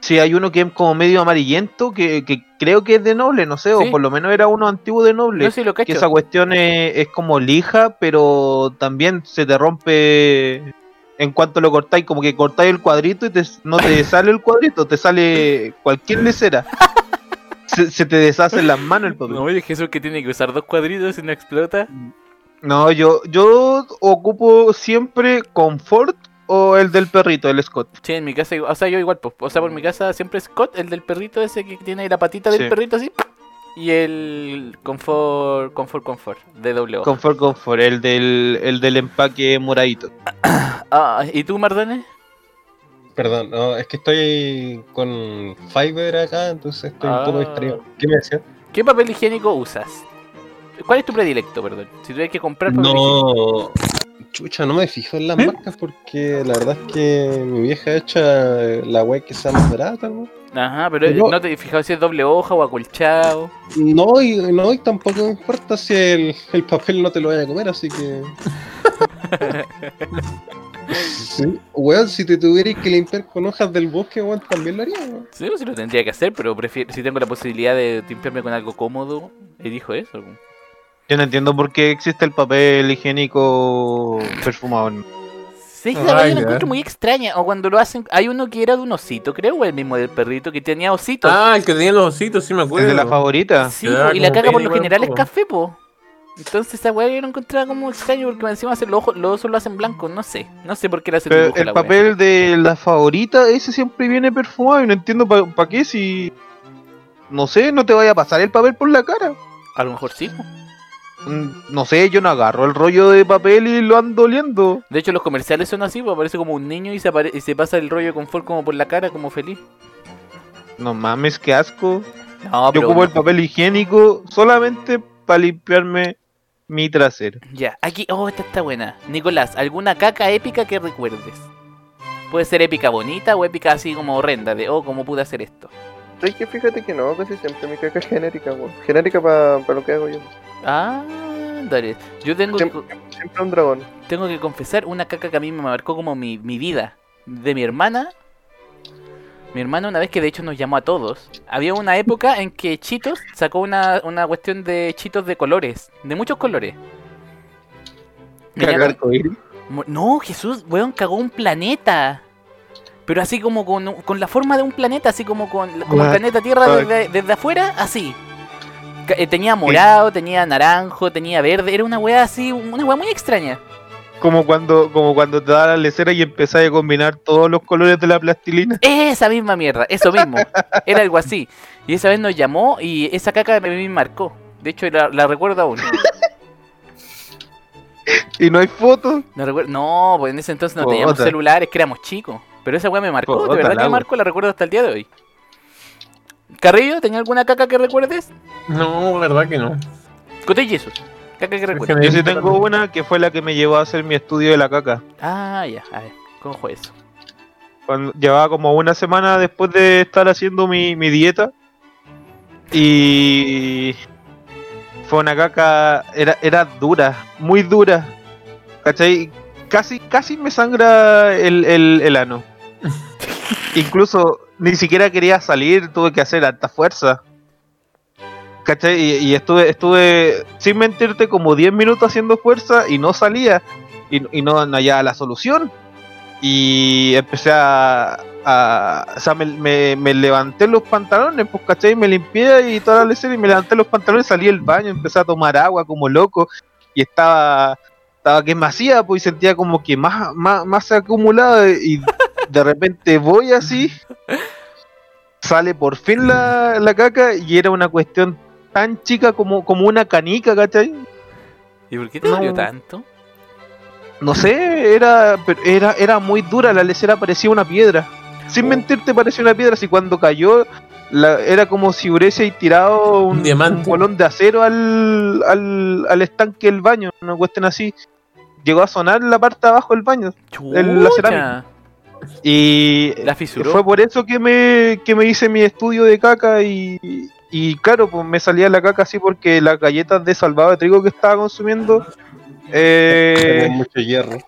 Speaker 3: Sí, hay uno que es como medio amarillento, que, que creo que es de noble, no sé,
Speaker 2: Sí.
Speaker 3: o por lo menos era uno antiguo de noble.
Speaker 2: No sé si lo
Speaker 3: que
Speaker 2: cacho.
Speaker 3: esa cuestión es, es como lija, pero también se te rompe en cuanto lo cortáis, como que cortáis el cuadrito y te, no te sale el cuadrito, te sale cualquier lesera. Se, se te deshace en las manos el papel.
Speaker 2: No, oye, Jesús que tiene que usar dos cuadritos y no explota.
Speaker 3: No, yo, yo ocupo siempre confort o el del perrito, el Scott.
Speaker 2: Sí, en mi casa, igual- o sea, yo igual, pues, o sea, por mi casa siempre Scott, el del perrito ese que tiene ahí la patita del
Speaker 3: Sí.
Speaker 2: perrito así. Y el confort, confort, confort, de doble O.
Speaker 3: Confort, confort, el del, el del empaque moradito.
Speaker 2: Ah, ¿y tú, Mardones?
Speaker 5: Perdón, no, es que estoy con Fiverr acá, entonces estoy un poco
Speaker 2: Ah.
Speaker 5: distraído. ¿Qué me decías?
Speaker 2: ¿Qué papel higiénico usas? ¿Cuál es tu predilecto, perdón? Si tuvieras que comprar papel higiénico.
Speaker 5: No, chucha, no me fijo en las marcas porque la verdad es que mi vieja echa la web que sea más barata, ¿no?
Speaker 2: Ajá, pero
Speaker 5: Yo-
Speaker 2: no te he fijado si es doble hoja o acolchado.
Speaker 5: No, y, no, y tampoco me (laughs) importa si el, el papel no te lo vaya a comer, así que. Sí, weón, si te tuvieras que limpiar con hojas del bosque, weón, también lo haría, weón.
Speaker 2: Sí, pues, sí lo tendría que hacer, pero prefiero, si tengo la posibilidad de limpiarme con algo cómodo, elijo eso. weón.
Speaker 3: Yo no entiendo por qué existe el papel higiénico perfumado. ¿no?
Speaker 2: Sí, esa
Speaker 1: Ay,
Speaker 2: weá yo
Speaker 1: ya.
Speaker 2: la encuentro muy extraña. O cuando lo hacen, hay uno que era de un osito, creo, o el mismo del perrito que tenía ositos.
Speaker 1: Ah, el que tenía los ositos, sí me acuerdo.
Speaker 3: Pues, Es de la favorita.
Speaker 2: Sí,
Speaker 1: Te da
Speaker 2: po, y la
Speaker 1: como
Speaker 2: caca por
Speaker 1: pena
Speaker 2: lo
Speaker 1: igual un
Speaker 2: general es
Speaker 1: poco.
Speaker 2: café, po. Entonces esa weá yo la encontraba como extraño porque encima hacen los ojos, los osos lo hacen blanco, no sé, no sé por qué la hacen
Speaker 3: Pero
Speaker 2: Este dibujo
Speaker 3: el
Speaker 2: la weá.
Speaker 3: papel de la favorita, ese siempre viene perfumado y no entiendo para qué si... No sé, no te vaya a pasar el papel por la cara.
Speaker 2: A lo mejor sí. po.
Speaker 3: Mm, No sé, yo no agarro el rollo de papel y lo ando oliendo.
Speaker 2: De hecho los comerciales son así, po, aparece como un niño y se, apare- y se pasa el rollo de confort como por la cara, como feliz.
Speaker 3: No mames, qué asco.
Speaker 2: No,
Speaker 3: Yo
Speaker 2: Ah, pero
Speaker 3: como el papel higiénico solamente para limpiarme mi trasero.
Speaker 2: ya, aquí, oh, esta está buena. Nicolás, ¿alguna caca épica que recuerdes? Puede ser épica bonita o épica así como horrenda, de oh, ¿cómo pude hacer esto?
Speaker 4: Es que fíjate que no, casi siempre mi caca es genérica, weón. Genérica para lo que hago yo.
Speaker 2: Ah, dale. Yo tengo
Speaker 4: Tem-
Speaker 2: que-
Speaker 4: Siempre un dragón.
Speaker 2: tengo que confesar una caca que a mí me marcó como mi, mi vida. De mi hermana. Mi hermana una vez que de hecho nos llamó a todos. Había una época en que Chitos sacó una, una cuestión de Chitos de colores. De muchos colores. Venía
Speaker 5: Cagar
Speaker 2: con- mo- No, Jesús, weón, cagó un planeta. Pero así como con, con la forma de un planeta, así como con como el
Speaker 3: What
Speaker 2: planeta Tierra
Speaker 3: fuck?
Speaker 2: desde, desde afuera, así. Ca- eh, Tenía morado, tenía naranjo, tenía verde, era una weá así, una weá muy extraña.
Speaker 3: Como cuando, como cuando te da la lecera y empezás a combinar todos los colores de la plastilina.
Speaker 2: Esa misma mierda, eso mismo. Era algo así. Y esa vez nos llamó y esa caca me, me marcó. De hecho, la, la recuerdo aún.
Speaker 3: Y no hay fotos.
Speaker 2: No, recuer- no, pues en ese entonces no teníamos
Speaker 3: Puta.
Speaker 2: celulares, que éramos chicos. Pero esa weá me marcó,
Speaker 3: Puta,
Speaker 2: de verdad
Speaker 3: la
Speaker 2: que me
Speaker 3: wea.
Speaker 2: marcó, la recuerdo hasta el día de hoy. Carrillo, ¿tenía alguna caca que recuerdes?
Speaker 1: No, verdad que no.
Speaker 2: Cote Jesus, caca que recuerdes.
Speaker 3: Yo sí tengo una que fue la que me llevó a hacer mi estudio de la caca.
Speaker 2: Ah, ya, a ver, ¿cómo fue eso?
Speaker 3: Cuando, llevaba como una semana después de estar haciendo mi, mi dieta. Y fue una caca. Era, era dura, muy dura. ¿Cachai? Casi, casi me sangra el, el, el ano. Incluso ni siquiera quería salir, tuve que hacer alta fuerza. ¿Cachai? Y, y estuve, estuve, sin mentirte, como 10 minutos haciendo fuerza y no salía. Y, y no, no hallaba la solución. Y empecé a. a- o sea, me, me- me levanté los pantalones, pues, ¿cachai? Me limpié y toda la lecera y me levanté los pantalones, salí del baño, empecé a tomar agua como loco. Y estaba. Estaba que me hacía, pues, y sentía como que más, más, más acumulado. Y de repente voy así. Sale por fin la, la caca y era una cuestión tan chica como, como una canica, ¿cachai?
Speaker 2: ¿Y por qué te
Speaker 3: No.
Speaker 2: dolió tanto?
Speaker 3: No sé, era, pero era, era muy dura, la lecera parecía una piedra. Sin
Speaker 2: Oh.
Speaker 3: mentirte parecía una piedra, si cuando cayó la- era como si hubiese tirado un,
Speaker 1: Un diamante.
Speaker 3: un bolón de acero al, al, al estanque del baño, una cuestión así. Llegó a sonar la parte de abajo del baño. El- la
Speaker 2: Chucha,
Speaker 3: Y
Speaker 2: la fisuró.
Speaker 3: fue por eso que me, que me hice mi estudio de caca y, y claro, pues me salía la caca así porque las galletas de salvado de trigo que estaba consumiendo... Eh,
Speaker 5: Con mucho hierro.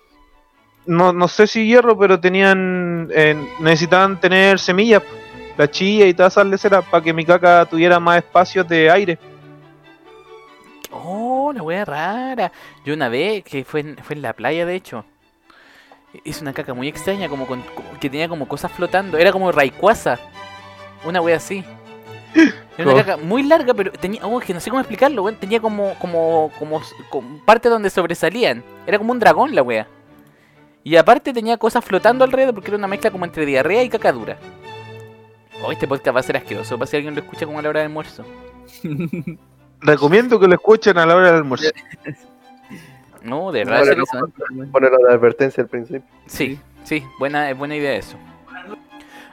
Speaker 3: no, no sé si hierro, pero tenían eh, necesitaban tener semillas, la chilla y todas esas leceras para que mi caca tuviera más espacios de aire.
Speaker 2: Oh, la wea rara. Yo una vez, que fue en, fue en la playa de hecho, hice una caca muy extraña, como con, como- que tenía como cosas flotando. Era como raicuaza. Una wea así. Era una
Speaker 3: Oh.
Speaker 2: caca muy larga, pero tenía. Oh, que no sé cómo explicarlo, weón. Tenía como, como, como, como parte donde sobresalían. Era como un dragón la wea. Y aparte tenía cosas flotando alrededor porque era una mezcla como entre diarrea y caca dura. Oh, este podcast va a ser asqueroso. Para si alguien lo escucha como a la hora del almuerzo.
Speaker 3: Recomiendo que lo escuchen a la hora del almuerzo.
Speaker 2: No, de verdad.
Speaker 4: Ahora
Speaker 2: se
Speaker 4: no.
Speaker 2: lo-
Speaker 4: Poner la advertencia al principio.
Speaker 2: Sí, sí, buena, es buena idea eso.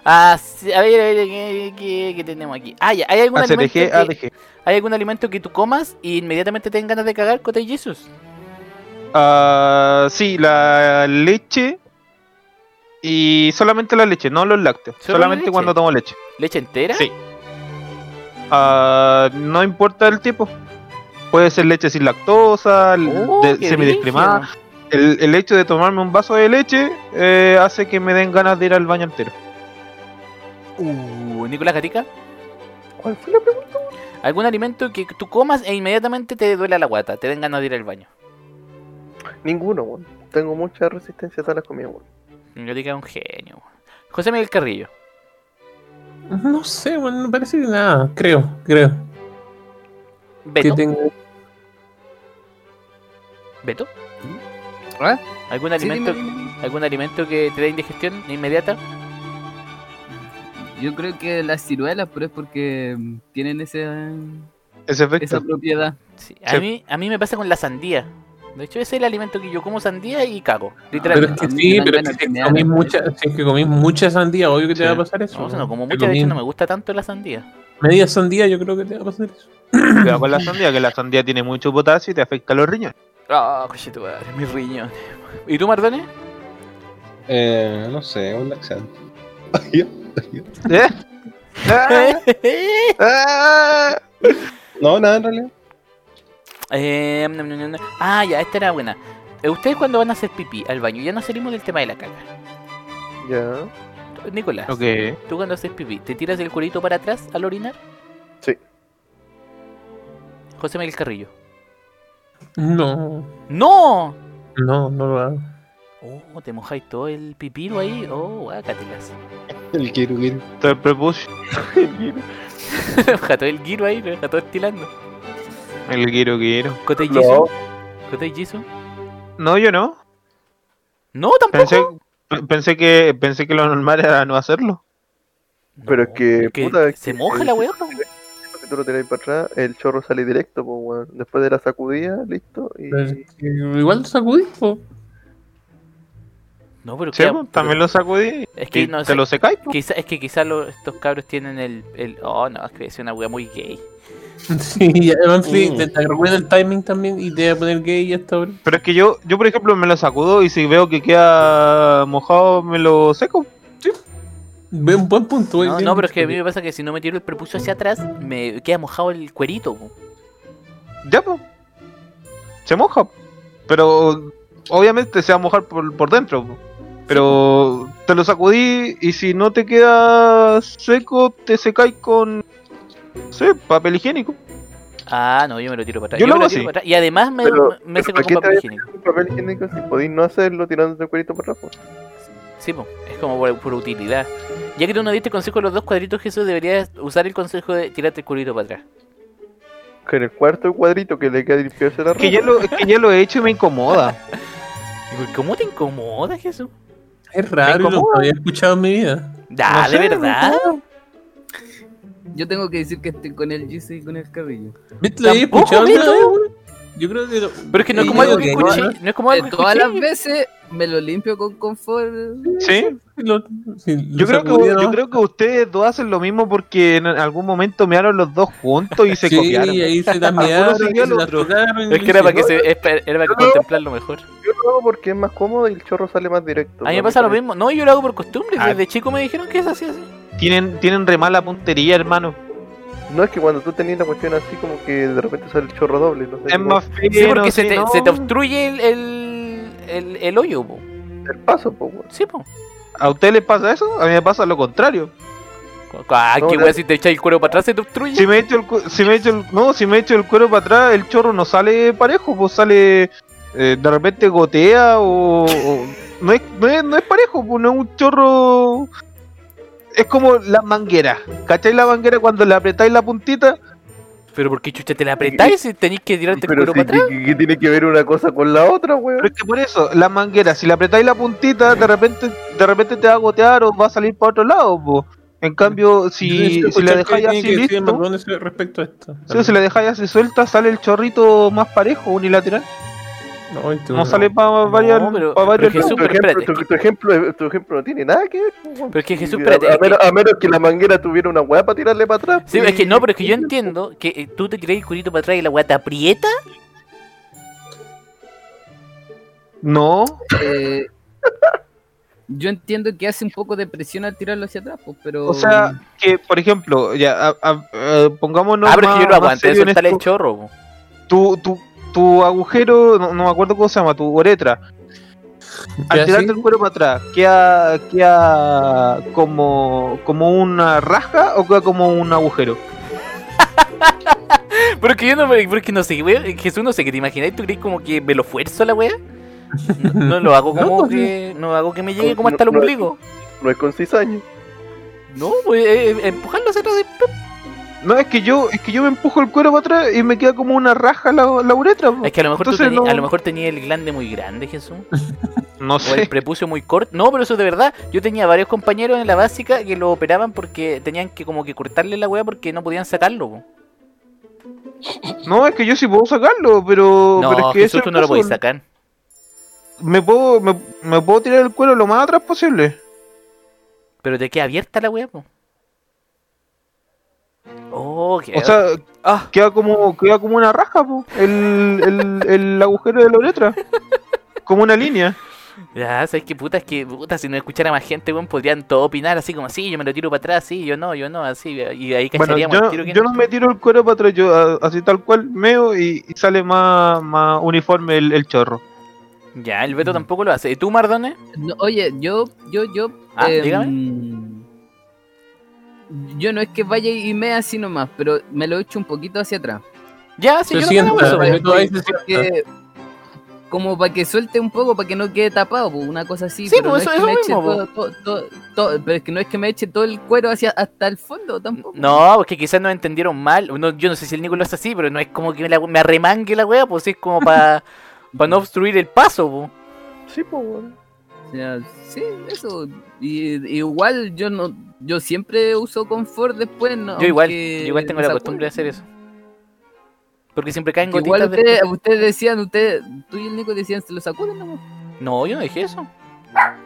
Speaker 2: Ah, sí, a ver, a ver, ¿qué, qué- qué tenemos aquí? Ah, ya, ¿hay algún, alimento
Speaker 3: ACDG,
Speaker 2: que,
Speaker 3: ADG.
Speaker 2: ¿hay algún alimento que tú comas y inmediatamente te den ganas de cagar, Cote Jesus?
Speaker 3: Ah, sí, la leche y solamente la leche, no los lácteos.
Speaker 2: ¿Solo la
Speaker 3: Solamente
Speaker 2: leche?
Speaker 3: cuando tomo leche.
Speaker 2: ¿Leche entera?
Speaker 3: Sí. Ah, no importa el tipo. Puede ser leche sin lactosa,
Speaker 2: Oh,
Speaker 3: de-
Speaker 2: qué
Speaker 3: semidescremada.
Speaker 2: brígido.
Speaker 3: el, el hecho de tomarme un vaso de leche eh, hace que me den ganas de ir al baño entero.
Speaker 2: Uh, Nicolás Gatica,
Speaker 4: ¿Cuál fue la pregunta?
Speaker 2: algún alimento que tú comas e inmediatamente te duele la guata, te den ganas de ir al baño.
Speaker 4: Ninguno, weón. Tengo mucha resistencia a todas las
Speaker 2: (laughs)
Speaker 4: comidas, weón.
Speaker 2: Nicolás Gatica es un genio. weón. José Miguel Carrillo,
Speaker 1: No sé, bueno, no parece que nada. Creo, creo. Que
Speaker 2: Beto,
Speaker 1: tengo-
Speaker 2: Beto,
Speaker 6: ¿Ah?
Speaker 2: algún
Speaker 6: Sí, dime,
Speaker 2: alimento,
Speaker 6: dime.
Speaker 2: algún alimento que te dé indigestión inmediata.
Speaker 6: Yo creo que las ciruelas, pero es porque mm, tienen esa,
Speaker 3: Ese efecto.
Speaker 6: esa propiedad.
Speaker 2: Sí, A
Speaker 3: Sí.
Speaker 2: mí, a mí me pasa con la sandía. De hecho, ese es el alimento que yo como sandía y cago.
Speaker 3: Ah,
Speaker 1: Pero
Speaker 2: Literalmente.
Speaker 1: es que
Speaker 6: A mí
Speaker 1: sí,
Speaker 6: me dan
Speaker 1: pero
Speaker 6: ganas
Speaker 1: si es
Speaker 6: de
Speaker 1: que
Speaker 6: mear,
Speaker 1: comís
Speaker 6: me
Speaker 1: mucha, si es que comís mucha sandía, obvio que te
Speaker 3: Sí.
Speaker 1: va a pasar eso.
Speaker 2: No, o sea, no como
Speaker 1: Te
Speaker 2: mucha, de hecho
Speaker 1: comí
Speaker 2: no me gusta tanto la sandía.
Speaker 1: Media sandía, yo creo que te va a pasar eso.
Speaker 3: Cuidado con la sandía, que la sandía tiene mucho potasio y te afecta los
Speaker 2: (laughs)
Speaker 3: riñones.
Speaker 2: Ah, coche tu madre, mi riñón. ¿Y tú, Mardones?
Speaker 5: Eh, no sé, un laxante.
Speaker 3: ¿Eh?
Speaker 2: ¿Eh?
Speaker 3: Ah, ah.
Speaker 5: No, nada en realidad.
Speaker 2: (laughs) Eh, nom, nom, nom, nom. ah, ya, esta era buena. Eh, Ustedes cuando van a hacer pipí al baño, ya no salimos del tema de la caca. (laughs)
Speaker 4: Ya.
Speaker 2: Nicolás,
Speaker 3: Ok.
Speaker 2: tú cuando haces pipí, ¿te tiras el culito para atrás al orinar?
Speaker 4: Sí.
Speaker 2: José Miguel Carrillo.
Speaker 1: No,
Speaker 2: ¡No!
Speaker 1: no, no lo hago.
Speaker 2: Oh, te mojáis todo el pipiro
Speaker 3: Mm.
Speaker 2: ahí. Oh, guácatelas.
Speaker 5: El quiero quiero.
Speaker 3: Todo el prepucio.
Speaker 2: (laughs) Te moja todo el giro ahí, te deja todo estilando.
Speaker 3: El quiero quiero.
Speaker 2: ¿Cote
Speaker 4: No.
Speaker 2: Jisoo? ¿Cote Jisoo?
Speaker 3: No, yo no.
Speaker 2: No,
Speaker 3: Pensé,
Speaker 2: tampoco.
Speaker 3: pe- pensé que pensé que lo normal era no hacerlo.
Speaker 4: Pero es que,
Speaker 2: No,
Speaker 4: puta, es
Speaker 2: se
Speaker 4: que-
Speaker 2: moja la weá, po.
Speaker 4: Si tú lo tiráis para atrás, el chorro sale directo, pues, weón. Después de la sacudida, listo. Y...
Speaker 1: Pero es que Igual sacudí, po. (laughs)
Speaker 2: No, pero
Speaker 3: Sí,
Speaker 2: queda-
Speaker 3: pues, también lo sacudí.
Speaker 2: Es que
Speaker 3: Y
Speaker 2: no
Speaker 3: te
Speaker 2: sé.
Speaker 3: lo secáis. pues.
Speaker 2: Quizá- es que quizás estos cabros tienen el, el- Oh, no, es que es una wea muy gay.
Speaker 1: Sí, y además sí,
Speaker 2: Uh.
Speaker 5: Mm.
Speaker 1: te te arruina el timing también y te va a poner gay a esta hora.
Speaker 3: Pero es que yo, yo por ejemplo, me lo sacudo y si veo que queda mojado, me lo seco.
Speaker 1: Ve un buen punto,
Speaker 2: No,
Speaker 1: bien
Speaker 2: no, pero es que a
Speaker 1: dicho.
Speaker 2: mí me pasa que si no me tiro el prepucio hacia atrás, me queda mojado el cuerito. po.
Speaker 3: Ya, pues. Se moja. Pero obviamente se va a mojar por, por dentro. po. Pero te lo sacudí y si no te queda seco, te secáis con. No sé, papel higiénico.
Speaker 2: Ah, no, yo me lo tiro para atrás.
Speaker 3: Yo lo
Speaker 2: me
Speaker 3: hago
Speaker 2: tiro
Speaker 3: así.
Speaker 2: para atrás. Y además me,
Speaker 4: Pero-
Speaker 2: me- me
Speaker 4: pero
Speaker 2: seco
Speaker 4: ¿para
Speaker 2: con
Speaker 4: qué te
Speaker 2: papel
Speaker 4: vas a
Speaker 2: higiénico.
Speaker 4: Un papel higiénico, si podéis no hacerlo tirándote el cuerito para atrás, pues.
Speaker 2: Sí, po, es como por, por utilidad. Ya que tú no diste el consejo de los dos cuadritos, Jesús, deberías usar el consejo de tirarte el cuerito para atrás.
Speaker 4: Que en el cuarto cuadrito que le queda limpiarse la
Speaker 3: Es que ya lo, es que ya lo he hecho y me
Speaker 2: (laughs)
Speaker 3: incomoda.
Speaker 2: Digo, ¿Cómo te incomoda, Jesús?
Speaker 1: Es raro,
Speaker 3: Me
Speaker 1: yo nunca había escuchado en mi vida.
Speaker 2: Ah,
Speaker 3: No
Speaker 2: de
Speaker 3: sé, me
Speaker 2: verdad.
Speaker 6: Yo tengo que decir que estoy con el GC y con el Carrillo.
Speaker 1: ¿Viste? ¿Lo había
Speaker 2: Tampoco,
Speaker 1: escuchado
Speaker 2: Beto.
Speaker 1: alguna vez, weón? Yo creo que. lo-
Speaker 2: Pero es que no es
Speaker 1: Sí,
Speaker 2: como
Speaker 1: yo
Speaker 2: algo que
Speaker 1: creo que
Speaker 2: escuché.
Speaker 1: no.
Speaker 2: No es como algo
Speaker 6: Eh,
Speaker 2: que
Speaker 6: todas las
Speaker 2: escuché.
Speaker 6: veces me lo limpio con confort.
Speaker 3: ¿Sí?
Speaker 1: lo- sí, lo
Speaker 3: Yo creo, que,
Speaker 1: sacudí,
Speaker 3: yo
Speaker 1: ¿no?
Speaker 3: creo que ustedes dos hacen lo mismo porque en algún momento mearon los dos
Speaker 2: (laughs)
Speaker 3: juntos y se
Speaker 1: sí,
Speaker 3: copiaron.
Speaker 1: ahí se la
Speaker 3: (laughs) Algunos
Speaker 1: mearon,
Speaker 3: siguió al
Speaker 1: se la
Speaker 3: otro.
Speaker 1: tocaron,
Speaker 2: Es que era para que,
Speaker 1: hicieron-
Speaker 2: se, es para- era para contemplarlo mejor.
Speaker 4: Yo lo hago porque es más cómodo y el chorro sale más directo.
Speaker 2: A mí me
Speaker 4: ¿no?
Speaker 2: pasa lo mismo. No, yo lo hago por costumbre.
Speaker 3: Ah.
Speaker 2: Desde chico me dijeron que es así, así.
Speaker 3: Tienen, tienen re mala puntería, hermano.
Speaker 4: No es que cuando tú tenías la cuestión así, como que de repente sale el chorro doble. No sé,
Speaker 3: Es
Speaker 4: como
Speaker 3: más fino.
Speaker 2: Sí, porque se,
Speaker 3: sí,
Speaker 2: te,
Speaker 3: ¿no?
Speaker 2: se te obstruye el, el, el, el hoyo, po.
Speaker 4: el paso, pues, weón.
Speaker 2: Sí, po.
Speaker 3: ¿A ustedes les pasa eso? A mí me pasa lo contrario.
Speaker 2: Ah,
Speaker 4: No,
Speaker 2: qué
Speaker 4: la-
Speaker 2: wea, si te echáis el cuero para atrás se te obstruye.
Speaker 3: Si me echo el, cu- si me echo el, no, si me echo el cuero para atrás, el chorro no sale parejo, pues sale eh, de repente gotea o, o- no, es, no, es, no es parejo, pues no es un chorro. Es como la manguera. ¿Cacháis la manguera cuando le apretáis la puntita?
Speaker 2: Pero porque chucha te la apretáis y tenéis que tirarte el
Speaker 4: Pero
Speaker 2: cuero
Speaker 4: sí,
Speaker 2: para atrás.
Speaker 4: ¿qué, qué tiene que ver una cosa con la otra,
Speaker 3: Pero
Speaker 4: weón?
Speaker 3: es que por eso, la manguera, si le apretáis la puntita, de repente, de repente te va a gotear o va a salir para otro lado, pues. En cambio, si,
Speaker 1: Yo
Speaker 3: si
Speaker 1: escuché
Speaker 3: la
Speaker 1: que
Speaker 3: dejáis
Speaker 1: tiene que
Speaker 3: así
Speaker 1: decir
Speaker 3: listo,
Speaker 1: Mardones respecto a esto.
Speaker 3: Sí, si la dejáis así suelta, sale el chorrito más parejo, unilateral.
Speaker 1: No, este
Speaker 3: No
Speaker 1: uno.
Speaker 3: sale para
Speaker 2: No,
Speaker 3: varios.
Speaker 2: pero-
Speaker 3: pa' varios
Speaker 2: pero Jesús,
Speaker 4: tu,
Speaker 3: lados.
Speaker 2: pero
Speaker 4: ejemplo,
Speaker 2: espérate,
Speaker 4: tu, tu ejemplo, tu ejemplo no tiene nada que ver. pues, weón.
Speaker 2: Pero es que Jesús,
Speaker 4: Y
Speaker 2: espérate,
Speaker 4: A,
Speaker 2: es
Speaker 4: a menos, a menos que la manguera tuviera una weá para tirarle para atrás.
Speaker 2: Sí,
Speaker 4: pues.
Speaker 2: es que no, pero es que yo entiendo que eh, tú te tiráis el curito para atrás y la weá te aprieta.
Speaker 3: No,
Speaker 6: Eh, (laughs) yo entiendo que hace un poco de presión al tirarlo hacia atrás, pues, pero.
Speaker 3: o sea, que por ejemplo, ya, a- a- eh, pongámonos.
Speaker 2: ah, pero es que
Speaker 3: más-
Speaker 2: yo lo
Speaker 3: más
Speaker 2: aguanté,
Speaker 3: serio en
Speaker 2: soltar el
Speaker 3: esto.
Speaker 2: chorro, po.
Speaker 3: Tu, tu, tu agujero, no, no me acuerdo cómo se llama, tu uretra. Al
Speaker 1: ¿Ya
Speaker 3: tirarte
Speaker 1: sí?
Speaker 3: el cuero para atrás, ¿queda, queda como, como una raja o queda como un agujero?
Speaker 2: Pero es que yo no me. Pero es que no sé, weón. Jesús, no sé qué te imagináis. ¿Tú crees como que me lo fuerzo a la wea? No, no lo
Speaker 3: (laughs)
Speaker 2: hago
Speaker 1: No,
Speaker 2: como
Speaker 1: pues,
Speaker 2: que. No hago que me llegue como
Speaker 4: No,
Speaker 2: hasta el
Speaker 4: no.
Speaker 2: ombligo.
Speaker 4: No es con cizaña.
Speaker 2: No, pues eh, eh, empujarlo hacia atrás. de-
Speaker 3: No, es que yo, es que yo me empujo el cuero para atrás y me queda como una raja la, la uretra. po.
Speaker 2: Es que a lo mejor tú
Speaker 3: Entonces
Speaker 2: tení-
Speaker 3: no-
Speaker 2: a lo mejor tenía el glande muy grande,
Speaker 3: (laughs)
Speaker 2: Jesús.
Speaker 3: No
Speaker 2: O el
Speaker 3: sé.
Speaker 2: prepucio muy corto. No, pero eso es de verdad. Yo tenía varios compañeros en la básica que lo operaban porque tenían que como que cortarle la weá porque no podían sacarlo. po.
Speaker 3: No, es que yo sí puedo sacarlo, pero,
Speaker 2: No,
Speaker 3: pero es que
Speaker 2: Jesús,
Speaker 3: eso
Speaker 2: tú no lo
Speaker 3: puedo
Speaker 2: podías sacar.
Speaker 3: Me puedo, me, me puedo tirar el cuero lo más atrás posible.
Speaker 2: Pero te queda abierta la weá, po. Oh, qué.
Speaker 3: O sea,
Speaker 2: ah,
Speaker 3: queda como, queda como una raja, po, el, el, el agujero de la uretra. Como una línea.
Speaker 2: ya, sabes qué puta, es que puta, si no escuchara más gente, weón, podrían todo opinar así como, sí, yo me lo tiro para atrás, sí, yo no, yo no, así. Y ahí
Speaker 3: Bueno,
Speaker 2: cacharíamos el
Speaker 3: yo,
Speaker 2: tiro (laughs) que
Speaker 3: yo no me tiro el cuero para atrás, yo a- así tal cual meo y, y sale más, más uniforme el, el chorro.
Speaker 2: Ya, el
Speaker 3: Mm.
Speaker 2: Beto tampoco lo hace. ¿Y tú, Mardone?
Speaker 6: mm, No, oye, yo, yo, yo.
Speaker 2: Ah,
Speaker 6: em, Yo no es que vaya y mea así nomás, pero me lo echo un poquito hacia atrás.
Speaker 2: Ya, sí,
Speaker 1: Se
Speaker 2: yo
Speaker 1: sienta,
Speaker 2: no hago eso,
Speaker 1: pero
Speaker 2: weón.
Speaker 1: tú ahí se sienta.
Speaker 6: Que- como para que suelte un poco, para que no quede tapado, po, una cosa así.
Speaker 2: Sí, po, eso-
Speaker 6: no es
Speaker 2: eso
Speaker 6: que me eche
Speaker 2: mismo, po.
Speaker 6: todo- todo- todo- todo- pero es que no es que me eche todo el cuero hacia hasta el fondo tampoco.
Speaker 2: No, porque quizás no entendieron mal. No, yo no sé si el Nicolás es así, pero no es como que me, la- me arremangue la wea, pues es como para no obstruir el paso. po.
Speaker 4: Sí, pues, weón.
Speaker 6: O sea, sí, eso. Y, igual yo no, yo siempre uso confort después, ¿no?
Speaker 2: Yo igual, yo
Speaker 6: aunque
Speaker 2: igual tengo
Speaker 6: me
Speaker 2: la
Speaker 6: sacude.
Speaker 2: costumbre de hacer eso. Porque siempre caen
Speaker 6: Que Igual
Speaker 2: gotitas de-
Speaker 6: ustedes ustedes decían, ustedes, tú y el Nico decían, se lo sacuden, ¿no?
Speaker 2: No, yo no dije eso.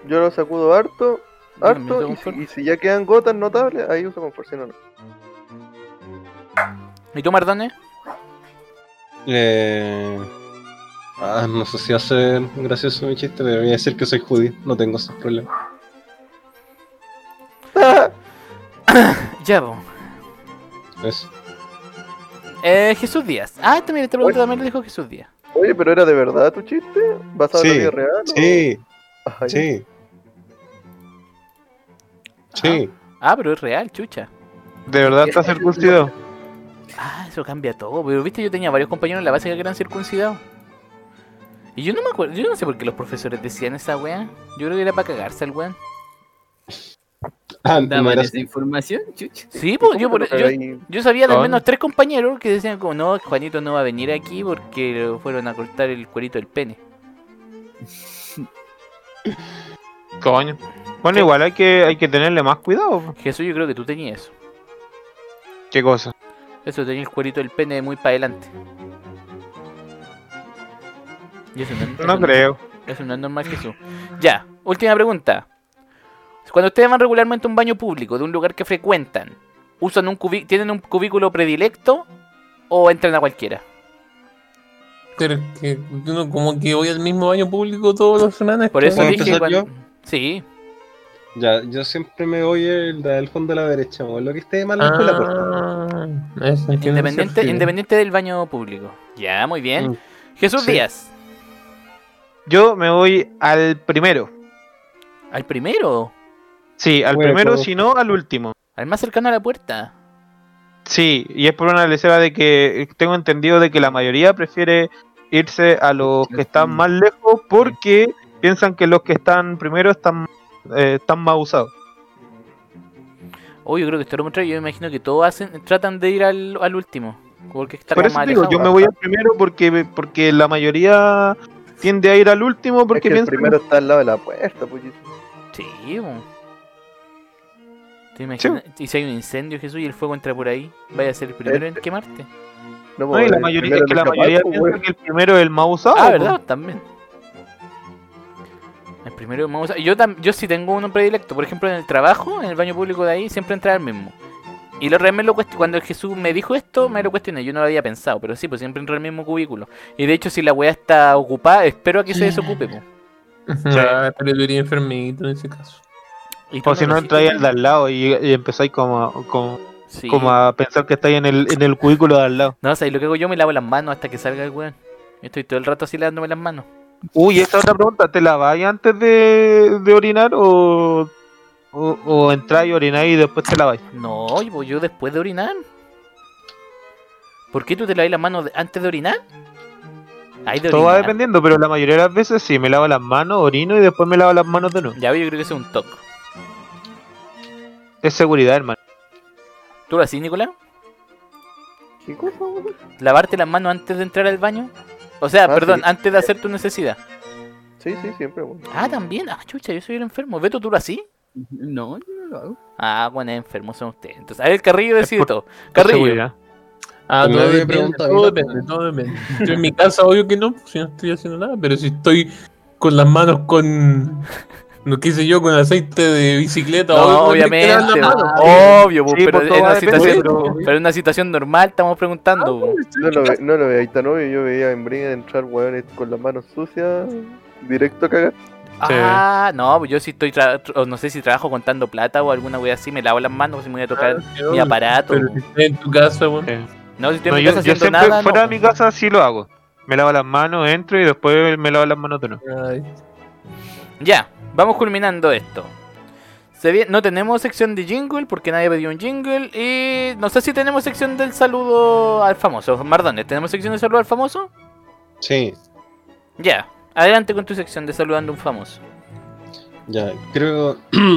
Speaker 4: Yo lo sacudo harto,
Speaker 2: Yo también
Speaker 4: harto.
Speaker 2: uso
Speaker 4: Y si,
Speaker 2: confort.
Speaker 4: y si ya quedan gotas notables, ahí uso confort, si no, no.
Speaker 2: ¿Y tú, Mardone?
Speaker 5: Eh... Ah, no sé si hace gracioso mi chiste, pero voy a decir que soy judío, no tengo esos problemas.
Speaker 2: Ya, po.
Speaker 5: Eso.
Speaker 2: Eh, Jesús Díaz. Ah, también esta pregunta también la dijo Jesús Díaz.
Speaker 4: Oye, pero era de verdad tu chiste, basado en
Speaker 5: Sí,
Speaker 4: la vida real. o-
Speaker 5: Sí,
Speaker 4: Ay,
Speaker 5: sí. Sí.
Speaker 2: Ah, pero es real, chucha.
Speaker 3: De verdad está circuncidado.
Speaker 2: Ah, eso cambia todo. Pero viste, yo tenía varios compañeros en la base que eran circuncidados. Y yo no me acuerdo, yo no sé por qué los profesores decían esa wea. Yo creo que era para cagarse el weón.
Speaker 5: Ah, no
Speaker 6: Daban
Speaker 5: era-
Speaker 6: esa información, chucha.
Speaker 2: Sí,
Speaker 4: ¿cómo
Speaker 2: pues yo,
Speaker 4: te lo
Speaker 2: por- yo,
Speaker 4: cagáis?
Speaker 2: yo sabía de
Speaker 3: Ah,
Speaker 2: al
Speaker 3: no.
Speaker 2: menos tres compañeros que decían como no, Juanito no va a venir aquí porque le fueron a cortar el cuerito del pene.
Speaker 3: Coño. Bueno,
Speaker 2: Sí.
Speaker 3: igual hay que, hay que tenerle más cuidado. po.
Speaker 2: Jesús, yo creo que tú tenías eso.
Speaker 3: ¿Qué cosa?
Speaker 2: Eso tenía el cuerito del pene muy para adelante. Y eso no, eso
Speaker 3: No creo.
Speaker 2: Eso no es normal, Jesús. Ya, última pregunta. Cuando ustedes van regularmente a un baño público de un lugar que frecuentan, ¿usan un cubi- ¿tienen un cubículo predilecto o entran a cualquiera?
Speaker 1: Pero es que uno como que voy al mismo baño público todos los semanas.
Speaker 2: Por eso
Speaker 1: como-
Speaker 5: ¿Puedo
Speaker 2: dije.
Speaker 5: empezar
Speaker 2: cuan- Sí,
Speaker 5: Ya, yo siempre me voy el del fondo a la derecha, o lo que esté mal lejos de la puerta.
Speaker 1: Ah, eso tiene
Speaker 2: independiente,
Speaker 1: sentido. (laughs)
Speaker 2: independiente del baño público. Ya, muy bien.
Speaker 5: Mm.
Speaker 2: Jesús
Speaker 5: Sí.
Speaker 2: Díaz,
Speaker 3: Yo me voy al primero.
Speaker 2: al primero,
Speaker 3: Sí, al
Speaker 5: Voy de
Speaker 3: primero,
Speaker 5: acuerdo.
Speaker 3: si no al último.
Speaker 2: al más cercano a la puerta.
Speaker 3: Sí, y es por una lecera de que eh, tengo entendido de que la mayoría prefiere irse a los que están más lejos porque piensan que los que están primero están, eh, están más usados.
Speaker 2: Oh, yo creo que esto es lo contrario. Yo me imagino que todos hacen, tratan de ir al, al último. Porque está
Speaker 3: Por
Speaker 2: como
Speaker 3: eso
Speaker 2: más
Speaker 3: digo,
Speaker 2: alejado.
Speaker 3: yo me voy al primero porque, porque la mayoría tiende a ir al último
Speaker 4: Es
Speaker 3: porque
Speaker 4: que el
Speaker 3: piensan
Speaker 4: primero está al lado de la puerta, pues.
Speaker 2: Sí, bo. ¿Te imaginas? ¿Y si hay un incendio, Jesús, y el fuego entra por ahí? ¿Vaya a ser el primero en quemarte?
Speaker 4: No,
Speaker 3: No, y
Speaker 4: pues,
Speaker 3: la
Speaker 4: el
Speaker 3: mayoría,
Speaker 4: primero
Speaker 3: es que
Speaker 4: en
Speaker 3: la
Speaker 4: escapar,
Speaker 3: mayoría
Speaker 4: pues,
Speaker 3: piensa
Speaker 4: weón.
Speaker 3: que el primero es el más usado.
Speaker 2: Ah,
Speaker 3: po.
Speaker 2: ¿verdad? También. El primero vamos a... Yo, tam- yo sí tengo uno predilecto. Por ejemplo, en el trabajo, en el baño público de ahí, siempre entra el mismo. Y la otra vez me lo cuestioné. Cuando Jesús me dijo esto, me lo cuestioné. Yo no lo había pensado, pero sí, pues siempre entra el mismo cubículo. Y de hecho, si la weá está ocupada, espero a que se desocupe. po.
Speaker 1: Ah, pero yo iría enfermito en ese caso.
Speaker 2: ¿Y tú
Speaker 3: O si no,
Speaker 2: lo
Speaker 3: entráis al
Speaker 2: hiciste?
Speaker 3: de al lado y, y empezáis como, a- como,
Speaker 2: Sí.
Speaker 3: como a pensar que estáis en el, en el cubículo de al lado.
Speaker 2: No, o sea, y lo que hago yo me lavo las manos hasta que salga el weón. Yo estoy todo el rato así lavándome las manos.
Speaker 3: Uy, esa otra pregunta, ¿te laváis antes de, de orinar o, o, o entráis, orináis y después te laváis?
Speaker 2: No, pues yo después de orinar. ¿Por qué tú te lavas la mano de- antes de orinar? Ay, de
Speaker 3: Todo va
Speaker 2: orinar.
Speaker 3: dependiendo, pero la mayoría de las veces sí, me lavo las manos, orino y después me lavo las manos de nuevo.
Speaker 2: Ya, yo creo que ese es un toque.
Speaker 3: Es seguridad, hermano.
Speaker 2: ¿Tú lo haces, Nicolás?
Speaker 4: ¿Qué cosa, weón?
Speaker 2: ¿Lavarte las manos antes de entrar al baño? O sea,
Speaker 4: Ah,
Speaker 2: perdón,
Speaker 4: sí.
Speaker 2: antes de hacer tu necesidad.
Speaker 4: Sí, sí, siempre, weón.
Speaker 2: Ah, también. Ah, chucha, yo soy el enfermo. ¿Beto, tú lo así?
Speaker 6: No, yo no lo hago.
Speaker 2: Ah, bueno, enfermos son ustedes. Entonces, a ver, Carrillo decide
Speaker 3: por- (laughs)
Speaker 2: todo.
Speaker 3: Es
Speaker 2: Carrillo.
Speaker 3: seguridad.
Speaker 1: Ah,
Speaker 5: Pues
Speaker 1: todo
Speaker 5: nadie me
Speaker 1: depende,
Speaker 5: pregunta a mí
Speaker 1: todo
Speaker 5: tampoco.
Speaker 1: depende, todo depende. Yo en mi casa, obvio que no, si no estoy haciendo nada, pero si estoy con las manos con. No qué sé yo, con aceite de bicicleta
Speaker 2: No,
Speaker 1: o
Speaker 2: obviamente. Obvio, pues,
Speaker 3: Sí,
Speaker 2: pero
Speaker 3: pues,
Speaker 2: en
Speaker 3: todo va
Speaker 2: una
Speaker 3: a depender,
Speaker 2: situación,
Speaker 3: pero-
Speaker 2: pero en una situación normal estamos preguntando. pues.
Speaker 4: No lo, ve, no lo veía tan obvio, yo veía en Brin entrar weones con las manos sucias, directo a cagar.
Speaker 3: Sí.
Speaker 2: Ah, no, pues yo si estoy, tra- tra- o no sé si trabajo contando plata o alguna wea así, me lavo las manos si me voy a tocar mi aparato.
Speaker 1: Pero si estás en tu casa, weón.
Speaker 2: (laughs)
Speaker 3: Sí.
Speaker 2: No, si estoy en
Speaker 3: eh, No,
Speaker 2: mi
Speaker 3: yo,
Speaker 2: casa
Speaker 3: yo
Speaker 2: haciendo
Speaker 3: siempre
Speaker 2: nada,
Speaker 3: fuera
Speaker 2: no.
Speaker 3: de mi casa sí lo hago. Me lavo las manos, entro y después me lavo las manos de nuevo.
Speaker 1: Ay,
Speaker 2: Ya, vamos culminando esto. Se vie- No tenemos sección de jingle porque nadie pidió un jingle. Y no sé si tenemos sección del saludo al famoso. Mardones, ¿tenemos sección de saludo al famoso?
Speaker 5: Sí,
Speaker 2: Ya, adelante con tu sección de saludando a un famoso.
Speaker 5: ya. Creo. (clears throat)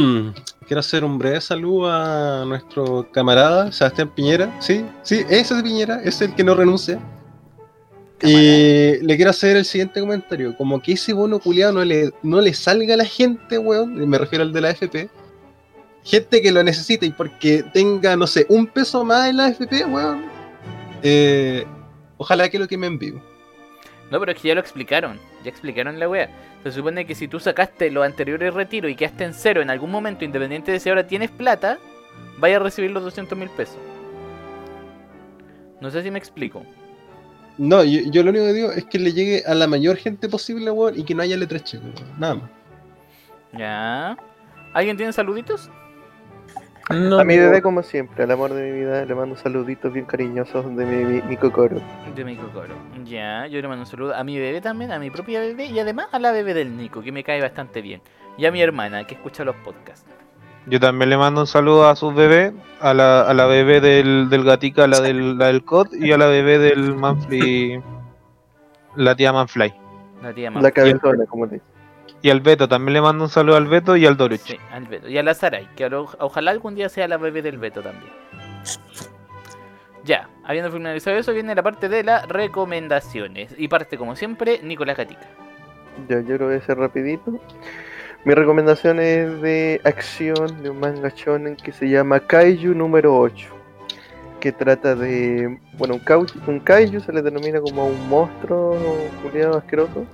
Speaker 5: Quiero hacer un breve saludo a nuestro camarada Sebastián Piñera. Sí, sí, ese es Piñera, es el que no renuncia. Y le quiero hacer el siguiente comentario. Como que ese bono culiado no le, no le salga a la gente, weón. y Me refiero al de la AFP. Gente que lo necesita y porque tenga, no sé, un peso más en la AFP, weón. eh, ojalá que lo quemen vivo.
Speaker 2: No, pero es que ya lo explicaron. Ya explicaron la wea. Se supone que si tú sacaste los anteriores retiros y quedaste en cero en algún momento, independiente de si ahora tienes plata, vayas a recibir los 200 mil pesos. No sé si me explico.
Speaker 5: No, yo, yo lo único que digo es que le llegue a la mayor gente posible, weón, y que no haya letras chicas, weón. Nada más.
Speaker 2: Ya. ¿Alguien tiene saluditos?
Speaker 1: no,
Speaker 4: A mi
Speaker 1: no.
Speaker 4: bebé, como siempre, al amor de mi vida, le mando saluditos bien cariñosos de mi, mi, mi cocoro.
Speaker 2: De mi cocoro. Ya, yo le mando un saludo a mi bebé también, a mi propia bebé y además a la bebé del Nico, que me cae bastante bien. Y a mi hermana, que escucha los podcasts.
Speaker 3: Yo también le mando un saludo a sus bebés, a la, a la bebé del, del gatica, la del, la del COD y a la bebé del Manfly, la tía Manfly.
Speaker 2: La tía Mau.
Speaker 4: La cabezona, como le dicen.
Speaker 3: Y al Beto, también le mando un saludo al Beto y al Doruch.
Speaker 2: Sí, al Beto. Y a la Sarai, que alo- ojalá algún día sea la bebé del Beto también. Ya, habiendo finalizado eso, viene la parte de las recomendaciones. Y parte, como siempre, Nicolás Gatica.
Speaker 4: Ya, yo lo voy a hacer rapidito. Mi recomendación es de acción de un manga shonen que se llama Kaiju número 8. Que trata de. Bueno, un kaiju, un kaiju se le denomina como un monstruo culiado asqueroso.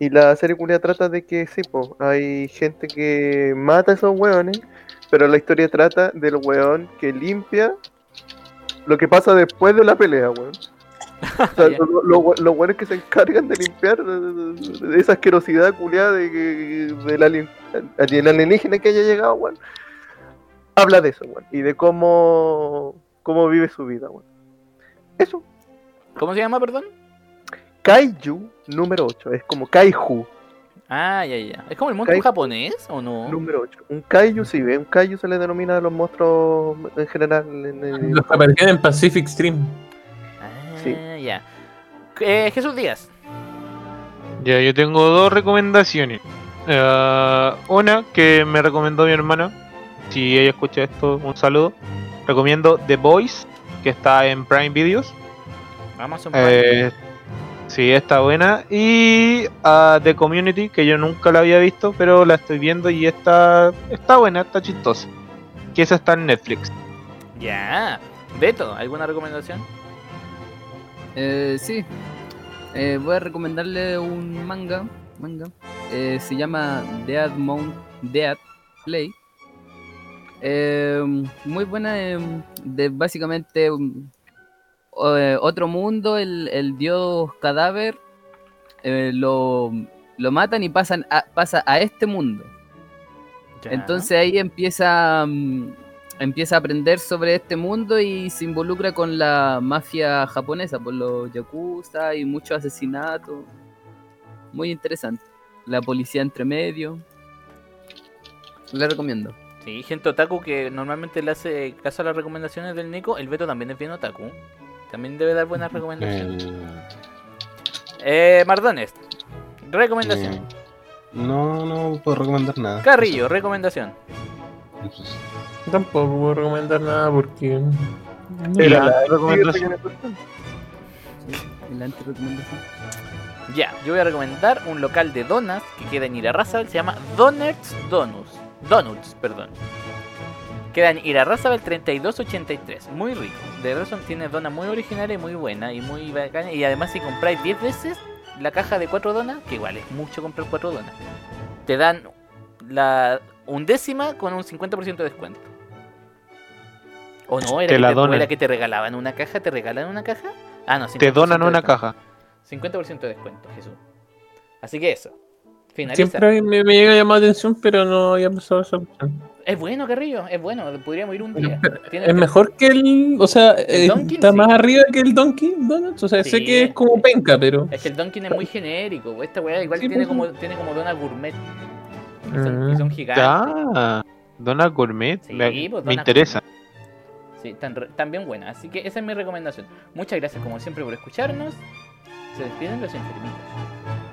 Speaker 4: Y la serie culiada trata de que, sí, po, hay gente que mata a esos hueones. Pero la historia trata del hueón que limpia lo que pasa después de la pelea, hueón. O sea,
Speaker 2: Ya.
Speaker 4: lo- lo- lo bu- los buenos que se encargan de limpiar eh, eh, esa asquerosidad culiada de, que- del alien, alien- alienígena que haya llegado, weón. Habla de eso, weón. Y de cómo, cómo vive su vida, weón. Eso.
Speaker 2: ¿Cómo se llama, perdón?
Speaker 4: Kaiju número 8. Es como Kaiju
Speaker 2: Ah, ya, ya. ¿Es como el monstruo
Speaker 4: Kai-
Speaker 2: japonés o no?
Speaker 4: número 8. Un Kaiju, sí, un Kaiju se le denomina a los monstruos en general. en- en-
Speaker 1: Los que aparecían en Pacific Stream.
Speaker 2: Ah,
Speaker 4: Sí.
Speaker 2: ya. Eh, Jesús Díaz.
Speaker 3: Ya, yo tengo dos recomendaciones. Eh, una que me recomendó mi hermana. Si ella escucha esto, un saludo. Recomiendo The Voice, que está en Prime Videos.
Speaker 2: Amazon Prime.
Speaker 3: Eh, sí, está buena. Y a The Community, que yo nunca la había visto, pero la estoy viendo y está, está buena, está chistosa. Que esa está en Netflix.
Speaker 2: Ya. Beto, ¿alguna recomendación?
Speaker 6: Eh, sí. Eh, voy a recomendarle un manga. manga Eh, se llama Dead Mount Dead Play. Eh, muy buena. eh, de básicamente um, o- eh, otro mundo. El, el dios cadáver eh, lo, lo matan y pasan a- pasa a este mundo.
Speaker 2: Ya.
Speaker 6: Entonces ahí empieza, mm, empieza a aprender sobre este mundo y se involucra con la mafia japonesa, por los yakuza y muchos asesinatos. Muy interesante. La policía entre medio. La recomiendo.
Speaker 2: Sí, gente otaku que normalmente le hace caso a las recomendaciones del Nico. El Beto también es bien otaku. También debe dar buenas recomendaciones.
Speaker 5: Eh,
Speaker 2: Eh, Mardones, recomendación.
Speaker 5: Eh, no, no puedo recomendar nada.
Speaker 2: Carrillo, recomendación.
Speaker 5: Entonces,
Speaker 1: Tampoco puedo recomendar nada porque.
Speaker 3: Era la
Speaker 4: Síguete
Speaker 3: recomendación.
Speaker 4: en el portal.
Speaker 6: En la antirecomendación.
Speaker 2: Ya, yo voy a recomendar un local de donas que queda en Irarrázaval, se llama Donuts Donuts. Donuts, perdón. Queda en Irarrázaval 3283, muy rico. De verdad son- tiene donas muy originales y muy buenas y muy bacanas. Y además si compráis 10 veces la caja de 4 donas, que igual es mucho comprar 4 donas, te dan la undécima con un 50% de descuento. ¿O no? ¿Era,
Speaker 3: Te
Speaker 2: que,
Speaker 3: la
Speaker 2: te, o
Speaker 3: donan.
Speaker 2: era que te regalaban una caja? ¿Te regalan una caja? Ah, no.
Speaker 3: Te
Speaker 2: 50%
Speaker 3: donan
Speaker 2: de
Speaker 3: una
Speaker 2: descuento.
Speaker 3: caja.
Speaker 2: 50% de descuento, Jesús. Así que eso. Finaliza.
Speaker 1: Siempre me, me llega a llamar la atención, pero no había pensado esa opción.
Speaker 2: Es bueno, Carrillo, es bueno. Podríamos ir un día. Tiene-
Speaker 1: Es mejor que el. O sea, eh,
Speaker 2: Dunkin',
Speaker 1: está
Speaker 2: sí.
Speaker 1: más arriba que el Dunkin' Donuts. O sea, sé
Speaker 2: Sí.
Speaker 1: que es como penca, pero.
Speaker 2: Es que el Dunkin' es muy genérico. po. Esta weá igual
Speaker 1: Sí,
Speaker 2: tiene,
Speaker 1: pues,
Speaker 2: como, tiene como donas gourmet. Y son,
Speaker 1: Mm.
Speaker 2: y son gigantes.
Speaker 3: Ah, Dona Gourmet.
Speaker 2: Sí,
Speaker 3: me,
Speaker 2: pues,
Speaker 3: me
Speaker 2: dona
Speaker 3: interesa.
Speaker 2: Sí, tan, re- tan bien buenas. Así que esa es mi recomendación. Muchas gracias, como siempre, por escucharnos. Se despiden los enfermitos.